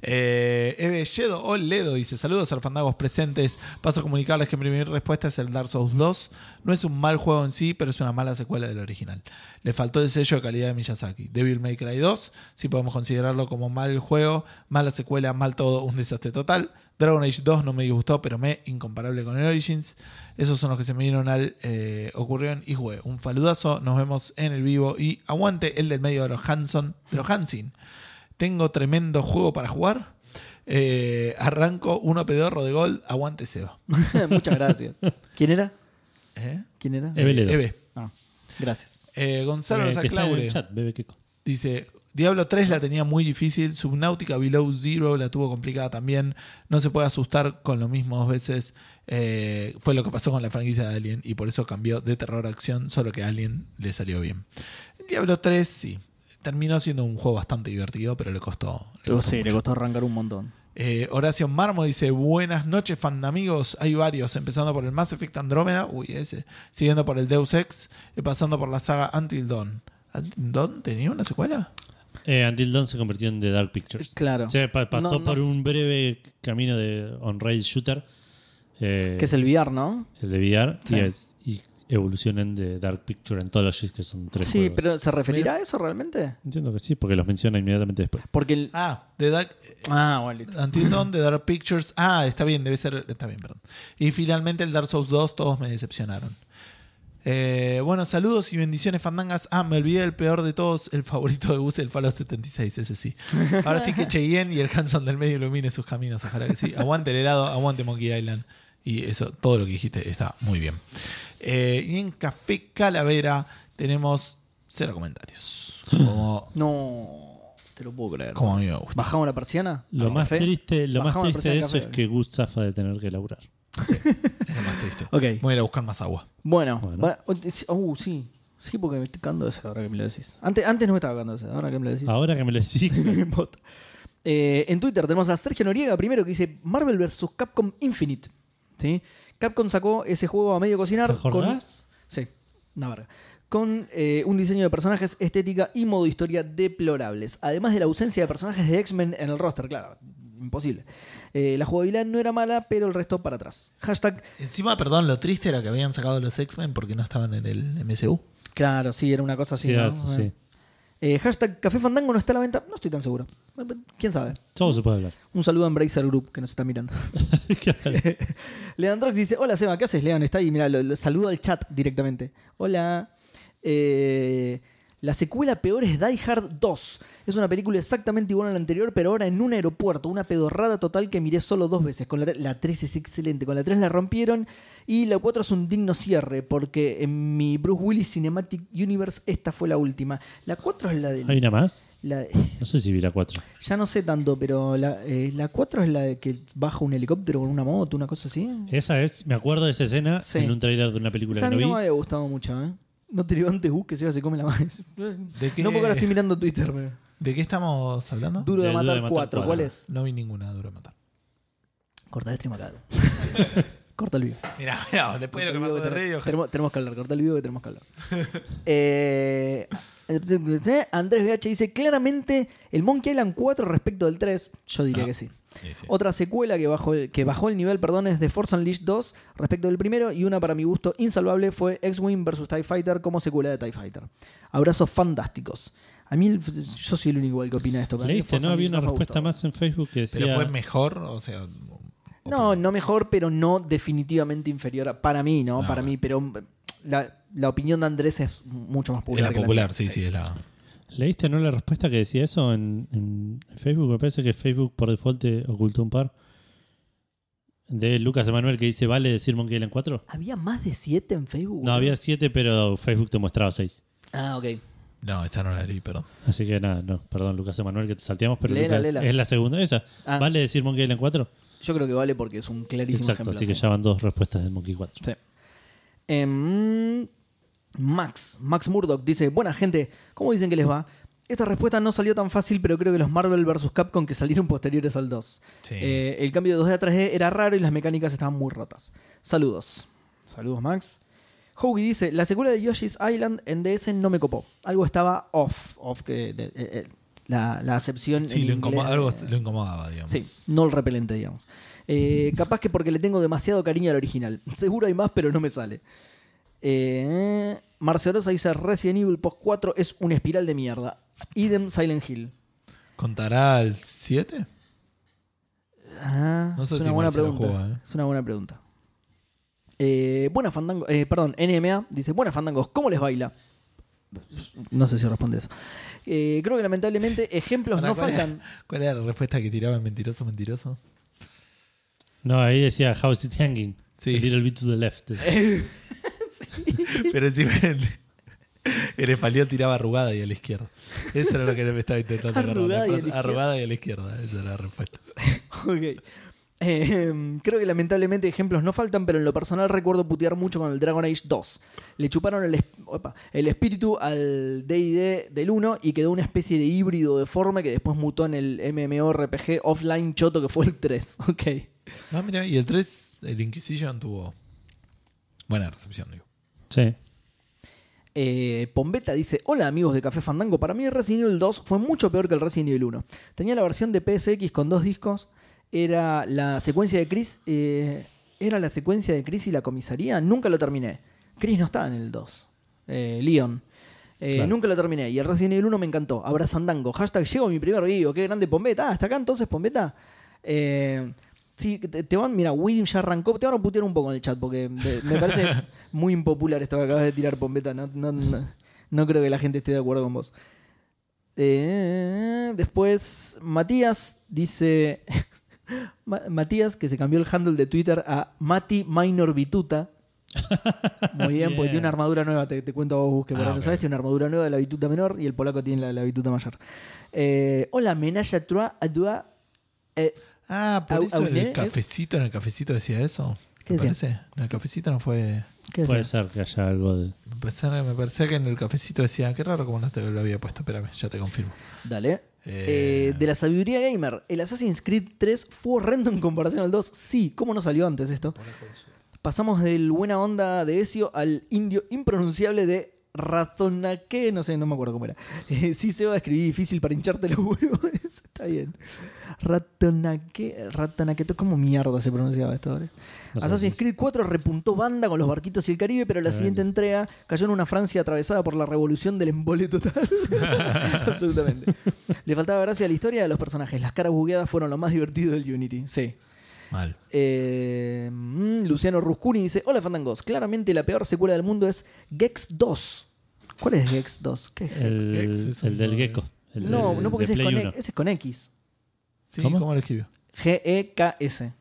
S1: Eh, Eve Yedo o Ledo dice: Saludos alfandagos presentes. Paso a comunicarles que mi primera respuesta es el Dark Souls 2. No es un mal juego en sí, pero es una mala secuela del original. Le faltó el sello de calidad de Miyazaki. Devil May Cry 2, si podemos considerarlo como mal juego, mala secuela, mal todo, un desastre total. Dragon Age 2 no me disgustó, pero me incomparable con el Origins. Esos son los que se me vinieron al eh, ocurrieron y jugué. Un faludazo, nos vemos en el vivo y aguante el del medio de los Hanson, de los Hansin. Tengo tremendo juego para jugar. Eh, arranco uno pedorro de gol, aguante Seba.
S2: Muchas gracias. ¿Quién era?
S1: ¿Eh?
S2: ¿Quién era?
S3: Eve Ledo.
S1: Eve.
S2: Ah, gracias.
S1: Eh, Gonzalo
S3: eh, que está en
S1: Saclaure.
S3: el chat, bebé Keiko.
S1: Dice, Diablo 3 la tenía muy difícil, Subnautica Below Zero la tuvo complicada también, no se puede asustar con lo mismo dos veces, Eh, fue lo que pasó con la franquicia de Alien y por eso cambió de terror a acción, solo que Alien le salió bien. Diablo 3 sí, terminó siendo un juego bastante divertido, pero le costó. le costó
S2: sí,
S1: mucho.
S2: le costó arrancar un montón.
S1: Eh, Horacio Marmo dice: Buenas noches, fandamigos. Hay varios, empezando por el Mass Effect Andrómeda, uy, ese, siguiendo por el Deus Ex, y pasando por la saga Until Dawn. ¿Until Dawn tenía una secuela?
S3: Eh, Until Dawn se convirtió en The Dark Pictures.
S2: Claro.
S3: Se pa- pasó
S2: No, no
S3: por
S2: s-
S3: un breve camino de on-rail shooter. eh,
S2: Que es el VR, ¿no?
S3: el de VR.
S2: Sí.
S3: Y, es- y evolucionan de Dark Picture Anthologies, que son tres
S2: Sí,
S3: juegos.
S2: pero ¿se referirá a eso realmente?
S3: Entiendo que sí, porque los menciona inmediatamente después.
S2: Porque el...
S1: Ah, The Dark,
S2: Ah, bueno, listo.
S1: Until Dawn, The Dark Pictures. Ah, está bien, debe ser. Está bien, perdón. Y finalmente el Dark Souls 2, todos me decepcionaron. Eh, bueno, saludos y bendiciones, fandangas. Ah, me olvidé del peor de todos, el favorito de Gus, el Fallout 76, ese sí. Ahora sí que Cheyenne y el Hanson del medio ilumine sus caminos, ojalá que sí. Aguante el helado, aguante Monkey Island. Y eso, todo lo que dijiste está muy bien. Eh, y en Café Calavera tenemos cero comentarios. Como,
S2: No, te lo puedo creer.
S1: como a mí me gusta.
S2: ¿Bajamos la persiana?
S3: Lo
S2: ¿Al
S3: más
S2: café?
S3: triste, lo más
S2: Bajamos la
S3: triste de
S2: presión
S3: eso
S2: del
S3: es
S2: café.
S3: que Gus zafa de tener que laburar.
S1: Es lo más triste.
S2: Ok.
S1: Voy a ir a buscar más agua.
S2: Bueno,
S3: Bueno.
S2: va- uh, sí. Sí, porque me estoy cagando de sed ahora que me lo decís. Antes, antes no me estaba cagando de sed, ahora que me lo decís.
S3: Ahora que me lo
S2: [laughs]
S3: decís.
S2: Me bota. Eh, en Twitter tenemos a Sergio Noriega primero que dice Marvel vs. Capcom Infinite. ¿Sí? Capcom sacó ese juego a medio
S3: ¿Te
S2: cocinar. Con,
S3: acordás?
S2: sí, una verga. Con eh, un diseño de personajes, estética y modo historia deplorables. Además de la ausencia de personajes de X-Men en el roster, claro, imposible. Eh, la jugabilidad no era mala, pero el resto para atrás. Hashtag,
S1: Encima, perdón, lo triste era que habían sacado los X-Men porque no estaban en el MCU.
S2: claro, sí, era una cosa así.
S3: Sí,
S2: ¿no?
S3: ah, sí.
S2: Eh, hashtag Café Fandango no está a la venta. No estoy tan seguro. Eh, ¿Quién sabe?
S3: Todo se puede hablar.
S2: Un saludo a Embracer Group que nos está mirando.
S3: Claro.
S2: [laughs] Leandrox dice: Hola Seba, ¿qué haces, Lean? Está ahí, mira, lo, lo saluda al chat directamente. Hola. Eh, la secuela peor es Die Hard 2. Es una película exactamente igual a la anterior, pero ahora en un aeropuerto. Una pedorrada total que miré solo dos veces. Con la, tre- la 3 es excelente. Con la 3 la rompieron. Y la 4 es un digno cierre, porque en mi Bruce Willis Cinematic Universe esta fue la última. La 4 es la del.
S3: ¿Hay una más?
S2: la-
S3: No sé si vi la 4.
S2: ya no sé tanto, pero la, eh, la 4 es la de que baja un helicóptero con una moto, una cosa así.
S3: Esa es, me acuerdo de esa escena
S2: Sí.
S3: en un tráiler de una película
S2: Esa a
S3: Eh, que
S2: mí
S3: no vi.
S2: no me había gustado mucho, ¿eh? No te levantes, Gus, que Seba se come la mano.
S1: ¿De qué,
S2: No porque ahora estoy mirando Twitter. pero-
S1: ¿De qué estamos hablando?
S2: Duro de,
S3: Duro de
S2: matar
S3: Matar
S2: 4, ¿cuál
S3: cuatro.
S2: es?
S1: no vi ninguna duro de matar.
S2: Corta el stream
S3: [laughs]
S2: acá. corta el vivo.
S1: Mirá, mirá, después de lo que
S2: Corta el
S1: pasó de
S2: vivo
S1: radio.
S2: tenemos, tenemos, tenemos que hablar, corta el vivo que tenemos que hablar. [laughs] Eh, Andrés BH dice, claramente el Monkey Island 4 respecto del 3, yo diría
S1: Ah.
S2: que sí. Otra secuela que bajó, el, que bajó el nivel, perdón, es The Force Unleashed 2 respecto del primero y una para mi gusto insalvable fue X-Wing vs. TIE Fighter como secuela de TIE Fighter. Abrazos fantásticos. A mí, el- yo soy el único igual que opina de esto. que a mí
S3: Leíste,
S2: Force
S3: ¿no? Había
S2: Unleashed
S3: una
S2: no me
S3: respuesta
S2: gustó.
S3: más en Facebook que decía...
S1: Pero fue mejor, o sea.
S2: No, no mejor, pero no definitivamente inferior. a- Para mí, ¿no?
S1: Ah,
S2: para
S1: bueno.
S2: mí, pero mm, la, la opinión de Andrés es mucho más
S1: Era
S2: popular. que la
S1: popular,
S2: mía.
S1: sí, sí, era.
S3: ¿Leíste, no, la respuesta que decía eso en, en Facebook? Me parece que Facebook por default te ocultó un par. De Lucas Emanuel que dice, ¿vale decir Monkey Island 4?
S2: ¿Había más de 7 en Facebook?
S3: No, había siete, pero Facebook te mostraba seis.
S2: Ah, ok.
S1: No, esa no la leí, perdón.
S3: Así que nada, no, perdón, Lucas Emanuel, que te salteamos, pero
S2: Léela,
S3: Lucas,
S2: léela.
S3: es la segunda. Esa,
S2: Ah.
S3: ¿vale decir Monkey Island 4?
S2: Yo creo que vale porque es un clarísimo
S3: Exacto,
S2: ejemplo.
S3: así que
S2: sí.
S3: ya van dos respuestas de Monkey 4.
S2: Sí. Em, Max, Max Murdoch dice, buena gente, ¿cómo dicen que les va? Esta respuesta no salió tan fácil, pero creo que los Marvel vs. Capcom que salieron [laughs] posteriores al 2.
S1: Sí.
S2: Eh, el cambio de 2D a 3D era raro y las mecánicas estaban muy rotas. Saludos. Saludos, Max. Howie dice, la secuela de Yoshi's Island en DS no me copó. Algo estaba off. Off que... de- eh, eh, la, la acepción
S1: Sí,
S2: en
S1: lo,
S2: inglés
S1: incomo- algo
S2: de-
S1: lo incomodaba, digamos.
S2: Sí, no el repelente, digamos. Eh, capaz que porque le tengo demasiado cariño al original. [laughs] Seguro hay más, pero no me sale. Eh, Marcio Rosa dice Resident Evil Post 4 es una espiral de mierda. Idem Silent Hill.
S1: ¿Contará al 7?
S2: Ah,
S1: No sé
S2: es
S1: si
S2: una buena
S1: Marcelo
S2: pregunta.
S1: juega, ¿eh?
S2: Es una buena pregunta. Eh, buena Fandango, eh, perdón, NMA dice, buenas Fandangos, ¿cómo les baila? No sé si responde eso. Eh, creo que lamentablemente ejemplos
S1: Pará,
S2: no
S1: ¿cuál era?
S2: faltan.
S1: ¿Cuál era la respuesta que tiraba en mentiroso, mentiroso?
S3: No, ahí decía, How is it hanging?
S1: Sí.
S3: A little bit to the
S2: [laughs]
S3: left.
S1: Pero encima el, el espalión tiraba arrugada y a la izquierda. Eso era lo que me estaba intentando acordar.
S2: Arrugada y a la
S1: Arrugada y a la izquierda, esa era la respuesta.
S2: [laughs] Ok. Eh, creo que lamentablemente ejemplos no faltan, pero en lo personal recuerdo putear mucho con el Dragon Age 2. Le chuparon el, esp- opa, el espíritu al DD del 1 y quedó una especie de híbrido deforme que después mutó en el MMORPG offline choto que fue el 3. [laughs] Ok.
S1: Ah, mira, y el 3, el Inquisition tuvo buena recepción, digo.
S3: Sí.
S2: Eh, Pombeta dice: Hola amigos de Café Fandango, para mí Resident Evil 2 fue mucho peor que el Resident Evil 1. Tenía la versión de PSX con dos discos. Era la secuencia de Chris. eh, era la secuencia de Chris y la comisaría. Nunca lo terminé. Chris no estaba en el 2. Eh, Leon. Eh,
S3: Claro.
S2: Nunca lo terminé. Y el Resident Evil 1 me encantó. Abrazo Fandango. Hashtag llego a mi primer video. Qué grande Pombeta. Ah, hasta acá entonces, Pombeta. Eh, Sí, te, te van, mira, William ya arrancó, te van a putear un poco en el chat, porque me, me parece
S3: [laughs]
S2: muy impopular esto que acabas de tirar, Pombeta. No, no, no, no creo que la gente esté de acuerdo con vos. Eh, después, Matías dice. [laughs] Ma- Matías, que se cambió el handle de Twitter a Mati Minor
S3: [laughs]
S2: Bituta. Muy bien, porque
S3: Bien.
S2: tiene una armadura nueva, te, te cuento a vos, Gus, que por
S1: Ah,
S2: ahí no
S1: ok.
S2: sabes, tiene una armadura nueva de la bituta menor y el polaco tiene la, la bituta mayor. Eh, hola, Menage à Trois, à Trois, eh,
S1: Ah, por
S2: Au-
S1: eso en
S2: Auné
S1: el
S2: es-
S1: cafecito, en el cafecito decía eso.
S2: ¿Qué
S1: me
S2: decía?
S1: parece. En el cafecito no fue.
S2: ¿qué
S3: Puede
S2: decía?
S3: ser que haya algo de.
S1: Me parecía, me parecía que en el cafecito decía, qué raro como no te lo había puesto. Espérame, ya te confirmo.
S2: Dale.
S1: Eh,
S2: Eh, de la sabiduría gamer, el Assassin's Creed 3 fue horrendo en comparación al 2. Sí, ¿cómo no salió antes esto? Pasamos del buena onda de Ezio al indio impronunciable de Razonaque, no sé, no me acuerdo cómo era. [laughs] Eh, sí, se va a escribir difícil para hincharte los huevos, [laughs] eso está bien. Ratonaque, Ratonaque, ¿cómo mierda se pronunciaba esto? ¿vale?
S3: No sé
S2: Assassin's
S3: si-
S2: Creed 4 repuntó banda con los barquitos y el Caribe, pero la
S3: Tremendo.
S2: siguiente entrega cayó en una Francia atravesada por la revolución del embole
S3: [laughs]
S2: total. Absolutamente. Le faltaba gracia a la historia de los personajes. Las caras bugueadas fueron lo más divertido del Unity. Sí.
S1: Mal.
S2: Eh, mm, Luciano Ruscuni dice: Hola Fandangos, claramente la peor secuela del mundo es Gex 2. ¿Cuál es Gex 2? ¿Qué es Gex?
S3: El,
S1: Gex es
S3: el
S1: un
S3: del
S1: nombre.
S3: gecko. El
S2: no,
S3: del-
S2: no porque
S3: de
S2: ese es,
S3: Play
S2: con, E,
S3: 1.
S2: ese es con X. E
S1: Sí,
S3: ¿Cómo?
S1: ¿Cómo, lo escribió?
S2: G-E-K-S.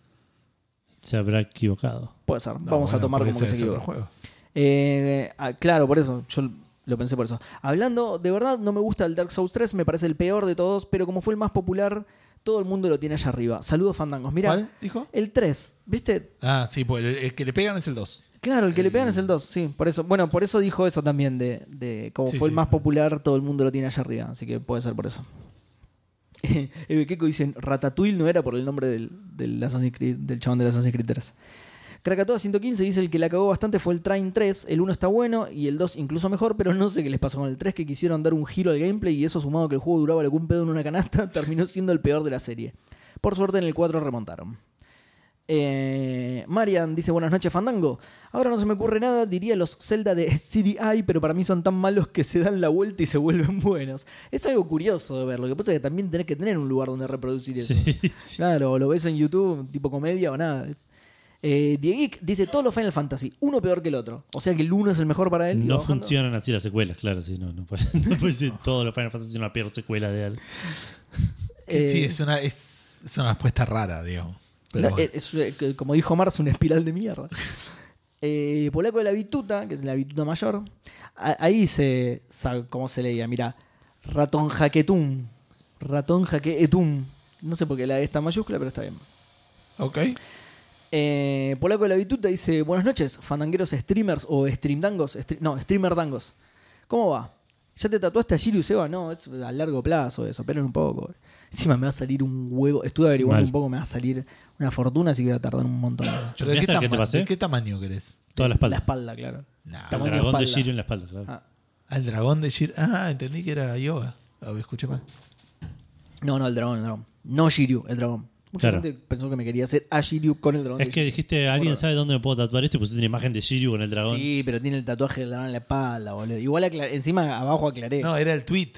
S3: Se habrá
S2: [laughs]
S3: equivocado.
S2: Puede ser.
S1: No,
S2: Vamos a
S1: bueno,
S2: tomar
S1: puede
S2: como que
S1: ser,
S2: se
S1: es otro
S2: equivoca.
S1: juego.
S2: Eh, ah, claro, por eso. Yo lo pensé por eso. Hablando, de verdad, no me gusta el Dark Souls 3. Me parece el peor de todos. Pero como fue el más popular, todo el mundo lo tiene allá arriba. Saludos, fandangos. Mirá, Eh.
S1: ¿Cuál dijo?
S2: el 3. ¿Viste?
S1: Ah, sí, pues el, el que le pegan es el 2.
S2: Claro, el que le pegan es el 2. Sí, por eso. Bueno, por eso dijo eso también. De, de como
S1: Sí,
S2: fue el
S1: sí.
S2: más popular, todo el mundo lo tiene allá arriba. Así que puede ser por eso. [laughs] Ebequeco dicen: Ratatouille no era por el nombre del, del Assassin's Creed, del chabón del Assassin's Creed 3. Krakatoa 115 dice el que la cagó bastante fue el Train 3. El 1 está bueno y el 2 incluso mejor, pero no sé qué les pasó con el 3 que quisieron dar un giro al gameplay y eso sumado a que el juego duraba algún pedo en una canasta, [laughs] terminó siendo el peor de la serie. Por suerte en el 4 remontaron. Eh, Marian dice buenas noches Fandango. Ahora no se me ocurre nada, diría los Zelda de [laughs] CDI, pero para mí son tan malos que se dan la vuelta y se vuelven buenos. Es algo curioso de ver, lo que pasa es que también tenés que tener un lugar donde reproducir eso. Claro, lo ves en YouTube, tipo comedia o nada. Eh, Dieguic dice todos los Final Fantasy, uno peor que el otro. O sea que el uno es el mejor para él. y va
S3: No
S2: bajando.
S3: funcionan así las secuelas, claro, sí, no, no puede, [laughs] no puede ser todo lo Final Fantasy una peor secuela de algo.
S2: Eh,
S1: sí, es una, es, es una respuesta rara, digamos. Pero
S2: no,
S1: bueno.
S2: es- es, eh, como dijo Mars, una espiral de mierda. [laughs] Eh, Polaco de la Bituta, que es la Bituta mayor. A- ahí se. sa- ¿Cómo se leía? Mira, ratón jaquetum. Ratón jaquetum. No sé por qué la E está en mayúscula, pero está bien.
S1: ok.
S2: Eh, Polaco de la Bituta dice: Buenas noches, fandangueros streamers o streamdangos. Stre- no, streamer dangos. ¿Cómo va? ¿Ya te tatuaste a Jiru Seba? No, es a largo plazo eso, esperen un poco. Encima me va a salir un huevo. Estuve averiguando
S3: Mal.
S2: un poco, me va a salir una fortuna, así que va a tardar un montón.
S1: Pero ¿de
S3: ¿Cambiaste
S1: qué,
S3: al que te
S1: tama-
S3: pasé?
S1: de qué tamaño querés?
S3: Toda la
S2: La
S3: espalda.
S2: espalda, claro.
S1: Nah,
S3: El
S2: tamaño
S3: dragón de
S2: espalda.
S3: Shiryu en la espalda, claro.
S2: Ah.
S1: Al dragón de Shir. Ah, entendí que era yoga. Ah, escuché mal.
S2: No, no, el dragón, el dragón. No Shiryu, el dragón. Mucha
S3: Claro.
S2: gente pensó que me quería hacer a Shiryu con el dragón.
S3: Es
S2: de
S3: que
S2: Shiryu.
S3: dijiste, alguien sabe dónde me puedo tatuar esto y pusiste una imagen de Shiryu con el dragón.
S2: Sí, pero tiene el tatuaje del dragón en la espalda, boludo. Igual acla- encima abajo aclaré.
S1: No, era el tweet.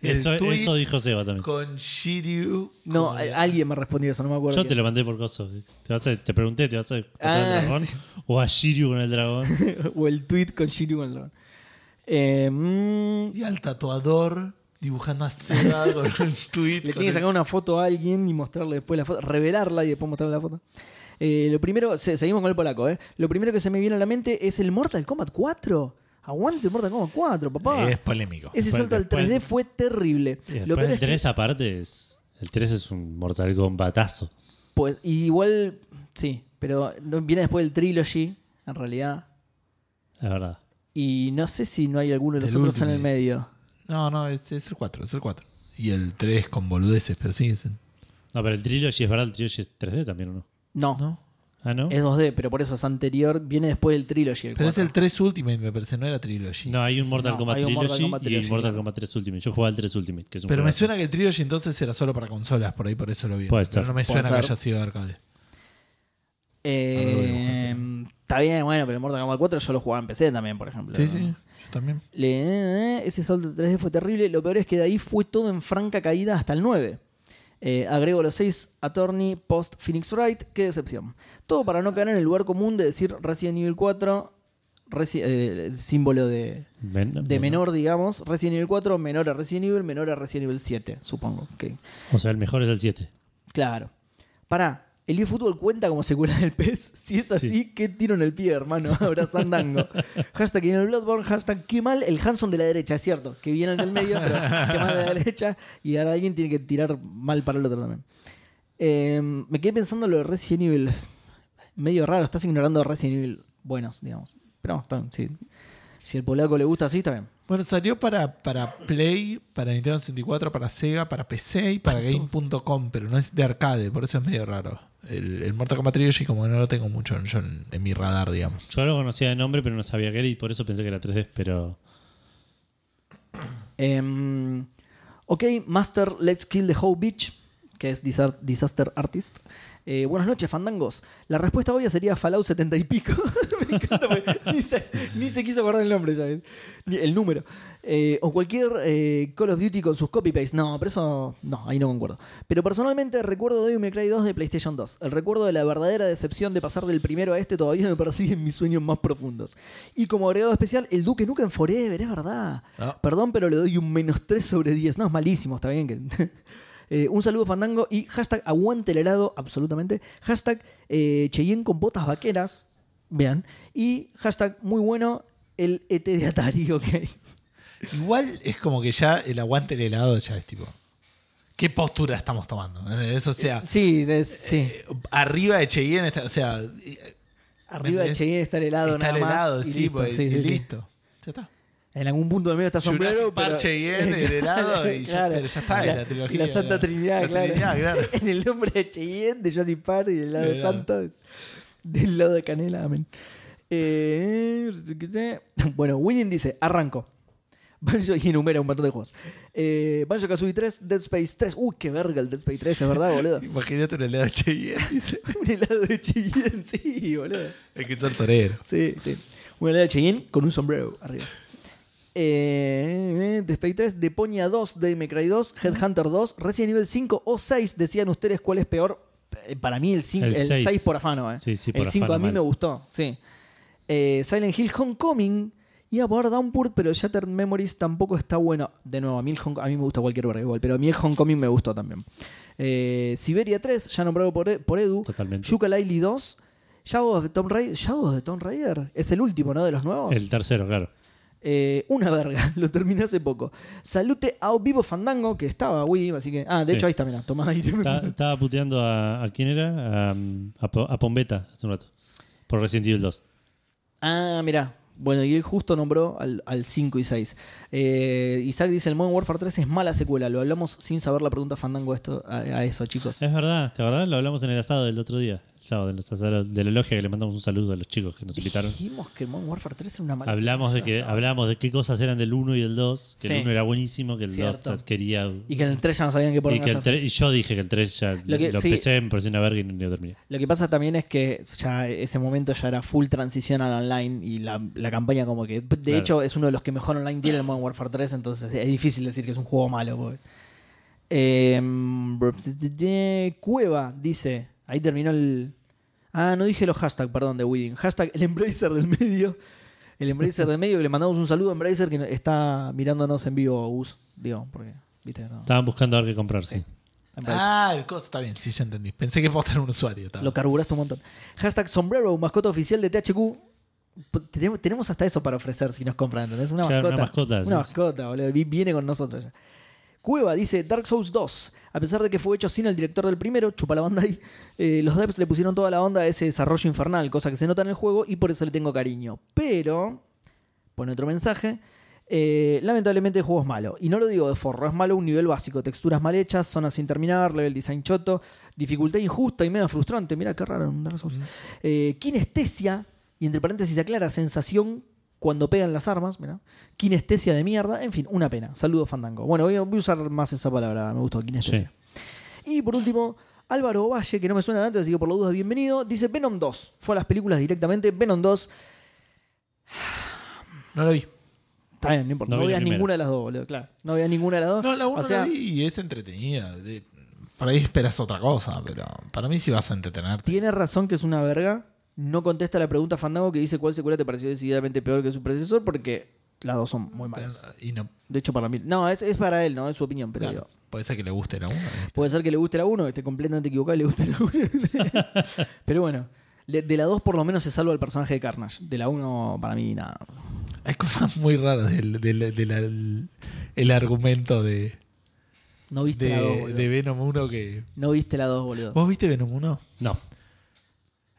S1: El
S3: eso,
S1: tweet
S3: eso dijo Seba también.
S1: con Shiryu.
S2: No,
S1: con-
S2: a- alguien me respondió eso, no me acuerdo.
S3: Yo
S2: quién.
S3: te lo mandé por cosas. Te, vas a- te pregunté, ¿te vas a tatuar
S2: Ah,
S3: el dragón?
S2: sí.
S3: ¿O a Shiryu con
S2: [laughs]
S3: el dragón?
S2: o el tweet con Shiryu con el dragón. Eh, mm,
S1: Y al tatuador dibujando a Seba [laughs] con un tweet.
S2: le
S1: con
S2: tiene que
S1: el-
S2: sacar una foto a alguien y mostrarle después la foto, revelarla y después mostrarle la foto. Eh, lo primero, se- seguimos con el polaco, ¿eh? Lo primero que se me viene a la mente es el Mortal Kombat 4. Aguante el Mortal Kombat 4, papá.
S1: Es polémico.
S2: Ese
S3: Después-
S2: salto al
S3: después-
S2: 3D fue terrible.
S3: Y después
S2: Lo peor
S3: el
S2: es que-
S3: 3 aparte es... El 3 es un Mortal Kombatazo.
S2: Pues y igual, sí, pero no- viene después del trilogy, en realidad.
S3: La verdad.
S2: Y no sé si no hay alguno de los
S1: Del
S2: otros en el
S1: Ultimate.
S2: medio.
S1: No, no, es, es el 4, es el 4. Y el 3 con boludeces, pero sí, es-
S3: No, pero el Trilogy es verdad, el Trilogy es 3D también, ¿o no?
S2: No,
S1: ¿no?
S3: Ah, ¿no?
S2: es 2D, pero por eso es anterior, viene después del trilogy. el
S1: Pero es
S2: cuatro.
S1: el Ah, 3 Ultimate, me parece, no era Trilogy.
S3: No, hay un Mortal
S2: No,
S3: Kombat
S2: hay un Mortal
S3: Trilogy
S2: Kombat
S3: y
S2: Trilogy,
S3: un Mortal
S2: claro.
S3: Kombat 3 Ultimate. Yo jugaba al 3 Ultimate, que es un
S1: pero me
S3: juegazo.
S1: suena que el Trilogy entonces era solo para consolas, por ahí por eso lo vi.
S3: Puede
S1: Pero
S3: ser.
S1: no me suena
S2: Puede
S1: que
S2: ser.
S1: haya sido de arcade.
S2: Eh, está bien, bueno, pero el Mortal Kombat 4 yo lo jugaba en PC también, por ejemplo.
S1: Sí, sí, yo también.
S2: Le- eh, ese salto de 3D fue terrible. Lo peor es que de ahí fue todo en franca caída hasta el 9. Eh, agrego los 6 Attorney post Phoenix Wright. Qué decepción. Todo para no caer en el lugar común de decir Resident Evil 4, Resi- eh, el símbolo de,
S3: Men-
S2: de
S3: bueno.
S2: menor, digamos. Resident Evil 4, menor a Resident Evil, menor a Resident Evil 7, supongo. que
S3: O sea, el mejor es el 7.
S2: Claro. Pará, ¿el eFootball cuenta como secuela del PES? [laughs] Si es así,
S3: Sí.
S2: ¿qué tiro en el pie, hermano? [laughs] Ahora Sandango. hashtag en el Bloodborne, hashtag qué mal el Hanson de la derecha, es cierto. Que viene el del medio, pero qué mal de la derecha. Y ahora alguien tiene que tirar mal para el otro también. Eh, me quedé pensando lo de Resident Evil. Es Medio raro, estás ignorando Resident Evil buenos, digamos. Pero está bien, sí. Si el polaco le gusta así, está bien.
S1: Bueno, salió para, para Play, para Nintendo 64, para Sega, para PC y para Game.com, pero no es de arcade, por eso es medio raro. El, el Mortal Kombat Trilogy como que no lo tengo mucho en, yo en- en mi radar, digamos.
S3: Yo lo conocía de nombre, pero no sabía qué era y por eso pensé que era 3D, pero.
S2: Em, ok, Master, let's kill the whole bitch, que es Disar- Disaster Artist. Eh, buenas noches, fandangos. La respuesta obvia sería Fallout 70 y pico. [laughs] Me encanta, porque ni, se, ni se quiso acordar el nombre, ya, ves. Ni el número. Eh, o cualquier eh, Call of Duty con sus copy-paste. No, pero eso. No, ahí no concuerdo. Pero personalmente recuerdo de May Cry 2 de PlayStation 2. El recuerdo de la verdadera decepción de pasar del primero a este todavía me persigue en mis sueños más profundos. Y como agregado especial, el Duque Nukem Forever, es verdad.
S1: Ah.
S2: Perdón, pero le doy un menos 3 sobre 10. No, es malísimo, está bien que. [laughs] Eh, un saludo fandango y hashtag aguante el helado, absolutamente. Hashtag eh, Cheyenne con botas vaqueras, vean. Y hashtag muy bueno el ET de Atari, ok.
S1: Igual es como que ya el aguante del helado ya es tipo. ¿Qué postura estamos tomando? Eh, Eso, o sea,
S2: Sí, es- sí.
S1: eh, arriba de Cheyenne, está- o sea, eh,
S2: Arriba de
S1: es-
S2: Cheyenne está el helado,
S1: está el
S2: nada más,
S1: helado,
S2: y
S1: sí,
S2: listo,
S1: pues,
S2: sí,
S1: y
S2: sí, sí.
S1: listo. Ya está.
S2: En algún punto del medio está
S1: Jurassic
S2: sombrero.
S1: Park,
S2: pero- [laughs]
S1: Cheyenne, el helado y ya- pero ya está,
S2: La,
S1: la trilogía,
S2: la Santa
S1: la-
S2: Trinidad,
S1: la
S2: claro.
S1: Trinidad, claro.
S2: [laughs] en el nombre de Cheyenne, de Johnny Park y del helado
S1: Del helado.
S2: santo. Del lado de Canela, amén. Eh, bueno, William dice, arranco. Banjo y enumera un montón de juegos. Eh, Banjo Kazooie 3, Dead Space 3. Uy, qué verga el Dead Space 3, es verdad, boludo.
S1: Imagínate un helado de Cheyenne, [laughs] dice.
S2: [laughs] un helado de Cheyenne, sí, boludo.
S1: [laughs] Hay que ser torero.
S2: Sí, sí. Una helada de Cheyenne con un sombrero arriba. Eh, The Space 3, Deponia 2, de Cry 2, Headhunter 2, Resident Evil 5 o 6. Decían ustedes cuál es peor. Eh, Para mí el, 5,
S3: El
S2: el, 6.
S3: seis.
S2: por afano. Eh.
S3: Sí, sí,
S2: el
S3: por
S2: 5 a
S3: afano,
S2: mí
S3: mal.
S2: me gustó, sí. Eh, Silent Hill Homecoming. Iba a poner Downpour, pero Shattered Memories tampoco está bueno. De nuevo, a mí, el Hong- a mí me gusta cualquier verga igual, pero a mí el Homecoming me gustó también. Eh, Siberia 3, ya nombrado por, E- por Edu.
S3: Totalmente.
S2: Yuka Laili 2. Shadow of the Tomb Raider. Shadow of the Tomb Raider. Es el último, ¿no? De los nuevos.
S3: El tercero, claro.
S2: Eh, una verga. [laughs] Lo terminé hace poco. Salute a Vivo Fandango, que estaba, Wii, así que. Ah, de
S3: Sí.
S2: hecho ahí está, mirá. Tomá ahí. [laughs]
S3: Ta- estaba puteando a, a quién era? A, mm, a Po- a Pombeta hace un rato. Por Resident Evil 2.
S2: Ah, mirá. Bueno, y él justo nombró al, al 5 y 6. Eh, Isaac dice: el Modern Warfare 3 es mala secuela. Lo hablamos sin saber la pregunta Fandango a esto, a, a eso, chicos.
S3: Es verdad, ¿te verdad? Lo hablamos en el asado del otro día. El sábado, en el asado de la logia, que le mandamos un saludo a los chicos que nos invitaron.
S2: Dijimos que el Modern Warfare 3 era una mala
S3: Hablamos de,
S2: secuela.
S3: que, hablamos de qué cosas eran del 1 y el 2. Que
S2: Sí.
S3: el 1 era buenísimo, que el 2
S2: Cierto.
S3: quería.
S2: Y que en el 3 ya no sabían qué
S3: Y,
S2: poner.
S3: que el tres- y yo dije que el 3 ya lo,
S2: Lo que- sí.
S3: empecé, me pareció una verga y no lo terminé.
S2: Lo que pasa también es que ya ese momento ya era full transición al online y la, la campaña como que... De
S3: Claro.
S2: hecho, es uno de los que mejor online tiene el Modern Warfare 3, entonces es difícil decir que es un juego malo. porque- Eh, Cueva dice... Ahí terminó el... Ah, no dije los hashtags, perdón, de Weeding. Hashtag el Embracer del medio. El Embracer del medio, que le mandamos un saludo a Embracer que está mirándonos en vivo, Gus. Digo, porque... ¿Viste? No,
S3: Estaban buscando a ver qué comprar, sí.
S2: Embracer.
S1: Ah, el coso está bien, sí, ya entendí. Pensé que vos eras un usuario. está
S2: Lo
S1: bien.
S2: carburaste un montón. Hashtag sombrero, mascota oficial de THQ. P- Tenemos, tenemos hasta eso para ofrecer si nos compran, ¿entendés? Una
S3: Claro,
S2: mascota.
S3: una mascota,
S2: Una
S3: sí.
S2: mascota, boludo. Vi- Viene con nosotros ya. Cueva dice Dark Souls 2. A pesar de que fue hecho sin el director del primero, chupa la banda ahí, eh, los devs le pusieron toda la onda a ese desarrollo infernal, cosa que se nota en el juego y por eso le tengo cariño. Pero, pone otro mensaje, eh, lamentablemente el juego es malo. Y no lo digo de forro, es malo a un nivel básico. Texturas mal hechas, zonas sin terminar, level design choto, dificultad injusta y medio frustrante. Mira qué raro en Dark Souls. Eh, kinestesia, y entre paréntesis aclara, sensación cuando pegan las armas, mira. Kinestesia de mierda, en fin, una pena. Saludos, Fandango. Bueno, voy a, voy a usar más esa palabra, me gustó, kinestesia. Y por último, Álvaro Valle, que no me suena de antes, así que por la duda, bienvenido, dice Venom 2. Fue a las películas directamente, Venom 2.
S1: No lo vi.
S2: Está bien, no importa.
S3: No
S2: No,
S3: vi la
S2: veas
S3: primera.
S2: ninguna de las dos, boludo, claro. No veas ninguna de las dos.
S1: No, la 1
S2: o sea,
S1: la vi y es entretenida. De- Por ahí esperas otra cosa, pero para mí sí vas a entretenerte.
S2: Tiene razón que es una verga. No contesta la pregunta a Fandango que dice cuál secuela te pareció decididamente peor que su predecesor, porque las dos son muy malas.
S1: Y no,
S2: De hecho, para mí. No, es, es para él, ¿no? Es su opinión, pero
S1: claro,
S2: digo,
S1: puede ser que le guste la eh. 1.
S2: Puede ser que le guste la 1, que esté completamente equivocado y le guste la 1.
S1: [laughs]
S2: pero bueno, le- de la 2 por lo menos se salva el personaje de Carnage. De la 1, para mí, nada.
S1: Hay cosas muy raras del, del- del- del- el argumento de,
S2: No viste la 2,
S1: de,
S2: boludo.
S1: de Venom 1 que...
S2: No viste la 2, boludo.
S1: ¿Vos viste Venom 1?
S3: No.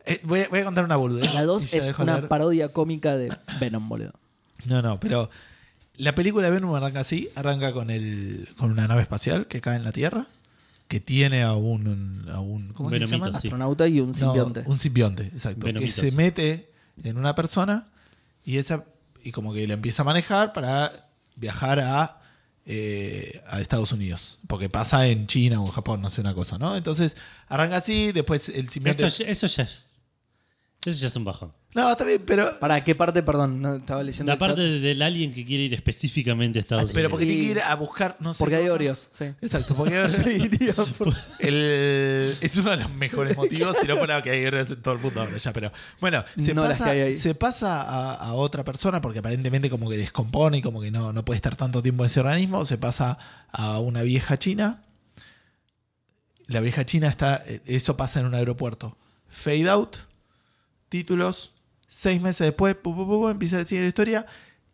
S1: Eh, voy, a, voy a contar una boludez.
S2: La 2
S1: y ya
S2: es
S1: dejo
S2: una
S1: hablar.
S2: parodia cómica de Venom, boludo.
S1: No, no, pero la película de Venom arranca así, arranca con el con una nave espacial que cae en la Tierra, que tiene a un, a un ¿cómo es que se
S3: Venomito,
S1: llama?
S3: sí.
S2: Astronauta y un
S1: No,
S2: simbionte.
S1: un simbionte, exacto, que
S3: Venomito,
S1: se
S3: sí.
S1: mete en una persona y esa y como que la empieza a manejar para viajar a eh, a Estados Unidos, porque pasa en China o en Japón, no sé una cosa, ¿no? Entonces arranca así, después el simbionte.
S3: Eso, ya- eso ya es. Eso ya es un bajón.
S1: No, está bien, pero
S2: ¿Para qué parte? Perdón, no, estaba leyendo
S3: La
S2: el chat.
S3: parte del alien que quiere ir específicamente a Estados
S1: pero
S3: Unidos.
S1: porque tiene que
S2: Y-
S1: ir a buscar, no sé.
S2: Porque hay
S1: cosas.
S2: Oreos, sí.
S1: Exacto,
S2: [laughs]
S1: porque hay Oreos. El- es uno de los mejores motivos, si no fuera que hay guerras en todo el mundo ahora ya, pero bueno, se
S2: No las
S1: pasa,
S2: que hay ahí.
S1: se pasa a, a otra persona porque aparentemente como que descompone y como que no, no puede estar tanto tiempo en ese organismo, se pasa a una vieja china. La vieja china está, eh, eso pasa en un aeropuerto. Fade out, títulos, seis meses después, pu, pu, pu, pu, empieza a decir la historia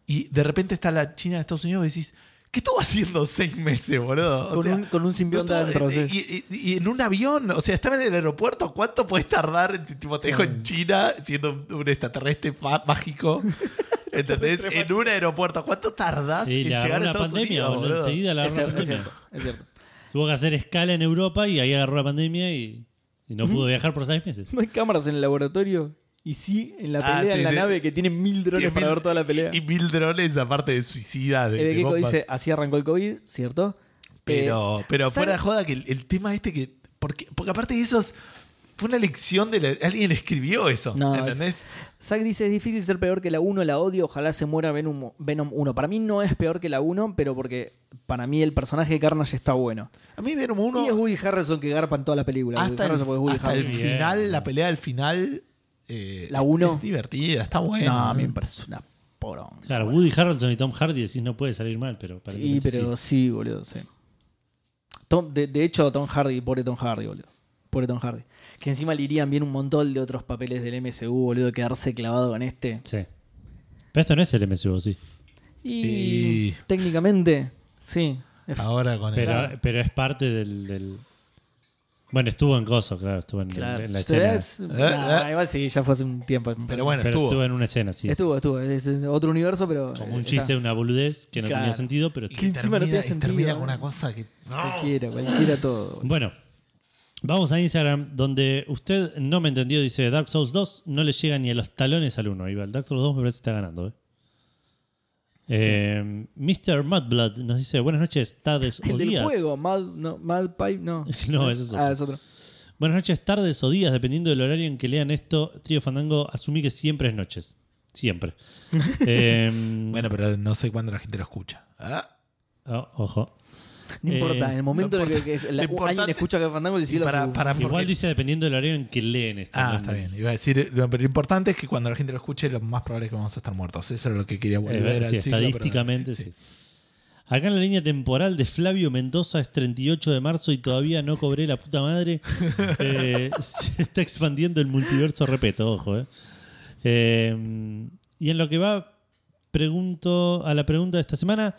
S1: y de repente está la China de Estados Unidos y decís, ¿qué estuvo haciendo seis meses, boludo? O
S2: Con,
S1: sea,
S2: un, con un simbionte
S1: no, todo- eh,
S2: adentro. sí.
S1: y, y- y en un avión, o sea, estaba en el aeropuerto. ¿Cuánto puedes tardar en- si tipo, te dejo
S3: Mm.
S1: en China siendo un- un extraterrestre fa-
S3: [laughs]
S1: mágico? ¿Entendés? en un aeropuerto, ¿cuánto tardás
S3: Y
S1: en
S3: la
S1: llegar a
S3: una
S1: Estados
S3: pandemia,
S1: Unidos?
S3: boludo.
S1: boludo?
S3: Enseguida la
S2: Es
S3: agarró la
S2: cierto, es
S3: pandemia.
S2: cierto, es cierto.
S3: Tuvo que hacer escala en Europa y ahí agarró la pandemia y, y no pudo viajar por seis meses.
S2: No hay cámaras en el laboratorio. Y sí, en la
S1: Ah,
S2: pelea,
S1: sí,
S2: en la
S1: sí.
S2: nave que tiene mil drones
S1: Tiene
S2: para
S1: mil-
S2: ver toda la pelea.
S1: Y, y mil drones, aparte de suicidas. De,
S2: el
S1: de
S2: Gecko
S1: bombas.
S2: dice, así arrancó el COVID, ¿cierto?
S1: Pero,
S2: Eh,
S1: pero fuera de
S2: ¿sabe-
S1: joda que el, el tema este que. Porque, porque aparte de eso, es- fue una lección de la- alguien escribió eso.
S2: No, es-
S1: ¿Entendés?
S2: Zack dice, es difícil ser peor que la 1, la odio, ojalá se muera Venom, Venom 1. Para mí no es peor que la 1, pero porque para mí el personaje de Carnage está bueno.
S1: A mí vieron uno.
S2: Y es Woody Harrelson que garpa en toda la película. Woody
S1: hasta el,
S2: Harrelson porque es Woody
S1: hasta el
S2: Harrelson.
S3: Bien.
S1: final, la pelea del final. eh,
S2: La uno.
S1: Es divertida, está
S2: No,
S1: buena.
S2: a mí me parece una porón.
S3: Claro, Woody Harrelson y Tom Hardy decís no puede salir mal, pero para
S2: Sí, pero sí, boludo, sí. Tom- de, de hecho, Tom Hardy, pobre Tom Hardy, boludo. Pobre Tom Hardy. Que encima le irían bien un montón de otros papeles del MCU, boludo, quedarse clavado con este.
S3: Sí. Pero esto no es el MCU, sí.
S2: Y,
S1: Y-
S2: técnicamente, sí.
S3: Ah,
S2: Es-
S1: Ahora con el.
S3: Pero,
S1: Claro.
S3: pero es parte del, del- Bueno, estuvo en Coso, claro, estuvo en,
S2: claro.
S3: en la escena.
S2: Ustedes- Nah,
S1: eh.
S2: Igual sí, ya fue hace un tiempo.
S1: Pero bueno,
S3: Pero estuvo.
S1: estuvo.
S3: en una escena, sí.
S2: Estuvo, estuvo. Es, es otro universo, pero.
S3: Como un
S2: eh,
S3: chiste, una boludez que no
S2: Claro.
S3: tenía sentido, pero
S1: Y
S2: que encima no
S1: termina-
S2: tiene
S1: y termina
S2: sentido,
S1: con
S2: ¿eh?
S1: una cosa que.
S2: está. Cualquiera, cualquiera todo. boludo.
S3: Bueno, vamos a Instagram, donde usted no me entendió, dice Dark Souls 2 no le llega ni a los talones al 1. Ahí va, el Dark Souls 2 me parece que está ganando. ¿eh? Eh, Mr. Mudblood nos dice buenas noches,
S1: [laughs]
S3: tardes
S2: [laughs]
S3: o
S2: El del
S3: días.
S2: juego, Mad, no, Mad Pipe, no.
S3: [laughs] No, ese es otro.
S2: Ah, es otro.
S3: Buenas noches, tardes o días, dependiendo del horario en que lean esto. Trío Fandango, asumí que siempre es noches.
S1: [laughs]
S3: Siempre. Eh,
S1: Bueno, pero no sé cuándo la gente lo escucha. Ah,
S3: o- oh, ojo.
S2: No
S3: Eh,
S2: importa, en el momento
S1: no
S2: en el que, que
S1: Lo
S2: la- alguien
S1: importante-
S2: escucha que Fandango le
S1: y
S2: hicieron
S1: para,
S2: su-
S1: para
S3: Igual
S1: porque-
S3: dice dependiendo del horario en que leen esto.
S1: Ah,
S3: ¿no?
S1: está bien. Iba a decir, lo, pero lo importante es que cuando la gente lo escuche, lo más probable es que vamos a estar muertos. Eso es lo que quería
S3: Eh,
S1: volver
S3: sí,
S1: al siglo, pero-
S3: estadísticamente,
S1: sí.
S3: sí. Acá en la línea temporal de Flavio Mendoza es 38 de marzo y todavía no cobré la
S1: [laughs]
S3: puta madre. Eh, se está expandiendo el multiverso, repeto, ojo. eh. Eh, y en lo que va, pregunto a la pregunta de esta semana.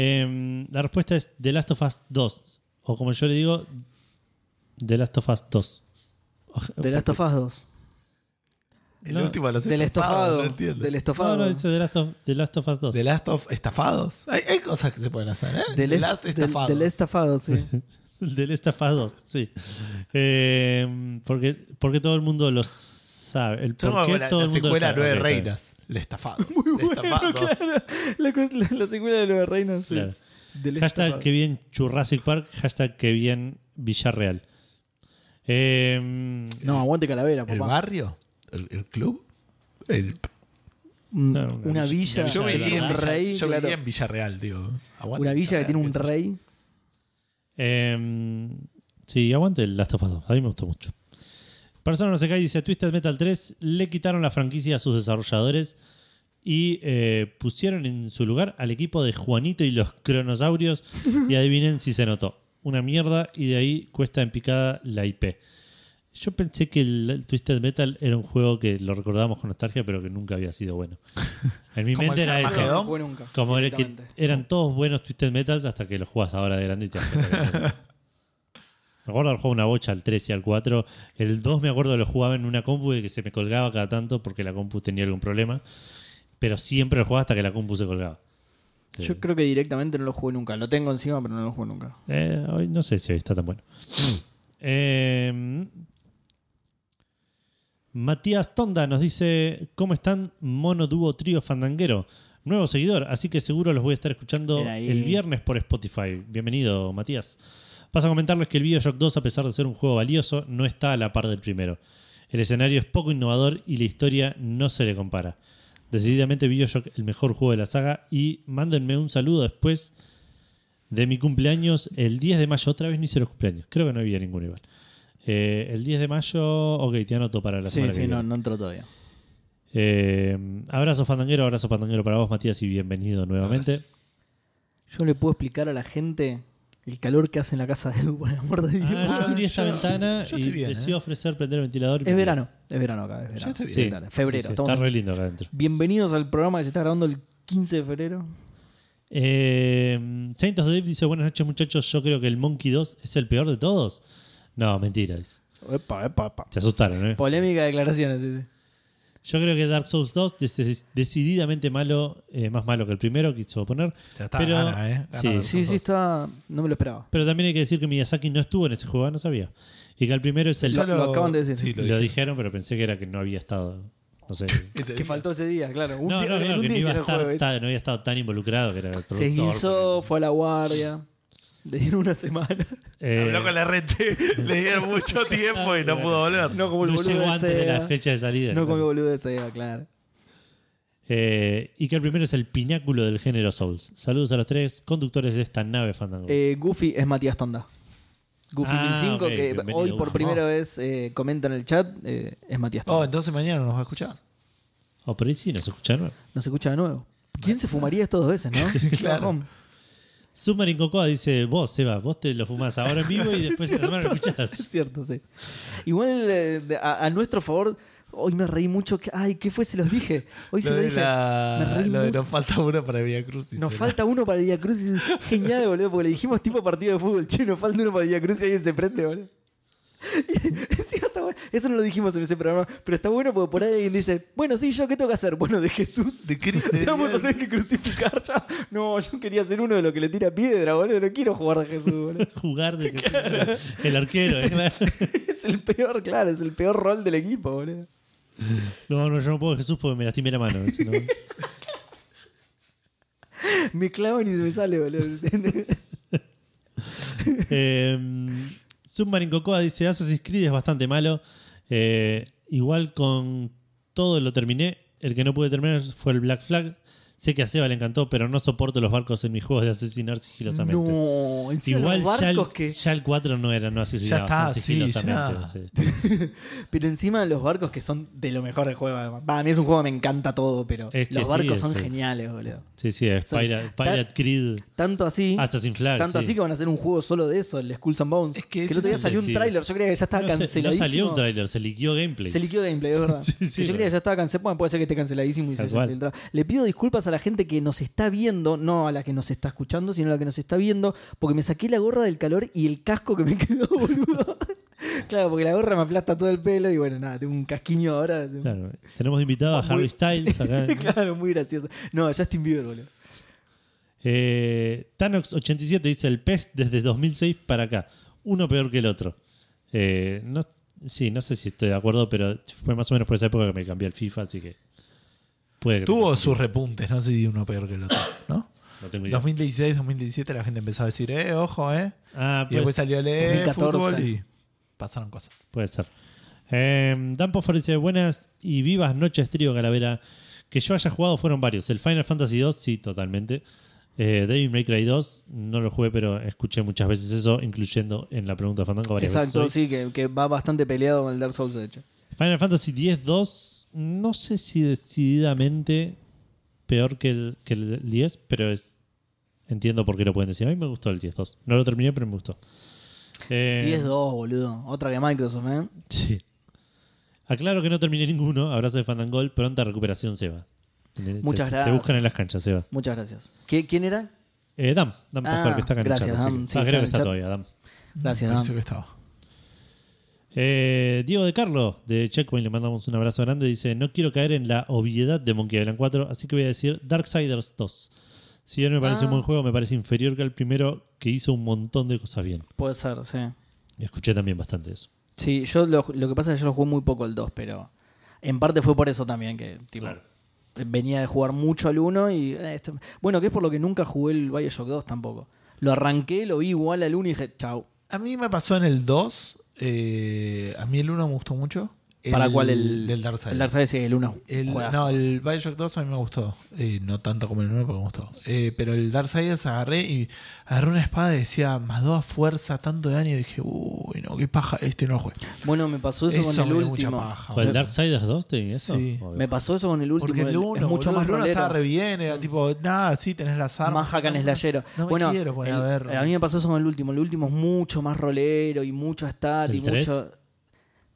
S3: Em, la respuesta es The Last of Us 2. O como yo le digo, The Last of Us 2.
S2: De Last of Us 2.
S1: El
S3: No,
S1: último de los
S2: Del
S1: estafados,
S2: estofado.
S1: no entiendo.
S2: Del
S3: No,
S2: estofado.
S3: no, dice The Last of, The Last of Us 2.
S1: The Last of Estafados. Hay, hay cosas que se pueden hacer, ¿eh?
S2: Del
S1: The
S2: est-
S1: Last
S2: del-
S1: Estafados.
S2: Del estafado, sí.
S1: [laughs]
S3: [laughs] The Last of Us 2, sí. Em, porque, porque todo el mundo lo sabe. El
S1: Yo me
S3: por qué
S1: acuerdo la,
S3: todo
S1: la
S3: el mundo lo
S1: secuela
S3: sabe.
S1: Nueve
S3: Ok, está bien.
S1: Reinas. El Estafados.
S2: [laughs] Muy
S1: El
S2: bueno,
S1: Estafados.
S2: claro. La, co- la- la secuela de los reinos, sí.
S3: Claro.
S2: Del
S3: Hashtag
S2: estafado.
S3: que bien Jurassic Park, hashtag que bien Villarreal. Em,
S2: No, aguante calavera,
S1: ¿El
S2: papá.
S1: barrio? ¿El, el club? El,
S2: Mm,
S3: Claro, una
S2: una
S3: villa.
S2: villa.
S1: yo
S3: vi
S1: viví
S3: claro.
S1: en,
S2: un
S1: Villa-
S2: rey,
S1: yo
S2: claro.
S1: viví en Villarreal, digo. Aguante
S2: Una villa que tiene un
S1: qué sé yo.
S2: rey.
S3: em, sí, aguante el Last of Us 2. A mí me gustó mucho. Persona no se cae dice Twisted Metal 3 le quitaron la franquicia a sus desarrolladores y eh, pusieron en su lugar al equipo de Juanito y los cronosaurios y adivinen si se notó. Una mierda y de ahí cuesta en picada la IP. Yo pensé que el, el Twisted Metal era un juego que lo recordábamos con nostalgia pero que nunca había sido bueno. En mi
S1: Como
S3: mente
S1: el
S3: era
S1: Carmageddon.
S3: ese.
S1: Armagedón.
S2: No, fue nunca.
S3: Como era que
S2: directamente.
S3: eran todos buenos Twisted Metals hasta que los juegas ahora de grande y te das cuenta que no. Me acuerdo haber jugado una bocha al 3 y al 4. El 2 me acuerdo lo jugaba en una compu y que se me colgaba cada tanto porque la compu tenía algún problema. Pero siempre lo jugaba hasta que la compu se colgaba.
S2: Yo creo que directamente no lo jugué nunca. Lo tengo encima, pero no lo jugué nunca.
S3: Eh, hoy no sé si hoy está tan bueno. Eh, Matías Tonda nos dice: ¿Cómo están, mono, dúo, trío, fandanguero? Nuevo seguidor, así que seguro los voy a estar escuchando
S2: Era ahí.
S3: el viernes por Spotify. Bienvenido, Matías. Paso a comentarles que el Bioshock 2, a pesar de ser un juego valioso, no está a la par del primero. El escenario es poco innovador y la historia no se le compara. Decididamente Bioshock, el mejor juego de la saga. Y mándenme un saludo después de mi cumpleaños el 10 de mayo. Otra vez no hice los cumpleaños. Creo que no había ninguno igual. Eh, el 10 de mayo. Ok, te anoto para la
S2: Sí,
S3: semana que
S2: sí,
S3: viene.
S2: no, no entró todavía.
S3: Eh, abrazo fandanguero, abrazo fandanguero para vos, Matías, y bienvenido nuevamente.
S1: Abrazo.
S2: Yo le puedo explicar a la gente el calor que hace en la casa de Edu, por el amor de Dios.
S3: Ah, yo abrí esta
S1: yo-
S3: ventana
S1: yo
S3: y
S1: estoy bien, ¿eh?
S3: decidí ofrecer prender el ventilador. y
S2: es
S3: prendí.
S2: verano, es verano acá, es verano.
S1: Yo estoy bien.
S3: Sí.
S2: Dale, febrero,
S3: Sí, sí,
S2: estamos
S3: está re lindo acá adentro.
S2: Bienvenidos al programa que se está grabando el 15 de febrero.
S3: Eh, Saint of Dave dice: Buenas noches, muchachos. Yo creo que el Monkey 2 es el peor de todos. No, mentira. dice.
S2: Epa, epa, epa.
S3: Te asustaron, ¿eh?
S2: Polémica declaraciones, sí, sí.
S3: Yo creo que Dark Souls 2 es des- decididamente malo, eh, más malo que el primero, quiso poner.
S1: Ya está,
S3: Pero-
S1: gana, ¿eh? Gana
S3: Sí.
S1: Dark Souls
S2: Sí, sí,
S1: 2.
S2: está. No me lo esperaba.
S3: Pero también hay que decir que Miyazaki no estuvo en ese juego, ¿eh? no sabía. Y que el primero es el.
S1: Ya
S2: lo- acaban de decir.
S1: Sí,
S3: lo,
S1: lo, dije.
S3: dijeron, pero pensé que era que no había estado.
S1: [laughs]
S3: No sé.
S1: Ese
S2: Que
S1: día.
S2: faltó ese día, claro. Un
S3: no,
S2: día,
S3: no,
S2: en
S3: claro,
S2: un
S3: que no,
S2: día
S3: iba a
S2: hicieron el
S3: estar
S1: ¿eh?
S2: juego, ¿viste?
S3: tan- no había estado tan involucrado que era el
S2: Se
S3: productor,
S2: hizo, fue a la guardia. [laughs] Le dieron una semana. [laughs]
S3: Eh,
S1: Habló con la rente, [laughs] le dieron
S3: [laughs]
S1: mucho tiempo y no pudo volver.
S2: No como el
S3: no
S2: boludo
S3: llegó
S2: de
S3: antes de la
S2: Sega.
S3: fecha de salida.
S2: eh, No como el
S3: claro.
S2: boludo de Sega, claro.
S3: Eh, y que el primero es el pináculo del género Souls. Saludos a los tres conductores de esta nave fandango.
S2: Eh, Goofy es Matías Tonda. Goofy
S3: Ah,
S2: 1005,
S3: ok,
S2: que
S3: bienvenido,
S2: hoy por
S3: Goofy.
S2: primera vez eh, comenta en el chat, eh, es Matías
S1: Oh,
S2: Tonda.
S1: entonces mañana nos va a escuchar.
S3: oh, pero ahí sí, nos escucharon.
S2: Nos escucha de nuevo. ¿Quién se fumaría esto dos veces, no?
S1: Oh. [laughs] Claro.
S2: Bajón.
S3: Submarine Cocoa dice: Vos, Seba, vos te lo fumás ahora en
S2: [laughs]
S3: vivo y después en la semana lo
S2: Es
S3: escuchás.
S2: cierto, sí. Igual, eh, de- a, a nuestro favor, hoy me reí mucho. que- ay, ¿qué fue? Se los dije. Hoy se
S1: Lo
S2: los
S1: de
S2: dije.
S1: la-
S2: Me reí
S1: lo de
S2: mucho.
S1: nos falta uno para Villa Cruz.
S3: ¿eh?
S2: Nos falta uno para Villa Cruz.
S3: [laughs]
S2: Genial, boludo, porque le dijimos tipo partido de fútbol. Che, nos falta uno para Villa Cruz y alguien se prende, boludo. [laughs] Y- sí, está bueno. Eso no lo dijimos en ese programa, pero está bueno porque por ahí alguien dice, bueno, sí, yo qué tengo que hacer. Bueno, de Jesús.
S1: De Cristo.
S2: Te vamos a tener que crucificar ya. No, yo quería ser uno de los que le tira piedra, boludo. No quiero jugar de Jesús, boludo.
S3: [laughs] Jugar de
S2: [laughs]
S3: el arquero. eh, claro.
S2: Es el peor, claro, es el peor rol del equipo, boludo.
S3: No, no, yo no puedo Jesús porque me lastimé la mano.
S2: [laughs]
S3: si no-
S2: Me clavan y se me sale, boludo.
S3: Eh, Submarine Cocoa dice: Assassin's Creed es bastante malo. Eh, igual con todo lo terminé. El que no pude terminar fue el Black Flag. Sé que a Seba le encantó, pero no soporto los barcos en mis juegos de asesinar sigilosamente.
S2: no, encima
S3: Igual
S2: los
S3: ya
S2: barcos
S3: el,
S2: que.
S3: ya el 4 no era, no asesinaba,
S1: está,
S3: no,
S1: sí,
S3: sigilosamente,
S1: ya.
S3: sí.
S2: Pero encima los barcos que son de lo mejor del juego, además. Va, a mí es un juego que me encanta todo, pero
S3: Es que
S2: los
S3: sí,
S2: barcos
S3: es-
S2: son
S3: es-
S2: geniales, boludo.
S3: Sí,
S2: [laughs]
S3: sí, es
S2: Son-
S3: Pirate, Pirate
S2: Ta-
S3: Creed,
S2: Tanto así.
S3: Assassin's Flag.
S2: Tanto
S3: sí.
S2: así que van a hacer un juego solo de eso, el Skulls and Bones.
S1: Es que
S2: que
S1: ese
S2: el otro
S1: es
S2: día
S1: el
S2: salió un
S3: decir.
S2: tráiler, yo creía que ya estaba
S3: No se- no
S2: canceladísimo.
S3: salió un tráiler, se liqueó gameplay.
S2: Se liquidó gameplay, es verdad.
S3: [laughs] Sí, sí,
S2: Que yo creía que ya estaba cancelado. Bueno, puede ser que esté canceladísimo y se
S3: Tal
S2: haya
S3: cual.
S2: filtrado. Le pido disculpas a la gente que nos está viendo, no a la que nos está escuchando, sino a la que nos está viendo, porque me saqué la gorra del calor y el casco que me [laughs] quedó, boludo. claro, porque la gorra me aplasta todo el pelo y bueno, nada, tengo un casquiño ahora.
S3: Claro, tenemos invitado a
S2: Muy-
S3: Harry Styles acá.
S2: [laughs] claro, muy gracioso. No, Justin Bieber, boludo.
S3: Eh, Tanox87 dice el PES desde 2006 para acá. Uno peor que el otro. Eh, no, sí, no sé si estoy de acuerdo, pero fue más o menos por esa época que me cambié al FIFA, así que... Puede que
S1: Tuvo sus repuntes, no sé si uno peor que el otro, ¿no?
S3: No tengo idea.
S1: 2016, 2017 la gente empezó a decir, eh, ojo, eh.
S3: Ah,
S1: Y
S2: pues,
S1: después salió el eh,
S2: 2014.
S1: fútbol y pasaron cosas.
S3: Puede ser. Eh, Dan Pofor dice: Buenas y vivas noches, trío Calavera. Que yo haya jugado fueron varios. El Final Fantasy 2, sí, totalmente. Eh, David May Cry 2, no lo jugué, pero escuché muchas veces eso, incluyendo en la pregunta de Fandango varias
S2: Exacto,
S3: veces. hoy.
S2: sí, que, que va bastante peleado con el Dark Souls, de hecho.
S3: Final Fantasy 10 2, no sé si decididamente peor que el, que el 10, pero es. Entiendo por qué lo pueden decir. A mí me gustó el 10-2. No lo terminé, pero me gustó. Eh,
S2: 10-2, boludo. Otra que Microsoft, ¿eh?
S3: Sí. Aclaro que no terminé ninguno. Abrazo de Fandangol. Pronta recuperación, Seba. Te-
S2: Muchas
S3: te- Te
S2: gracias.
S3: buscan en las canchas, Seba.
S2: Muchas gracias. ¿Qui- ¿Quién era?
S3: Eh, Dam, Dam
S2: Ah,
S3: Pascual, que está acá en el
S2: gracias,
S3: chat, así
S2: Dam.
S3: que-
S2: Sí,
S3: ah,
S2: está
S3: creo
S2: en
S3: que
S2: el
S3: está
S2: chat.
S3: todavía, Dam.
S2: Gracias,
S1: Pareció
S2: Dan.
S1: que estaba.
S3: Eh, Diego de Carlo, de Checkpoint, le mandamos un abrazo grande. Dice: No quiero caer en la obviedad de Monkey Island 4, así que voy a decir Darksiders 2. Si bien me parece
S2: Ah.
S3: un buen juego, me parece inferior que el primero, que hizo un montón de cosas bien.
S2: Puede ser, sí.
S3: Y escuché también bastante eso.
S2: Sí, yo lo, lo que pasa es que yo lo jugué muy poco el 2, pero en parte fue por eso también que tipo,
S3: Claro.
S2: venía de jugar mucho al 1 y eh, esto- bueno, que es por lo que nunca jugué el Bioshock 2 tampoco. Lo arranqué, lo vi igual al 1 y dije, chau.
S1: A mí me pasó en el 2. eh, a mí el 1 me gustó mucho.
S2: ¿Para cuál el
S1: Del Dark
S2: El Dark Side, sí, el 1.
S1: El- no, el Bioshock 2 a mí me gustó. Eh, no tanto como el 1, pero me gustó. Eh, pero el Darksiders agarré y agarré una espada y decía más dos a fuerza, tanto daño. Y dije, uy, no, qué paja. Este no lo juego.
S2: Bueno, me pasó eso,
S1: Eso
S2: con
S1: me
S2: el
S1: dio mucha
S2: último.
S1: paja.
S3: ¿Fue el
S1: boludo.
S3: Darksiders 2? ¿Tenía eso?
S1: Sí.
S3: Obvio.
S2: Me pasó eso con el último.
S1: Porque el
S2: el-
S1: 1,
S2: es mucho más
S1: el 1
S2: rolero.
S1: estaba re bien. Era tipo, nada, sí, tenés las armas.
S2: Más hack and
S1: No,
S2: slayero.
S1: No me
S2: bueno,
S1: quiero poner
S2: el-
S1: a ver.
S2: mí me pasó eso con el último. El último es mucho más rolero y mucho stat y
S3: ¿El tres?
S2: mucho.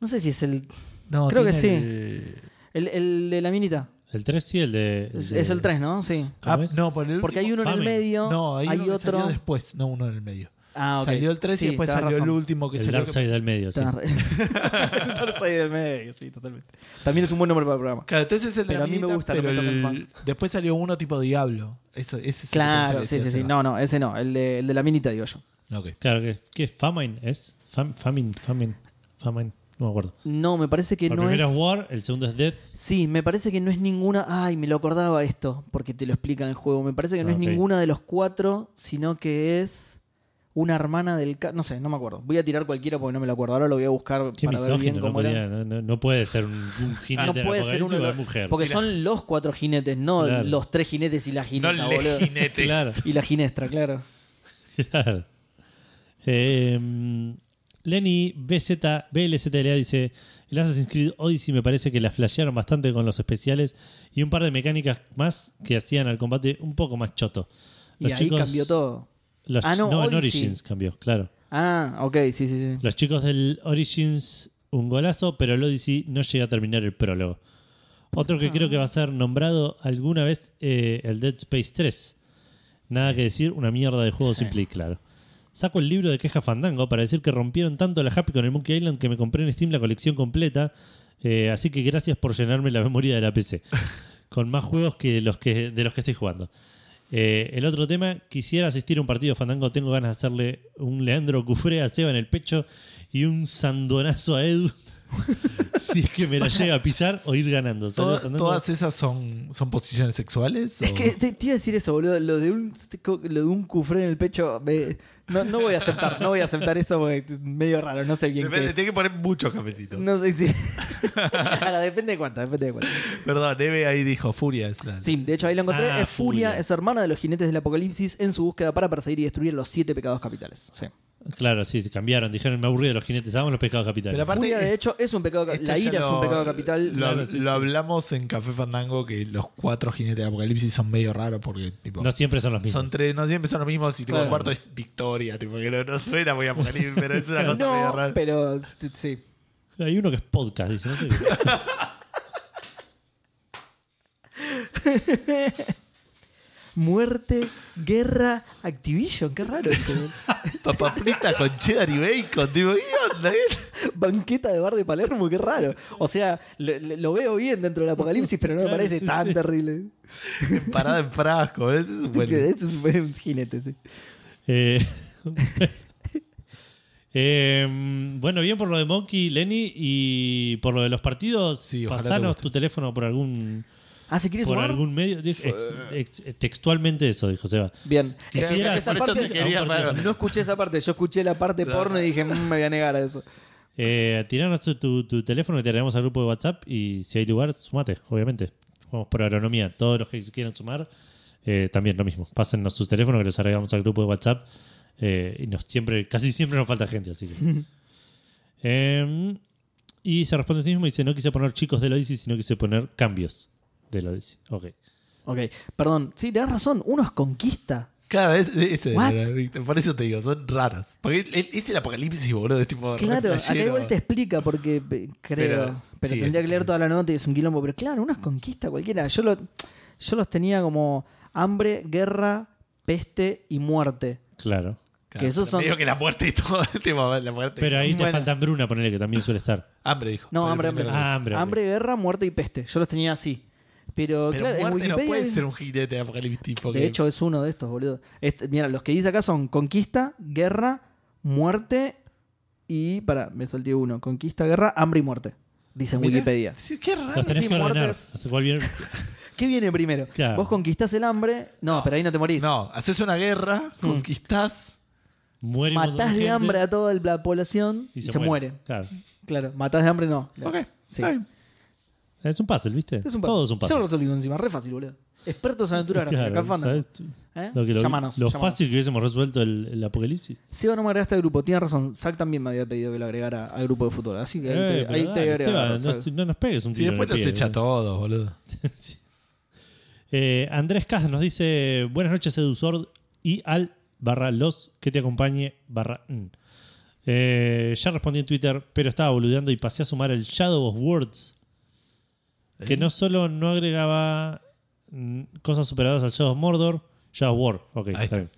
S2: No sé si es el.
S1: No,
S2: creo
S1: tiene
S2: que sí.
S1: el-
S2: El, el de la minita.
S3: El 3 sí, el de.
S2: Es,
S3: de-
S2: es el 3, ¿no? Sí.
S3: ¿Cómo
S1: Ah,
S3: es?
S1: no, por el
S2: Porque hay
S1: último-
S2: uno en el
S3: Famine.
S2: medio.
S1: No, hay,
S2: hay,
S1: uno que
S2: otro.
S1: salió después. No, uno en el medio.
S2: Ah, ok.
S1: Salió el 3
S2: Sí,
S1: y después
S2: tenés
S1: salió el
S2: razón.
S1: último que
S3: El
S1: salió.
S3: Darkseid del medio, sí.
S2: Tenés ra- [laughs] el Dark Side del medio, sí, totalmente. También es un buen nombre para el programa.
S1: Claro, entonces es el de
S2: Pero
S1: la
S2: a mí me
S1: minita,
S2: gusta, no
S1: pero
S2: me toquen
S1: el-
S2: más.
S1: Después salió uno tipo Diablo. Eso, ese es el que pensaba
S2: Claro,
S1: que
S2: sí,
S1: se
S2: sí,
S1: iba
S2: sí.
S1: a
S2: No, no, ese no. El de, el de la minita, digo yo.
S1: hacer. Ok.
S3: Claro, que ¿qué es? Famine es. Fam- famine, famine, famine. No me acuerdo.
S2: No, me parece que
S3: el
S2: no
S3: primero
S2: es.
S3: es... War, el segundo es Death.
S2: Sí, me parece que no es ninguna. Ay, me lo acordaba esto, porque te lo explica en el juego. Me parece que no
S3: Ah,
S2: es
S3: ok.
S2: ninguna de los cuatro, sino que es una hermana del. ca- No sé, no me acuerdo. Voy a tirar cualquiera porque no me lo acuerdo. Ahora lo voy a buscar
S3: Qué
S2: para ver bien
S3: misógino, no,
S2: cómo era.
S3: podía- no, no- no puede ser un,
S2: [laughs]
S3: un jinete
S2: No
S3: del
S2: puede ser uno de
S3: apocalipsis
S2: los.
S3: de mujer.
S2: Porque
S1: Sí, la-
S2: son los cuatro jinetes, no
S3: Claro.
S2: los tres jinetes y la jineta, boludo.
S1: jinetes.
S3: Claro.
S2: Y la ginestra, claro.
S3: [laughs] Claro. Eh, Lenny BZ, BLZLA dice: El Assassin's Creed Odyssey me parece que la flashearon bastante con los especiales y un par de mecánicas más que hacían al combate un poco más choto.
S2: Y ahí cambió todo.
S3: los
S2: Ah,
S3: chi-
S2: no,
S3: en
S2: Odyssey.
S3: Origins cambió, claro.
S2: Ah, ok, sí, sí, sí.
S3: Los chicos del Origins, un golazo, pero el Odyssey no llega a terminar el prólogo. Otro que creo que va a ser nombrado alguna vez, eh, el Dead Space 3. Nada que decir, una mierda de juego simple y claro. Saco el libro de queja Fandango para decir que rompieron tanto la Happy con el Monkey Island que me compré en Steam la colección completa. eh, así que gracias por llenarme la memoria de la PC. con más juegos que los que, de los que estoy jugando. Eh, el otro tema, quisiera asistir a un partido de Fandango. Tengo ganas de hacerle un Leandro Cufré a Seba en el pecho y un sandonazo a Edu. [laughs] si es que me la llega a pisar o ir ganando. Saludos,
S1: Toda-
S3: Fandango.
S1: ¿Todas esas son, son posiciones sexuales?
S2: Es
S1: o-
S2: que te, te iba a decir eso, boludo. Lo de un, lo de un cufré en el pecho. me- no, no voy a aceptar, no voy a aceptar eso porque es medio raro. No sé bien qué
S1: Depende,
S2: es.
S1: tiene que poner muchos cafecitos.
S2: No
S1: [laughs]
S2: sé si. claro, depende de cuánto, depende de cuánto.
S1: Perdón, Eve ahí dijo Furia. Es la-
S2: Sí, de hecho ahí lo encontré.
S3: Ah,
S2: es Furia,
S3: Furia.
S2: es hermana de los jinetes del apocalipsis en su búsqueda para perseguir y destruir los siete pecados capitales. Sí.
S3: Claro, sí, se cambiaron. Dijeron, me aburrí de los jinetes, hagamos los pescados capitales.
S1: Pero aparte-
S2: Furia, de
S1: es-
S2: hecho, es un pecado. ca-
S1: Esto
S2: La
S1: Este ya
S2: ira es
S1: lo-
S2: un pecado capital.
S1: Lo,
S3: Claro, sí,
S1: lo hablamos en Café Fandango que los cuatro jinetes del apocalipsis son medio raros porque tipo,
S3: no siempre son los mismos.
S1: son tres, no siempre son los mismos y tipo,
S2: Claro.
S1: el cuarto es Victoria, tipo, que no, no suena muy apocalipsis, pero es una cosa medio
S2: [laughs] No,
S1: rara.
S2: pero sí, sí.
S3: Hay uno que es podcast, dice. no sé qué.
S2: muerte, guerra, Activision. Qué raro. este, esto.
S1: Papa frita con cheddar y bacon. Digo, ¿qué onda?
S2: [laughs] Banqueta de bar de Palermo, qué raro. O sea, lo, lo- lo veo bien dentro del apocalipsis, pero no me
S3: Claro,
S2: parece
S3: sí,
S2: tan
S3: sí.
S2: terrible.
S1: Parada en frasco. Ese es un
S2: [laughs]
S1: buen-
S2: Eso es un jinete, sí.
S3: Eh, [laughs] eh, bueno, bien por lo de Monkey, Lenny y por lo de los partidos.
S1: Sí, ojalá te
S3: pasanos
S1: guste.
S3: tu teléfono por algún
S2: Ah, si quieres
S3: por
S2: sumar.
S3: algún medio. Dijo- ex- ex- textualmente eso dijo Seba.
S2: Bien. Ah,
S3: Quisiera
S1: Esa- esa
S3: asistir
S1: parte
S3: a un
S1: quería,
S3: partido.
S1: claro.
S2: No escuché esa parte, yo escuché la parte
S1: Claro.
S2: porno y dije, "Mm, me voy a negar a eso.
S3: Eh, tiranos tu, tu- tu teléfono que te agregamos al grupo de WhatsApp y si hay lugar, sumate, obviamente. Jugamos por agronomía. Todos los que se quieran sumar, eh, también lo mismo. Pásennos sus teléfonos que los agregamos al grupo de WhatsApp. eh, y nos siempre, casi siempre nos falta gente, así
S2: [laughs]
S3: que. Em, y se responde a sí mismo y dice: No quise poner chicos del Odyssey, sino quise poner cambios del Odyssey. Ok.
S2: Ok, perdón. Sí, tenés razón, uno es conquista.
S1: Claro, ese, ese
S2: What?
S1: era, Víctor. Por eso te digo, son raros. Porque es, es el apocalipsis, boludo. Es tipo. re
S2: Claro, acá
S1: flashero.
S2: igual te explica porque eh, creo. Pero,
S1: Pero, sí,
S2: tendría
S1: es-
S2: que leer toda la nota y es un quilombo. Pero claro, unas conquistas cualquiera. Yo, lo- yo los tenía como hambre, guerra, peste y muerte.
S3: Claro.
S1: Claro,
S2: esos
S1: pero
S2: son-
S1: Medio que la muerte y todo [laughs] el tema. La muerte.
S3: Pero ahí te
S2: Bueno.
S3: falta Bruna, ponele que también suele estar.
S1: Hambre, dijo.
S2: No,
S1: Fue el
S2: hambre, hambre.
S1: primero que dijo.
S3: Ah, hambre. ok.
S2: Hambre, guerra, muerte y peste. Yo los tenía así. Pero,
S1: Pero
S2: claro, en
S1: muerte no
S2: Wikipedia
S1: puede
S2: hay-
S1: ser un jinete de apocalipsis. porque-
S2: De hecho, es uno de estos, boludo. Este- mira, los que dice acá son conquista, guerra, muerte y. Pará, me salté uno. Conquista, guerra, hambre y muerte. Dice en
S1: Mirá,
S2: Wikipedia.
S1: sí, qué raro.
S3: Los tenés
S2: Ah, sí,
S3: que ordenar.
S2: muertes.
S3: Los cual vienen-
S2: ¿Qué viene primero?
S3: Claro.
S2: ¿Vos conquistás el hambre? No, pero ahí no te morís.
S1: No, haces una guerra,
S3: Mm.
S1: conquistás.
S3: muere un montón
S2: Matás de
S3: gente
S2: hambre a toda la población y, se, mueren.
S3: Claro.
S2: Claro, matás de hambre no.
S1: Ok,
S2: Sí.
S1: está bien.
S3: Es un puzzle, ¿viste?
S2: Es un paso.
S3: Todo es un
S2: Yo
S3: puzzle.
S2: lo resolví encima, re fácil, boludo. Expertos en aventura gráfica,
S3: Claro,
S2: acá Fandango.
S3: ¿sabes?
S2: ¿Eh?
S3: Lo, que lo-
S2: Llámanos,
S3: lo
S2: llámanos.
S3: fácil que hubiésemos resuelto el, el apocalipsis.
S2: Seba no me agregaste al grupo, tienes razón. Zach también me había pedido que lo agregara al grupo de fútbol, así que ahí
S3: Eh,
S2: te,
S3: pero
S2: ahí te
S3: dale,
S2: agrego,
S3: Seba, no,
S2: Zach.
S3: est- no nos pegues un
S1: Si
S3: tiro en
S1: después
S3: el
S1: los
S3: pie,
S1: echa
S3: ¿verdad?
S1: todos, boludo.
S3: Sí. Eh, Andrés Cas nos dice: Buenas noches, Edusord y al barra los que te acompañe barra n". Eh, ya respondí en Twitter, pero estaba boludeando y pasé a sumar el Shadow of Words.
S2: ¿Eh?
S3: Que no solo no agregaba mm, cosas superadas al Shadow of Mordor, Shadow of War. Ok,
S1: Ahí
S3: está
S1: está.
S3: bien.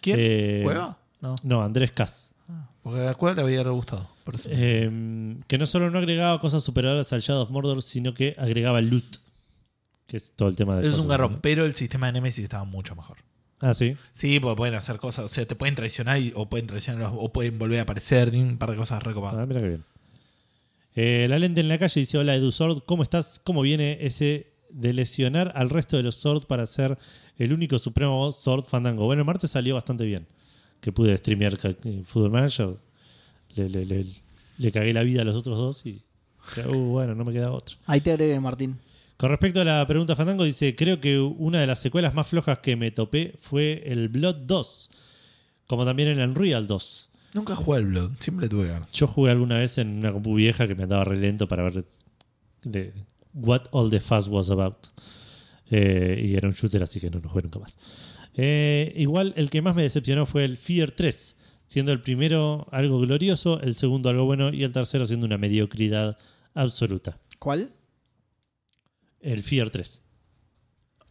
S1: ¿Quién?
S3: Eh,
S1: ¿Cueva? No.
S3: No, Andrés Cas.
S1: Porque a Cueva le había re gustado. Por eso.
S3: Eh, que no solo no agregaba cosas superadoras al Shadow of Mordor, sino que agregaba loot. Que es todo el tema de.
S1: es
S3: cosas-
S1: un garrón, pero el sistema de Nemesis estaba mucho mejor.
S3: Ah, sí.
S1: Sí, porque pueden hacer cosas, o sea, te pueden traicionar y- o pueden traicionar o pueden volver a aparecer, tiene un par de cosas recopadas.
S3: Ah, mira qué bien. Eh, la lente en la calle dice: Hola Edu Sword, ¿cómo estás? ¿Cómo viene ese de lesionar al resto de los Sword para ser el único supremo Sword Fandango? Bueno, el martes salió bastante bien. Que pude streamear ca- eh, Football Manager. Le, le- le- le cagué la vida a los otros dos y. Uh, bueno, no me queda otro.
S2: Ahí te agregué, Martín.
S3: Con respecto a la pregunta Fandango, dice, creo que una de las secuelas más flojas que me topé fue el Blood 2, como también el Unreal 2.
S1: Nunca jugué al Blood, siempre tuve ganas.
S3: Yo jugué alguna vez en una compu vieja que me andaba re lento para ver de what all the fuss was about. Eh, y era un shooter, así que no lo jugué nunca más. Eh, igual, el que más me decepcionó fue el Fear 3, siendo el primero algo glorioso, el segundo algo bueno y el tercero siendo una mediocridad absoluta.
S2: ¿Cuál?
S3: El Fear 3.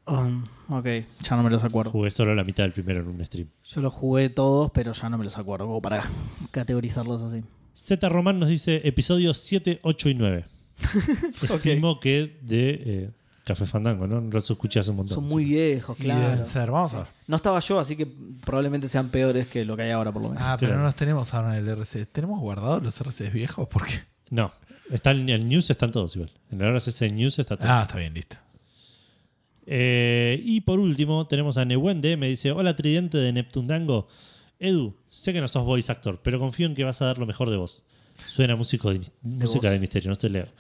S2: Um, ok, ya no me los acuerdo.
S3: Jugué solo la mitad del primero en un stream.
S2: Yo los jugué todos, pero ya no me los acuerdo. Como para categorizarlos así.
S3: Z Román nos dice episodios 7, 8 y 9. Estimo que de eh, Café Fandango, ¿no? Los escuché hace un montón.
S2: Son muy
S3: Sí.
S2: viejos,
S1: Y
S2: claro.
S1: deben ser, vamos a ver.
S2: No estaba yo, así que probablemente sean peores que lo que hay ahora, por lo menos.
S1: Ah, pero
S3: Claro.
S1: no los tenemos ahora en el RC. ¿Tenemos guardados los RCs viejos? ¿Por qué?
S3: No, está en el News están todos igual. En la hora CC News está todo.
S1: Ah, está bien, listo.
S3: Eh, y por último, tenemos a Newende. Me dice: Hola, tridente de Neptundango. Edu, sé que no sos voice actor, pero confío en que vas a dar lo mejor de vos. Suena músico de, mis- música
S2: voz.
S3: de misterio, no sé leer.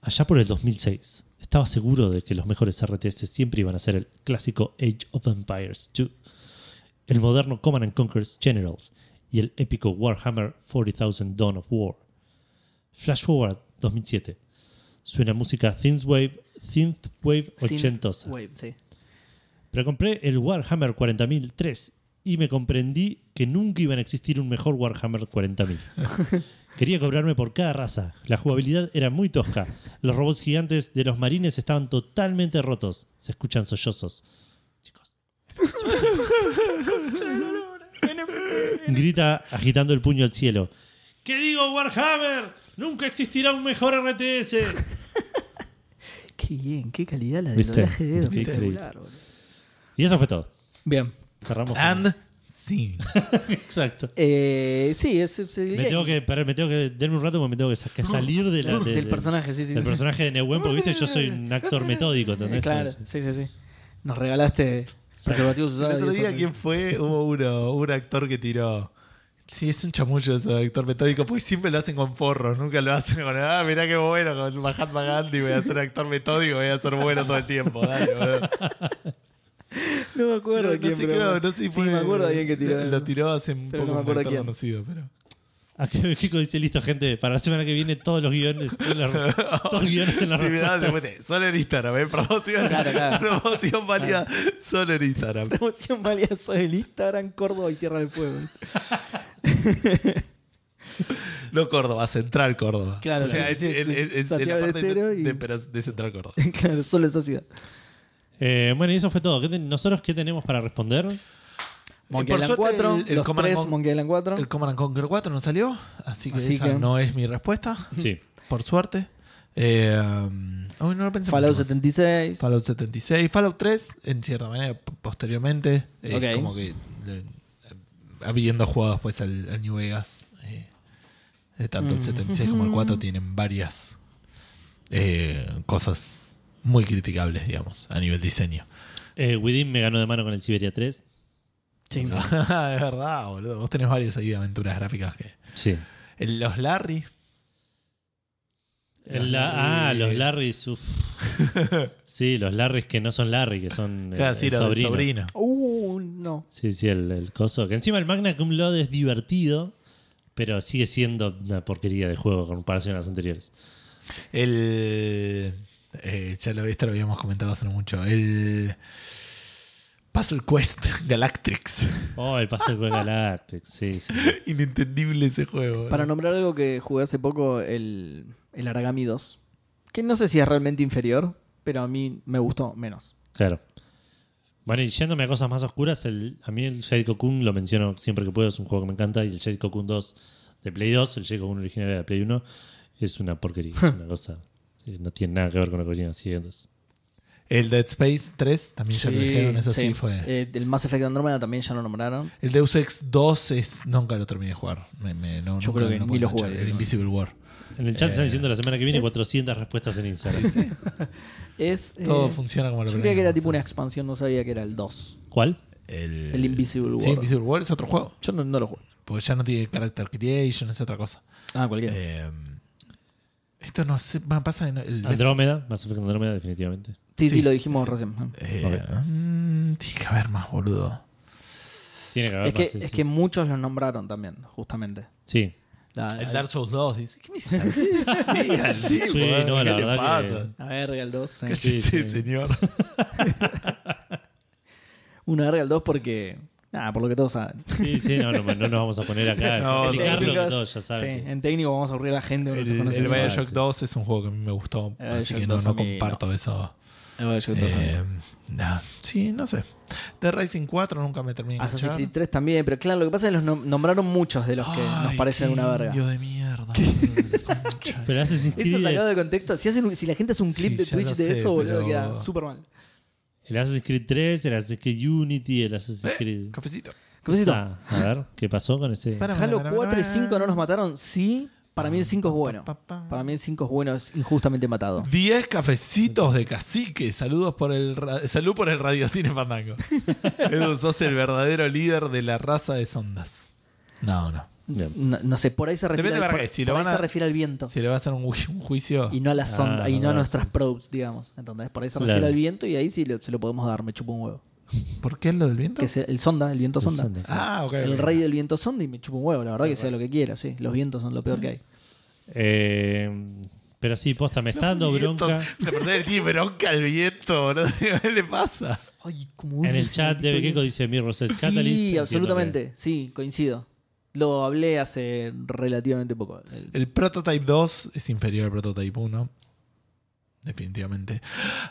S3: Allá por el 2006, estaba seguro de que los mejores RTS siempre iban a ser el clásico Age of Empires 2, el moderno Command and Conquer's Generals y el épico Warhammer 40,000 Dawn of War. Flash forward 2007. Suena música Synthwave, Synthwave
S2: Synth
S3: 80.
S2: Wave, sí.
S3: Pero compré el Warhammer 40003 y me comprendí que nunca iban a existir un mejor Warhammer 40000. Quería cobrarme por cada raza. La jugabilidad era muy tosca. Los robots gigantes de los marines estaban totalmente rotos. Se escuchan sollozos. Chicos, Grita agitando el puño al cielo. ¿Qué digo, Warhammer? Nunca existirá un mejor RTS.
S2: Qué bien, qué calidad la del
S3: Viste,
S2: doblaje de Edo.
S3: viste,
S2: Espectacular, boludo.
S3: Y eso fue todo.
S2: Bien.
S3: Cerramos. con-
S1: And
S2: [laughs]
S1: sí.
S3: [laughs] Exacto.
S2: Eh, sí, es, es el
S3: Me tengo que, pará, me tengo que, denme un rato porque me tengo que, sa- que salir de la-
S2: [laughs]
S3: de-
S2: del
S3: de-
S2: personaje, sí, sí.
S3: del personaje de Neuwen, porque viste, yo soy un actor metódico, ¿entendés?
S2: Eh, claro, sí, sí, sí. Nos regalaste preservativos
S1: El
S2: usados.
S1: otro
S2: y eso
S1: día,
S2: que-
S1: ¿quién fue? Hubo uno, un actor que tiró. Sí, es un chamullo eso, de actor metódico, porque siempre lo hacen con forros, nunca lo hacen con, ah, mirá qué bueno, con Mahatma Gandhi voy a ser actor metódico, voy a ser bueno todo el tiempo,
S2: [laughs]
S1: dale, boludo.
S2: No me acuerdo
S1: No, no
S2: quién,
S1: sé,
S2: pero
S1: creo-
S2: bueno.
S1: no sé si
S2: Sí,
S1: fue-
S2: me acuerdo de alguien que tiró.
S1: Lo,
S2: [laughs] eso.
S1: tiró hace un
S2: Pero
S1: poco
S2: no me
S1: un
S2: acuerdo
S1: actor
S2: quién.
S1: conocido,
S2: [laughs]
S1: pero...
S3: A que Ah, [laughs] Kiko dice, listo, gente, para la semana que viene todos los guiones, en la- todos los guiones en la
S1: Sí, mirá,
S3: respuesta.
S1: después te- solo en Instagram,
S2: [laughs]
S1: ¿eh? Promoción,
S2: Claro, claro.
S1: promoción válida solo en Instagram.
S2: Promoción válida sobre el Instagram, Córdoba y Tierra del Pueblo.
S1: No Córdoba, Central Córdoba.
S2: Claro,
S1: o sea,
S2: sí, sí,
S1: es-
S2: sí,
S1: es- es-
S2: sí.
S1: es de la
S2: Santiago
S1: parte
S2: del Estero
S1: de,
S2: y-
S1: de- pero de Central
S2: [laughs]
S1: Córdoba.
S2: [laughs] claro, solo esa ciudad.
S3: Eh, bueno, y eso fue todo. ¿Qué te- ¿Nosotros qué tenemos para responder?
S2: Monkey
S1: por
S2: Island
S1: suerte,
S2: 4,
S1: el- el
S2: los
S1: Command
S2: tres
S1: Con-
S2: Monkey Island 4.
S1: El Command and Conquer 4 no salió, así que
S2: Así
S1: esa
S2: que-
S1: no es mi respuesta,
S3: Sí.
S1: por suerte. Eh, um, uy, no lo pensé
S2: Fallout
S1: mucho más.
S2: 76.
S1: Fallout 76. Fallout 3, en cierta manera, p- posteriormente. Es
S2: Ok.
S1: como que. eh, habiendo jugado después al, al New Vegas. eh, eh, tanto el
S3: Mm.
S1: 76 como el 4 tienen varias eh, cosas muy criticables, digamos, a nivel diseño.
S3: Eh, Within me ganó de mano con el Siberia Ah, 3.
S1: [laughs]
S2: Sí.
S1: es verdad, boludo. Vos tenés varias ahí de aventuras gráficas que.
S3: Sí.
S1: el- Los Larry. Los
S3: La- ah,
S1: Larry.
S3: los Larrys. uf. sí, los Larrys que no son Larry, que son eh,
S1: Claro, sí,
S3: el
S1: los del
S3: sobrino.
S1: sobrino.
S2: Uh, no.
S3: Sí, sí, el, el coso. Que encima el Magna Cum Laude es divertido, pero sigue siendo una porquería de juego con comparación a las anteriores.
S1: El. eh, ya lo, esto lo habíamos comentado hace no mucho. El. Puzzle Quest [laughs] Galactrix. [laughs]
S3: Oh, el Paseo de Galactic. Sí, sí.
S1: Inentendible ese juego.
S2: Para nombrar algo que jugué hace poco, el, el Aragami 2. Que no sé si es realmente inferior, pero a mí me gustó menos.
S3: Claro. Bueno, y yéndome a cosas más oscuras, el, a mí el Jade Cocoon lo menciono siempre que puedo, es un juego que me encanta. Y el Jade Cocoon 2 de Play 2, el Jade Cocoon original era de Play 1, es una porquería, es una cosa. sí, no tiene nada que ver con lo que venían haciendo.
S1: El Dead Space 3, también ya lo dijeron, eso sí, fue.
S2: Eh, el Mass Effect Andromeda también ya lo nombraron.
S1: el Deus Ex 2 es, nunca lo terminé de jugar. Me- me- no,
S2: Yo
S1: nunca-
S2: creo que
S1: no
S2: ni
S1: puedo
S2: lo
S1: enganchar.
S2: jugué.
S1: El Invisible War.
S3: En el chat están
S1: Eh,
S3: diciendo la semana que viene
S2: es-
S3: 400 respuestas en Instagram.
S2: Es, eh,
S1: Todo funciona como lo
S2: Yo creía que era
S1: planeamos,
S2: tipo una
S1: ¿sabes?
S2: expansión, no sabía que era el 2.
S3: ¿Cuál?
S1: El,
S2: el Invisible
S1: Sí,
S2: War.
S1: Invisible War es otro juego.
S2: Yo no, no lo jugué.
S1: Porque ya no tiene character creation, es otra cosa.
S2: Ah, cualquiera.
S1: Eh, esto no sé, va, pasa en
S2: Ah,
S1: el Left
S3: Andrómeda, Mass Effect Andrómeda, definitivamente.
S2: sí, sí,
S1: sí.
S2: lo dijimos recién. Ah.
S1: Eh, mm, tiene que haber más, boludo.
S3: Tiene que haber
S2: Es que,
S3: más, sí,
S2: es
S3: sí.
S2: que muchos los nombraron también, justamente.
S3: Sí.
S2: La-
S1: El Dark Souls 2. Dice, ¿Qué me dices? Sí, al tipo,
S3: Sí,
S1: ¿eh?
S3: no,
S1: ¿Qué
S3: la
S1: le
S3: verdad que-
S1: pasa?
S2: Una verga el 2. sí.
S1: Cállese,
S3: sí.
S1: señor.
S2: Una verga el 2 porque. Nada, por lo que todos saben.
S3: Sí, sí, no, no, no nos vamos a poner
S2: [laughs]
S3: acá
S1: No,
S3: a criticar lo que
S2: Técnicos,
S3: todos ya saben.
S2: sí, en técnico vamos a aburrir a la gente. porque
S1: El,
S2: nosotros
S1: el
S2: conocemos.
S1: Bioshock 2 es un juego que a mí me gustó,
S2: El
S1: así que
S2: Bioshock
S1: no,
S2: 2
S1: no
S2: a mí
S1: comparto eso.
S2: El Bioshock 2 también.
S1: Eh, no, sí, no sé. The Racing 4 nunca me terminé de
S2: Assassin's
S1: enganchar.
S2: Creed 3 también, pero claro, lo que pasa es que los nom- nombraron muchos de los que nos
S1: Ay,
S2: parecen
S1: qué
S2: una verga.
S1: indio de mierda. boludo, la concha.
S3: Pero
S2: Eso
S3: Assassin's Creed
S2: sacado
S3: es-
S2: de contexto. Si, hacen un- si la gente hace un
S1: Sí,
S2: clip de
S1: ya lo
S2: Twitch de
S1: sé,
S2: eso, boludo,
S1: pero-
S2: queda súper mal.
S3: el Assassin's Creed 3, el Assassin's Creed Unity, el
S2: ¿Eh?
S3: Assassin's Creed...
S1: Eh, Cafecito.
S2: ¿Qué pasito?
S3: Ah, a ver, ¿qué pasó con ese?
S1: Para, para,
S2: Halo
S1: para,
S2: 4 y
S1: para.
S2: 5 no nos mataron, sí. Para mí el 5 es bueno.
S1: Pa, pa, pa.
S2: Para mí el 5 es bueno, es injustamente matado.
S1: 10 cafecitos de cacique. Saludos por el ra- salud por el Radiocine
S2: [laughs]
S1: Fandango. Edu, sos el verdadero líder de la raza de sondas. No, no.
S3: Bien.
S2: No, no sé, por ahí se refiere,
S1: Depende
S2: al,
S1: para
S2: por-
S1: qué, si lo
S2: por
S1: van
S2: ahí
S1: a-
S2: se refiere al viento.
S1: Si le va a hacer un, ju- un juicio.
S2: Y no a la
S3: Ah,
S2: sonda, y no a
S3: verdad,
S2: nuestras
S3: sí.
S2: probes, digamos. ¿Entendés? Por ahí se refiere
S3: Claro.
S2: al viento y ahí sí le- se lo podemos dar, me chupo un huevo.
S1: ¿Por qué es lo del viento?
S2: Que es el sonda, el viento sonda.
S3: sonda.
S1: Ah, ok.
S2: El
S1: ok.
S2: rey del viento sonda y me chupo un huevo, la verdad que sea lo que quiera, sí. Los vientos son lo peor que hay.
S3: Eh, pero sí, posta, me está dando
S1: Viento.
S3: bronca.
S1: La persona le tiene bronca al viento, boludo. [laughs] ¿Qué le pasa?
S2: Ay, como
S3: En
S2: odio
S3: el
S2: ese
S3: chat de
S2: maldito
S3: Bequeco
S2: viento.
S3: dice Mirror's Edge Catalyst.
S2: Sí,
S3: entiendo
S2: absolutamente. Sí, coincido. Lo hablé hace relativamente poco. El-
S1: El Prototype 2 es inferior al Prototype 1. definitivamente.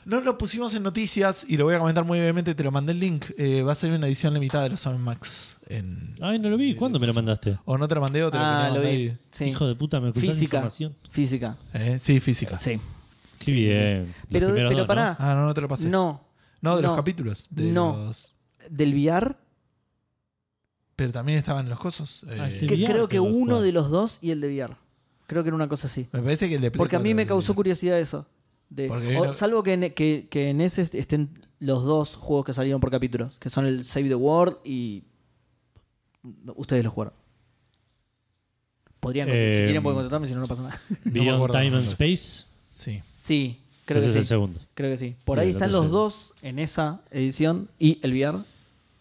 S1: No lo pusimos en noticias y lo voy a comentar muy brevemente. Te lo mandé el link. Eh, va a salir una edición limitada de los Sam Max. En...
S3: Ay, no lo vi. ¿Cuándo me lo mandaste?
S1: O no te lo mandé o te lo
S2: Ah,
S1: quería
S2: lo
S1: mandar
S2: vi. Sí.
S3: Hijo de puta, me ocultaste
S2: física.
S3: información.
S2: Física.
S1: ahí. Eh, Sí, física.
S2: Sí.
S3: Qué bien. Los
S2: Pero,
S3: primeros
S2: pero
S3: dos,
S2: pará.
S1: Ah, no, no te lo pasé.
S2: No.
S1: No, de los
S2: no.
S1: capítulos. de
S2: No.
S1: los-
S2: Del VR,
S1: Pero también estaban los cosos.
S3: Ah,
S1: eh,
S3: sí.
S2: que
S3: VR
S2: creo que
S3: tengo que
S2: uno
S3: jugar.
S2: de los dos y el de VR. Creo que era una cosa así.
S1: Me parece que el de Play
S2: Porque a mí
S1: 4
S2: me causó
S1: debería.
S2: curiosidad eso. De-
S1: Porque hay
S2: o-
S1: una-
S2: salvo que en, que- que en ese est- estén los dos juegos que salieron por capítulos, que son el Save the World y. no, Ustedes los jugaron. Podrían contestar. si
S3: Eh,
S2: quieren pueden contestarme, si no, no pasa nada.
S3: ¿no?
S1: me
S3: Beyond
S1: acuerdo
S3: Time and
S1: cuándo es.
S3: Space.
S1: Sí.
S2: Sí, creo
S3: ese
S2: que
S3: es
S2: sí.
S3: el segundo.
S2: Creo que sí. Por
S3: Bien,
S2: ahí
S3: lo
S2: están
S3: que
S2: los
S3: sea.
S2: dos en esa edición y el VR.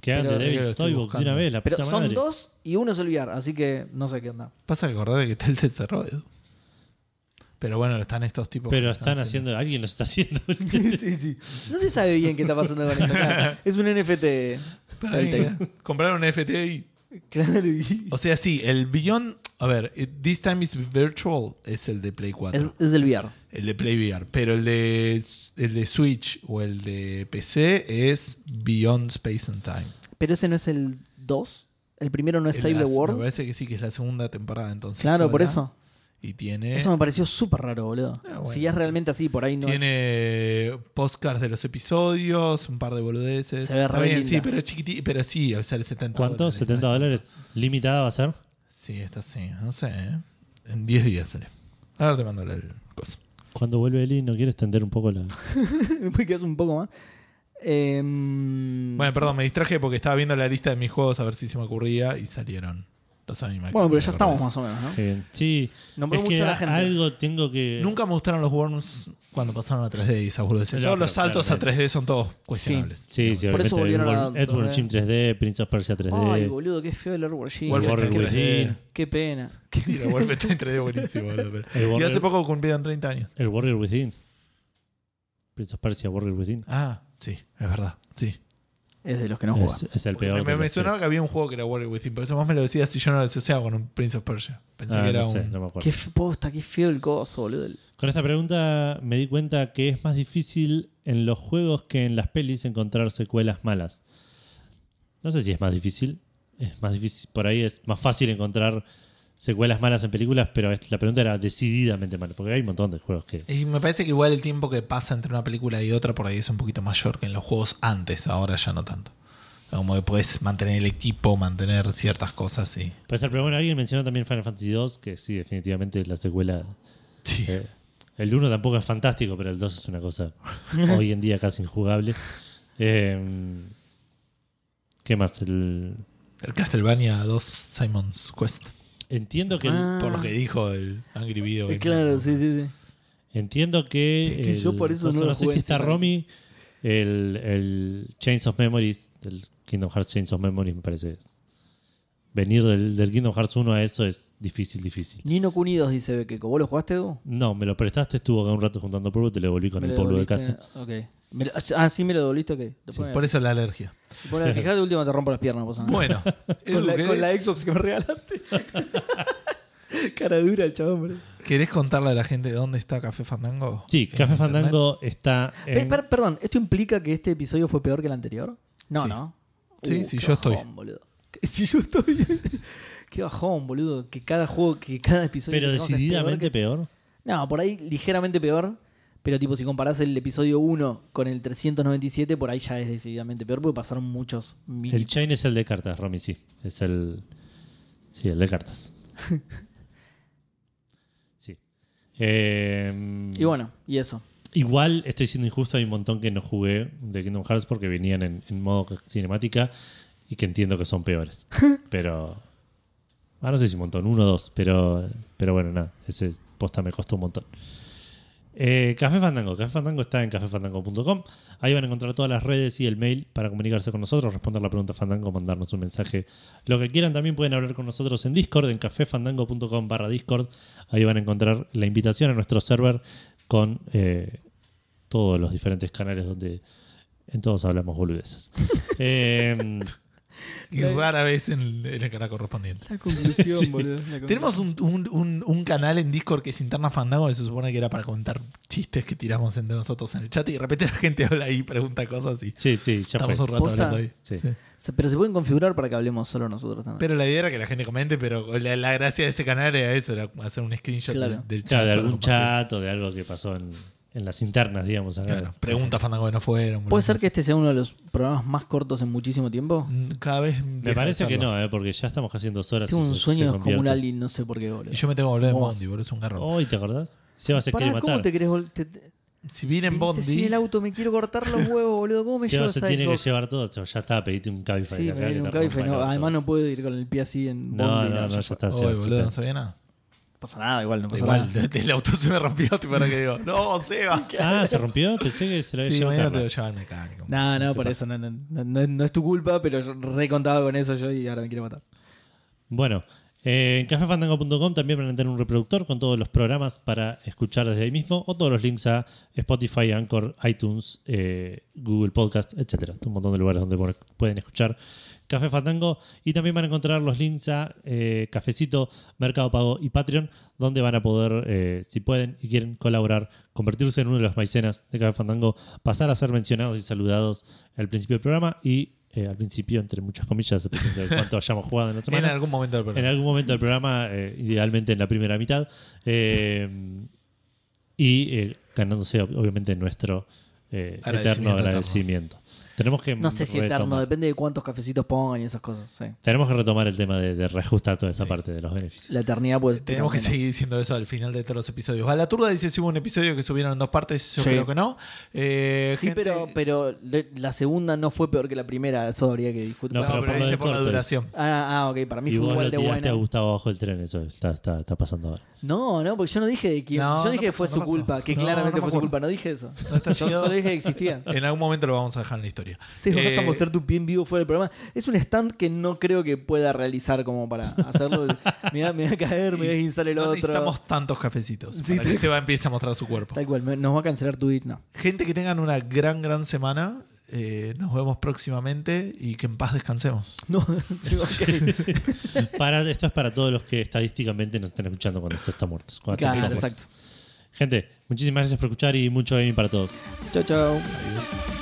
S3: Que
S2: Pero- eh,
S3: hagan
S1: Creo que
S3: de
S1: lo
S3: Devil's
S1: estoy
S3: Toybox de
S1: buscando.
S3: una vez, la
S2: Pero
S3: puta
S2: son
S3: madre.
S2: dos y uno es el VR, así que no sé qué onda. [laughs]
S1: Pasa que acordate que Telltale cerró, Edu. Pero bueno, están estos tipos. que
S3: Pero
S1: lo
S3: están haciendo, alguien los está haciendo.
S2: sí, sí. No se sabe bien qué está pasando con esto. claro.
S3: [laughs]
S2: Es un NFT.
S1: Para mí,
S2: Telltale.
S1: ¿eh? Compraron un FTI.
S2: Claro, [laughs] y-
S1: O sea, sí, el Beyond. A ver, eh, This Time is Virtual es el de Play 4.
S2: Es, es del VR.
S1: El de Play VR. Pero el de, el de Switch o el de PC es Beyond Space and Time.
S2: Pero ese no es el 2. El primero no es
S1: Es
S2: Save
S1: la-
S2: the
S1: Me
S2: World.
S1: parece que sí, que es la segunda temporada entonces.
S2: Claro, por
S1: sola.
S2: eso.
S1: Y tiene.
S2: Eso me pareció súper raro, boludo.
S1: Ah, bueno.
S2: Si es realmente así, por ahí no. [laughs] es-
S1: Tiene podcasts de los episodios, un par de boludeces.
S2: Se ve
S1: Está
S2: re
S1: bien,
S2: linda.
S1: sí, pero es chiquitito, pero sí, o sea, el 70
S3: ¿Cuánto?
S1: dólares,
S3: ¿70
S1: ¿no?
S3: dólares? ¿Limitada va a ser?
S1: Sí, está así, no sé. ¿eh? En 10 días sale. Ahora te mando el coso.
S3: Cuando vuelve Eli, ¿no quieres tender un poco la...?
S2: Después quedas un poco más. Em,
S1: Bueno, perdón, me distraje porque estaba viendo la lista de mis juegos a ver si se me ocurría y salieron los Animax.
S2: bueno, pero
S1: me
S2: ya
S1: acordé
S2: estamos
S1: de
S2: más o menos, ¿no?
S3: Qué bien. Sí,
S2: Nombró
S3: es
S2: mucho
S3: que
S2: a la
S3: a-
S2: gente.
S3: algo tengo que...
S1: eso. Nunca me gustaron los Worms cuando pasaron a 3D y esas boludeces.
S3: No,
S1: todos los
S3: pero
S1: saltos a
S3: claramente.
S1: 3D son todos cuestionables.
S3: Sí, sí,
S2: Por eso
S3: obviamente,
S2: volvieron a
S3: Edward- Edward
S2: 2D.
S3: Jim 3D, Prince of Persia 3D.
S2: Ay, boludo, qué feo el Airward Jim.
S1: Wolf-
S3: Warrior
S1: Wolfenstein
S3: Within.
S1: 3D.
S2: Qué pena.
S1: Y la Wolfenstein 3D buenísimo. boludo, [laughs] pero-
S3: El
S1: Y
S3: Warrior-
S1: hace poco cumplieron 30 años.
S3: El Warrior Within. Prince of Persia Warrior Within.
S1: Ah, sí, es verdad. Sí.
S2: Es de los que no juega.
S3: Es, es el
S1: Porque
S3: peor.
S1: me,
S3: de
S1: me
S3: los
S1: sonaba que había un juego que era Warrior Within, por eso más me lo decías si yo no lo asociaba con un Prince of Persia.
S3: tres.
S1: Pensé
S3: Ah,
S1: que era
S3: no sé,
S1: un.
S3: no me acuerdo.
S2: Qué f- posta, qué feo el coso, boludo. El-
S3: Con esta pregunta me di cuenta que es más difícil en los juegos que en las pelis encontrar secuelas malas. No sé si es más difícil. Es más difícil. Por ahí es más fácil encontrar secuelas malas en películas, pero es- la pregunta era decididamente mala. Porque hay un montón de juegos que.
S1: Y me parece que igual el tiempo que pasa entre una película y otra por ahí es un poquito mayor que en los juegos antes, ahora ya no tanto. Como que puedes mantener el equipo, mantener ciertas cosas y.
S3: Puede ser, pero bueno, alguien mencionó también Final Fantasy 2, que sí, definitivamente es la secuela.
S1: Sí.
S3: eh, el 1 tampoco es fantástico, pero el 2 es una cosa hoy en día casi injugable. Eh, ¿Qué más? El-
S1: El Castlevania 2 Simon's Quest.
S3: entiendo que. el-
S2: Ah. Eh,
S1: Por lo que dijo el Angry Video. Game.
S2: Claro, sí, sí, sí.
S3: Entiendo que.
S2: Es que yo por eso no lo
S3: sé
S2: jugué
S3: si está
S2: encima.
S3: Romy. El, el Chains of Memories, el Kingdom Hearts Chains of Memories, me parece. es- Venir del, del Kingdom Hearts 1 a eso es difícil, difícil.
S2: Nino Kunidos dice Bequeco. ¿Vos lo jugaste, Edu?
S3: No, me lo prestaste, estuvo acá un rato juntando polvo, te lo devolví con
S2: Me
S3: el
S2: lo
S3: polvo de
S2: devolviste,
S3: casa.
S2: ok. Me lo- ah, sí, me lo devolviste, ok. Te
S3: Sí,
S2: ponen-
S1: Por eso la alergia.
S2: te
S3: [laughs]
S2: ponen- Fijate, última te rompo las piernas, no pasa nada.
S1: Bueno, Edu,
S2: [laughs] con, la, con la
S1: ¿querés-
S2: Xbox que me regalaste. [laughs] Cara dura el chabón, boludo.
S1: ¿querés contarle a la gente dónde está Café Fandango?
S3: Sí,
S1: En
S3: Café
S1: internet.
S3: Fandango está.
S2: Pe-
S3: en-
S2: per- perdón, ¿esto implica que este episodio fue peor que el anterior? No,
S1: Sí.
S2: no.
S1: Sí,
S2: Uh,
S1: sí,
S2: qué
S1: yo estoy.
S2: bajón, boludo. [laughs] Si yo estoy. [laughs] qué bajón, boludo. Que cada juego, que cada episodio.
S3: pero
S2: que sacamos es peor
S3: decididamente
S2: este, que-
S3: peor.
S2: No, por ahí ligeramente peor. Pero tipo, si comparás el episodio 1 con el 397, por ahí ya es decididamente peor porque pasaron muchos mil.
S3: El Chain es el de cartas, Romy, sí. Es el. Sí, el
S2: [laughs]
S3: de cartas. sí. Eh,
S2: Y bueno, y eso.
S3: Igual estoy siendo injusto, hay un montón que no jugué de Kingdom Hearts porque venían en, en modo cinemática y que entiendo que son peores. pero. Ah, no sé si un montón, uno o dos, pero, pero bueno, nada, ese posta me costó un montón. Eh, Café Fandango. Café Fandango está en cafefandango.com. Ahí van a encontrar todas las redes y el mail para comunicarse con nosotros, responder la pregunta Fandango, mandarnos un mensaje. Lo que quieran también pueden hablar con nosotros en Discord, en cafefandango.com barra Discord. Ahí van a encontrar la invitación a nuestro server con eh,
S1: [laughs]
S3: todos los diferentes canales donde en todos hablamos boludeces. Eh,
S1: Y rara vez en el, en el canal correspondiente.
S2: La conclusión, [laughs]
S3: Sí.
S2: boludo. la conclusión.
S1: Tenemos un, un- un- un canal en Discord que es Interna Fandango, que se supone que era para comentar chistes que tiramos entre nosotros en el chat y de repente la gente [laughs] habla ahí y pregunta cosas y
S3: Sí, sí, ya
S1: estamos
S3: fue.
S1: un rato
S2: ¿Posta?
S1: hablando ahí.
S3: Sí.
S1: Sí.
S2: Se- Pero se pueden configurar para que hablemos solo nosotros también.
S1: Pero la idea era que la gente comente, pero la, la gracia de ese canal era eso, era hacer un screenshot
S2: Claro.
S1: del, del chat.
S3: Claro, de
S1: para
S3: algún
S1: compartir.
S3: chat o de algo que pasó en, en las internas, digamos. acá.
S1: Claro, preguntas Fandango que no fueron.
S2: ¿Puede ser que este sea uno de los programas más cortos en muchísimo tiempo?
S1: Mm, Cada vez.
S3: Me parece que no, eh, porque ya estamos casi en dos horas.
S2: Tengo
S3: y
S2: un
S3: se-
S2: sueño
S3: se convierte.
S2: descomunal y no sé por qué, boludo.
S1: Y yo me tengo que volver en
S2: Vos.
S1: Bondi, boludo, es un garrón.
S3: Hoy, ¿te acordás? Seba se
S2: Pará,
S3: quiere matar.
S2: ¿cómo te querés vol- te- te-
S1: Si viene en
S2: viniste
S1: Bondi.
S2: sin el auto, me quiero cortar
S3: [laughs]
S2: los huevos, boludo. ¿Cómo me
S3: Seba
S2: llevas
S3: se
S2: a
S3: tiene
S2: eso?
S3: que llevar todo. Seba, Ya está, pedite un Cabify.
S2: Sí,
S3: acá
S2: me
S3: que
S2: viene
S3: te
S2: un Cabify.
S3: rompa
S2: No,
S3: el auto.
S2: además no puedo ir con el pie así en
S3: No,
S2: bondi.
S3: no, no, ya está.
S1: Oye,
S3: Seba, se
S1: boludo,
S3: te-
S1: no sabía nada.
S2: pasa nada, igual no pasa
S1: Igual,
S2: nada.
S1: [laughs] el auto se me rompió, tipo, ahora que digo, no,
S2: [laughs]
S1: Seba.
S3: Ah, se rompió. Pensé que se lo había
S1: Sí,
S3: llevado.
S1: mañana te
S3: Carla.
S1: voy a llevar al mecánico.
S2: No, no,
S1: ¿Qué
S2: por
S1: pasa?
S2: eso no, no, no, no- no es tu culpa, pero yo re contaba con eso yo y ahora me quiero matar.
S3: Bueno, eh, en cafefandango.com también van a tener un reproductor con todos los programas para escuchar desde ahí mismo o todos los links a Spotify, Anchor, iTunes, eh, Google Podcast, etcétera. Un montón de lugares donde por- pueden escuchar Café Fandango y también van a encontrar los links a eh, Cafecito, Mercado Pago y Patreon, donde van a poder, eh, si pueden y quieren colaborar, convertirse en uno de los maicenas de Café Fandango, pasar a ser mencionados y saludados al principio del programa y eh, al principio, entre muchas comillas, depende de cuánto hayamos jugado
S1: [laughs]
S3: en la
S1: En
S3: semana.
S1: algún momento del
S3: En
S1: programa.
S3: algún momento del programa, eh, idealmente en la primera mitad. eh, y eh, ganándose, ob- obviamente, nuestro eh,
S1: Agradecimiento
S3: eterno agradecimiento. Tenemos que.
S2: No sé si eterno,
S3: retomar-
S2: depende de cuántos cafecitos pongan y esas cosas. sí.
S3: Tenemos que retomar el tema de, de reajustar toda esa
S1: Sí.
S3: parte de los beneficios.
S2: La eternidad pues
S1: Tenemos que
S2: menos.
S1: seguir diciendo eso al final de todos los episodios. Turda dice si hubo un episodio que subieron en dos partes, yo
S2: Sí.
S1: creo que no. Eh,
S2: Sí,
S1: gente-
S2: pero, pero le- la segunda no fue peor que la primera, eso habría que discutir.
S3: No,
S1: No, pero,
S3: pero por lo
S1: dice
S3: del
S1: por la
S3: corte.
S1: duración.
S2: Ah, ah, ok, para mí
S3: y
S2: fue
S3: vos
S2: igual
S3: lo
S2: de
S3: tiraste
S2: buena.
S3: a Gustavo abajo del tren, eso está, está, está pasando
S2: [laughs]
S3: ahora.
S2: No, no, porque yo no dije de quién.
S1: No,
S2: yo
S1: no
S2: dije que
S1: pasó,
S2: fue
S1: no
S2: su
S1: pasó.
S2: culpa, que
S1: No,
S2: claramente
S1: no
S2: fue su
S1: pasó.
S2: culpa, no dije eso.
S1: No está
S2: yo
S1: llegado.
S2: solo dije que [laughs] existían.
S1: [laughs] En algún momento lo vamos a dejar en la historia.
S2: Sí, vas a
S1: Eh,
S2: mostrar tu pie en vivo fuera del programa. Es un stand que no creo que pueda realizar como para [laughs] hacerlo. me, va, me va a caer, me va a guinzar el
S1: no
S2: otro.
S1: necesitamos tantos cafecitos
S2: Sí,
S1: para que
S2: tal-
S1: Seba empiece a mostrar su cuerpo.
S2: Tal cual, me- nos va a cancelar Twitch, no. [laughs]
S1: Gente que tengan una gran, gran semana. Eh, nos vemos próximamente y que en paz descansemos.
S2: No, [laughs] sí, ok.
S3: Para, esto es para todos los que estadísticamente nos están escuchando cuando esto está muerto. cuando esto
S2: Claro,
S3: está muerto.
S2: exacto.
S3: Gente, muchísimas gracias por escuchar y mucho gaming para todos.
S2: Chao, chao.
S1: Adiós.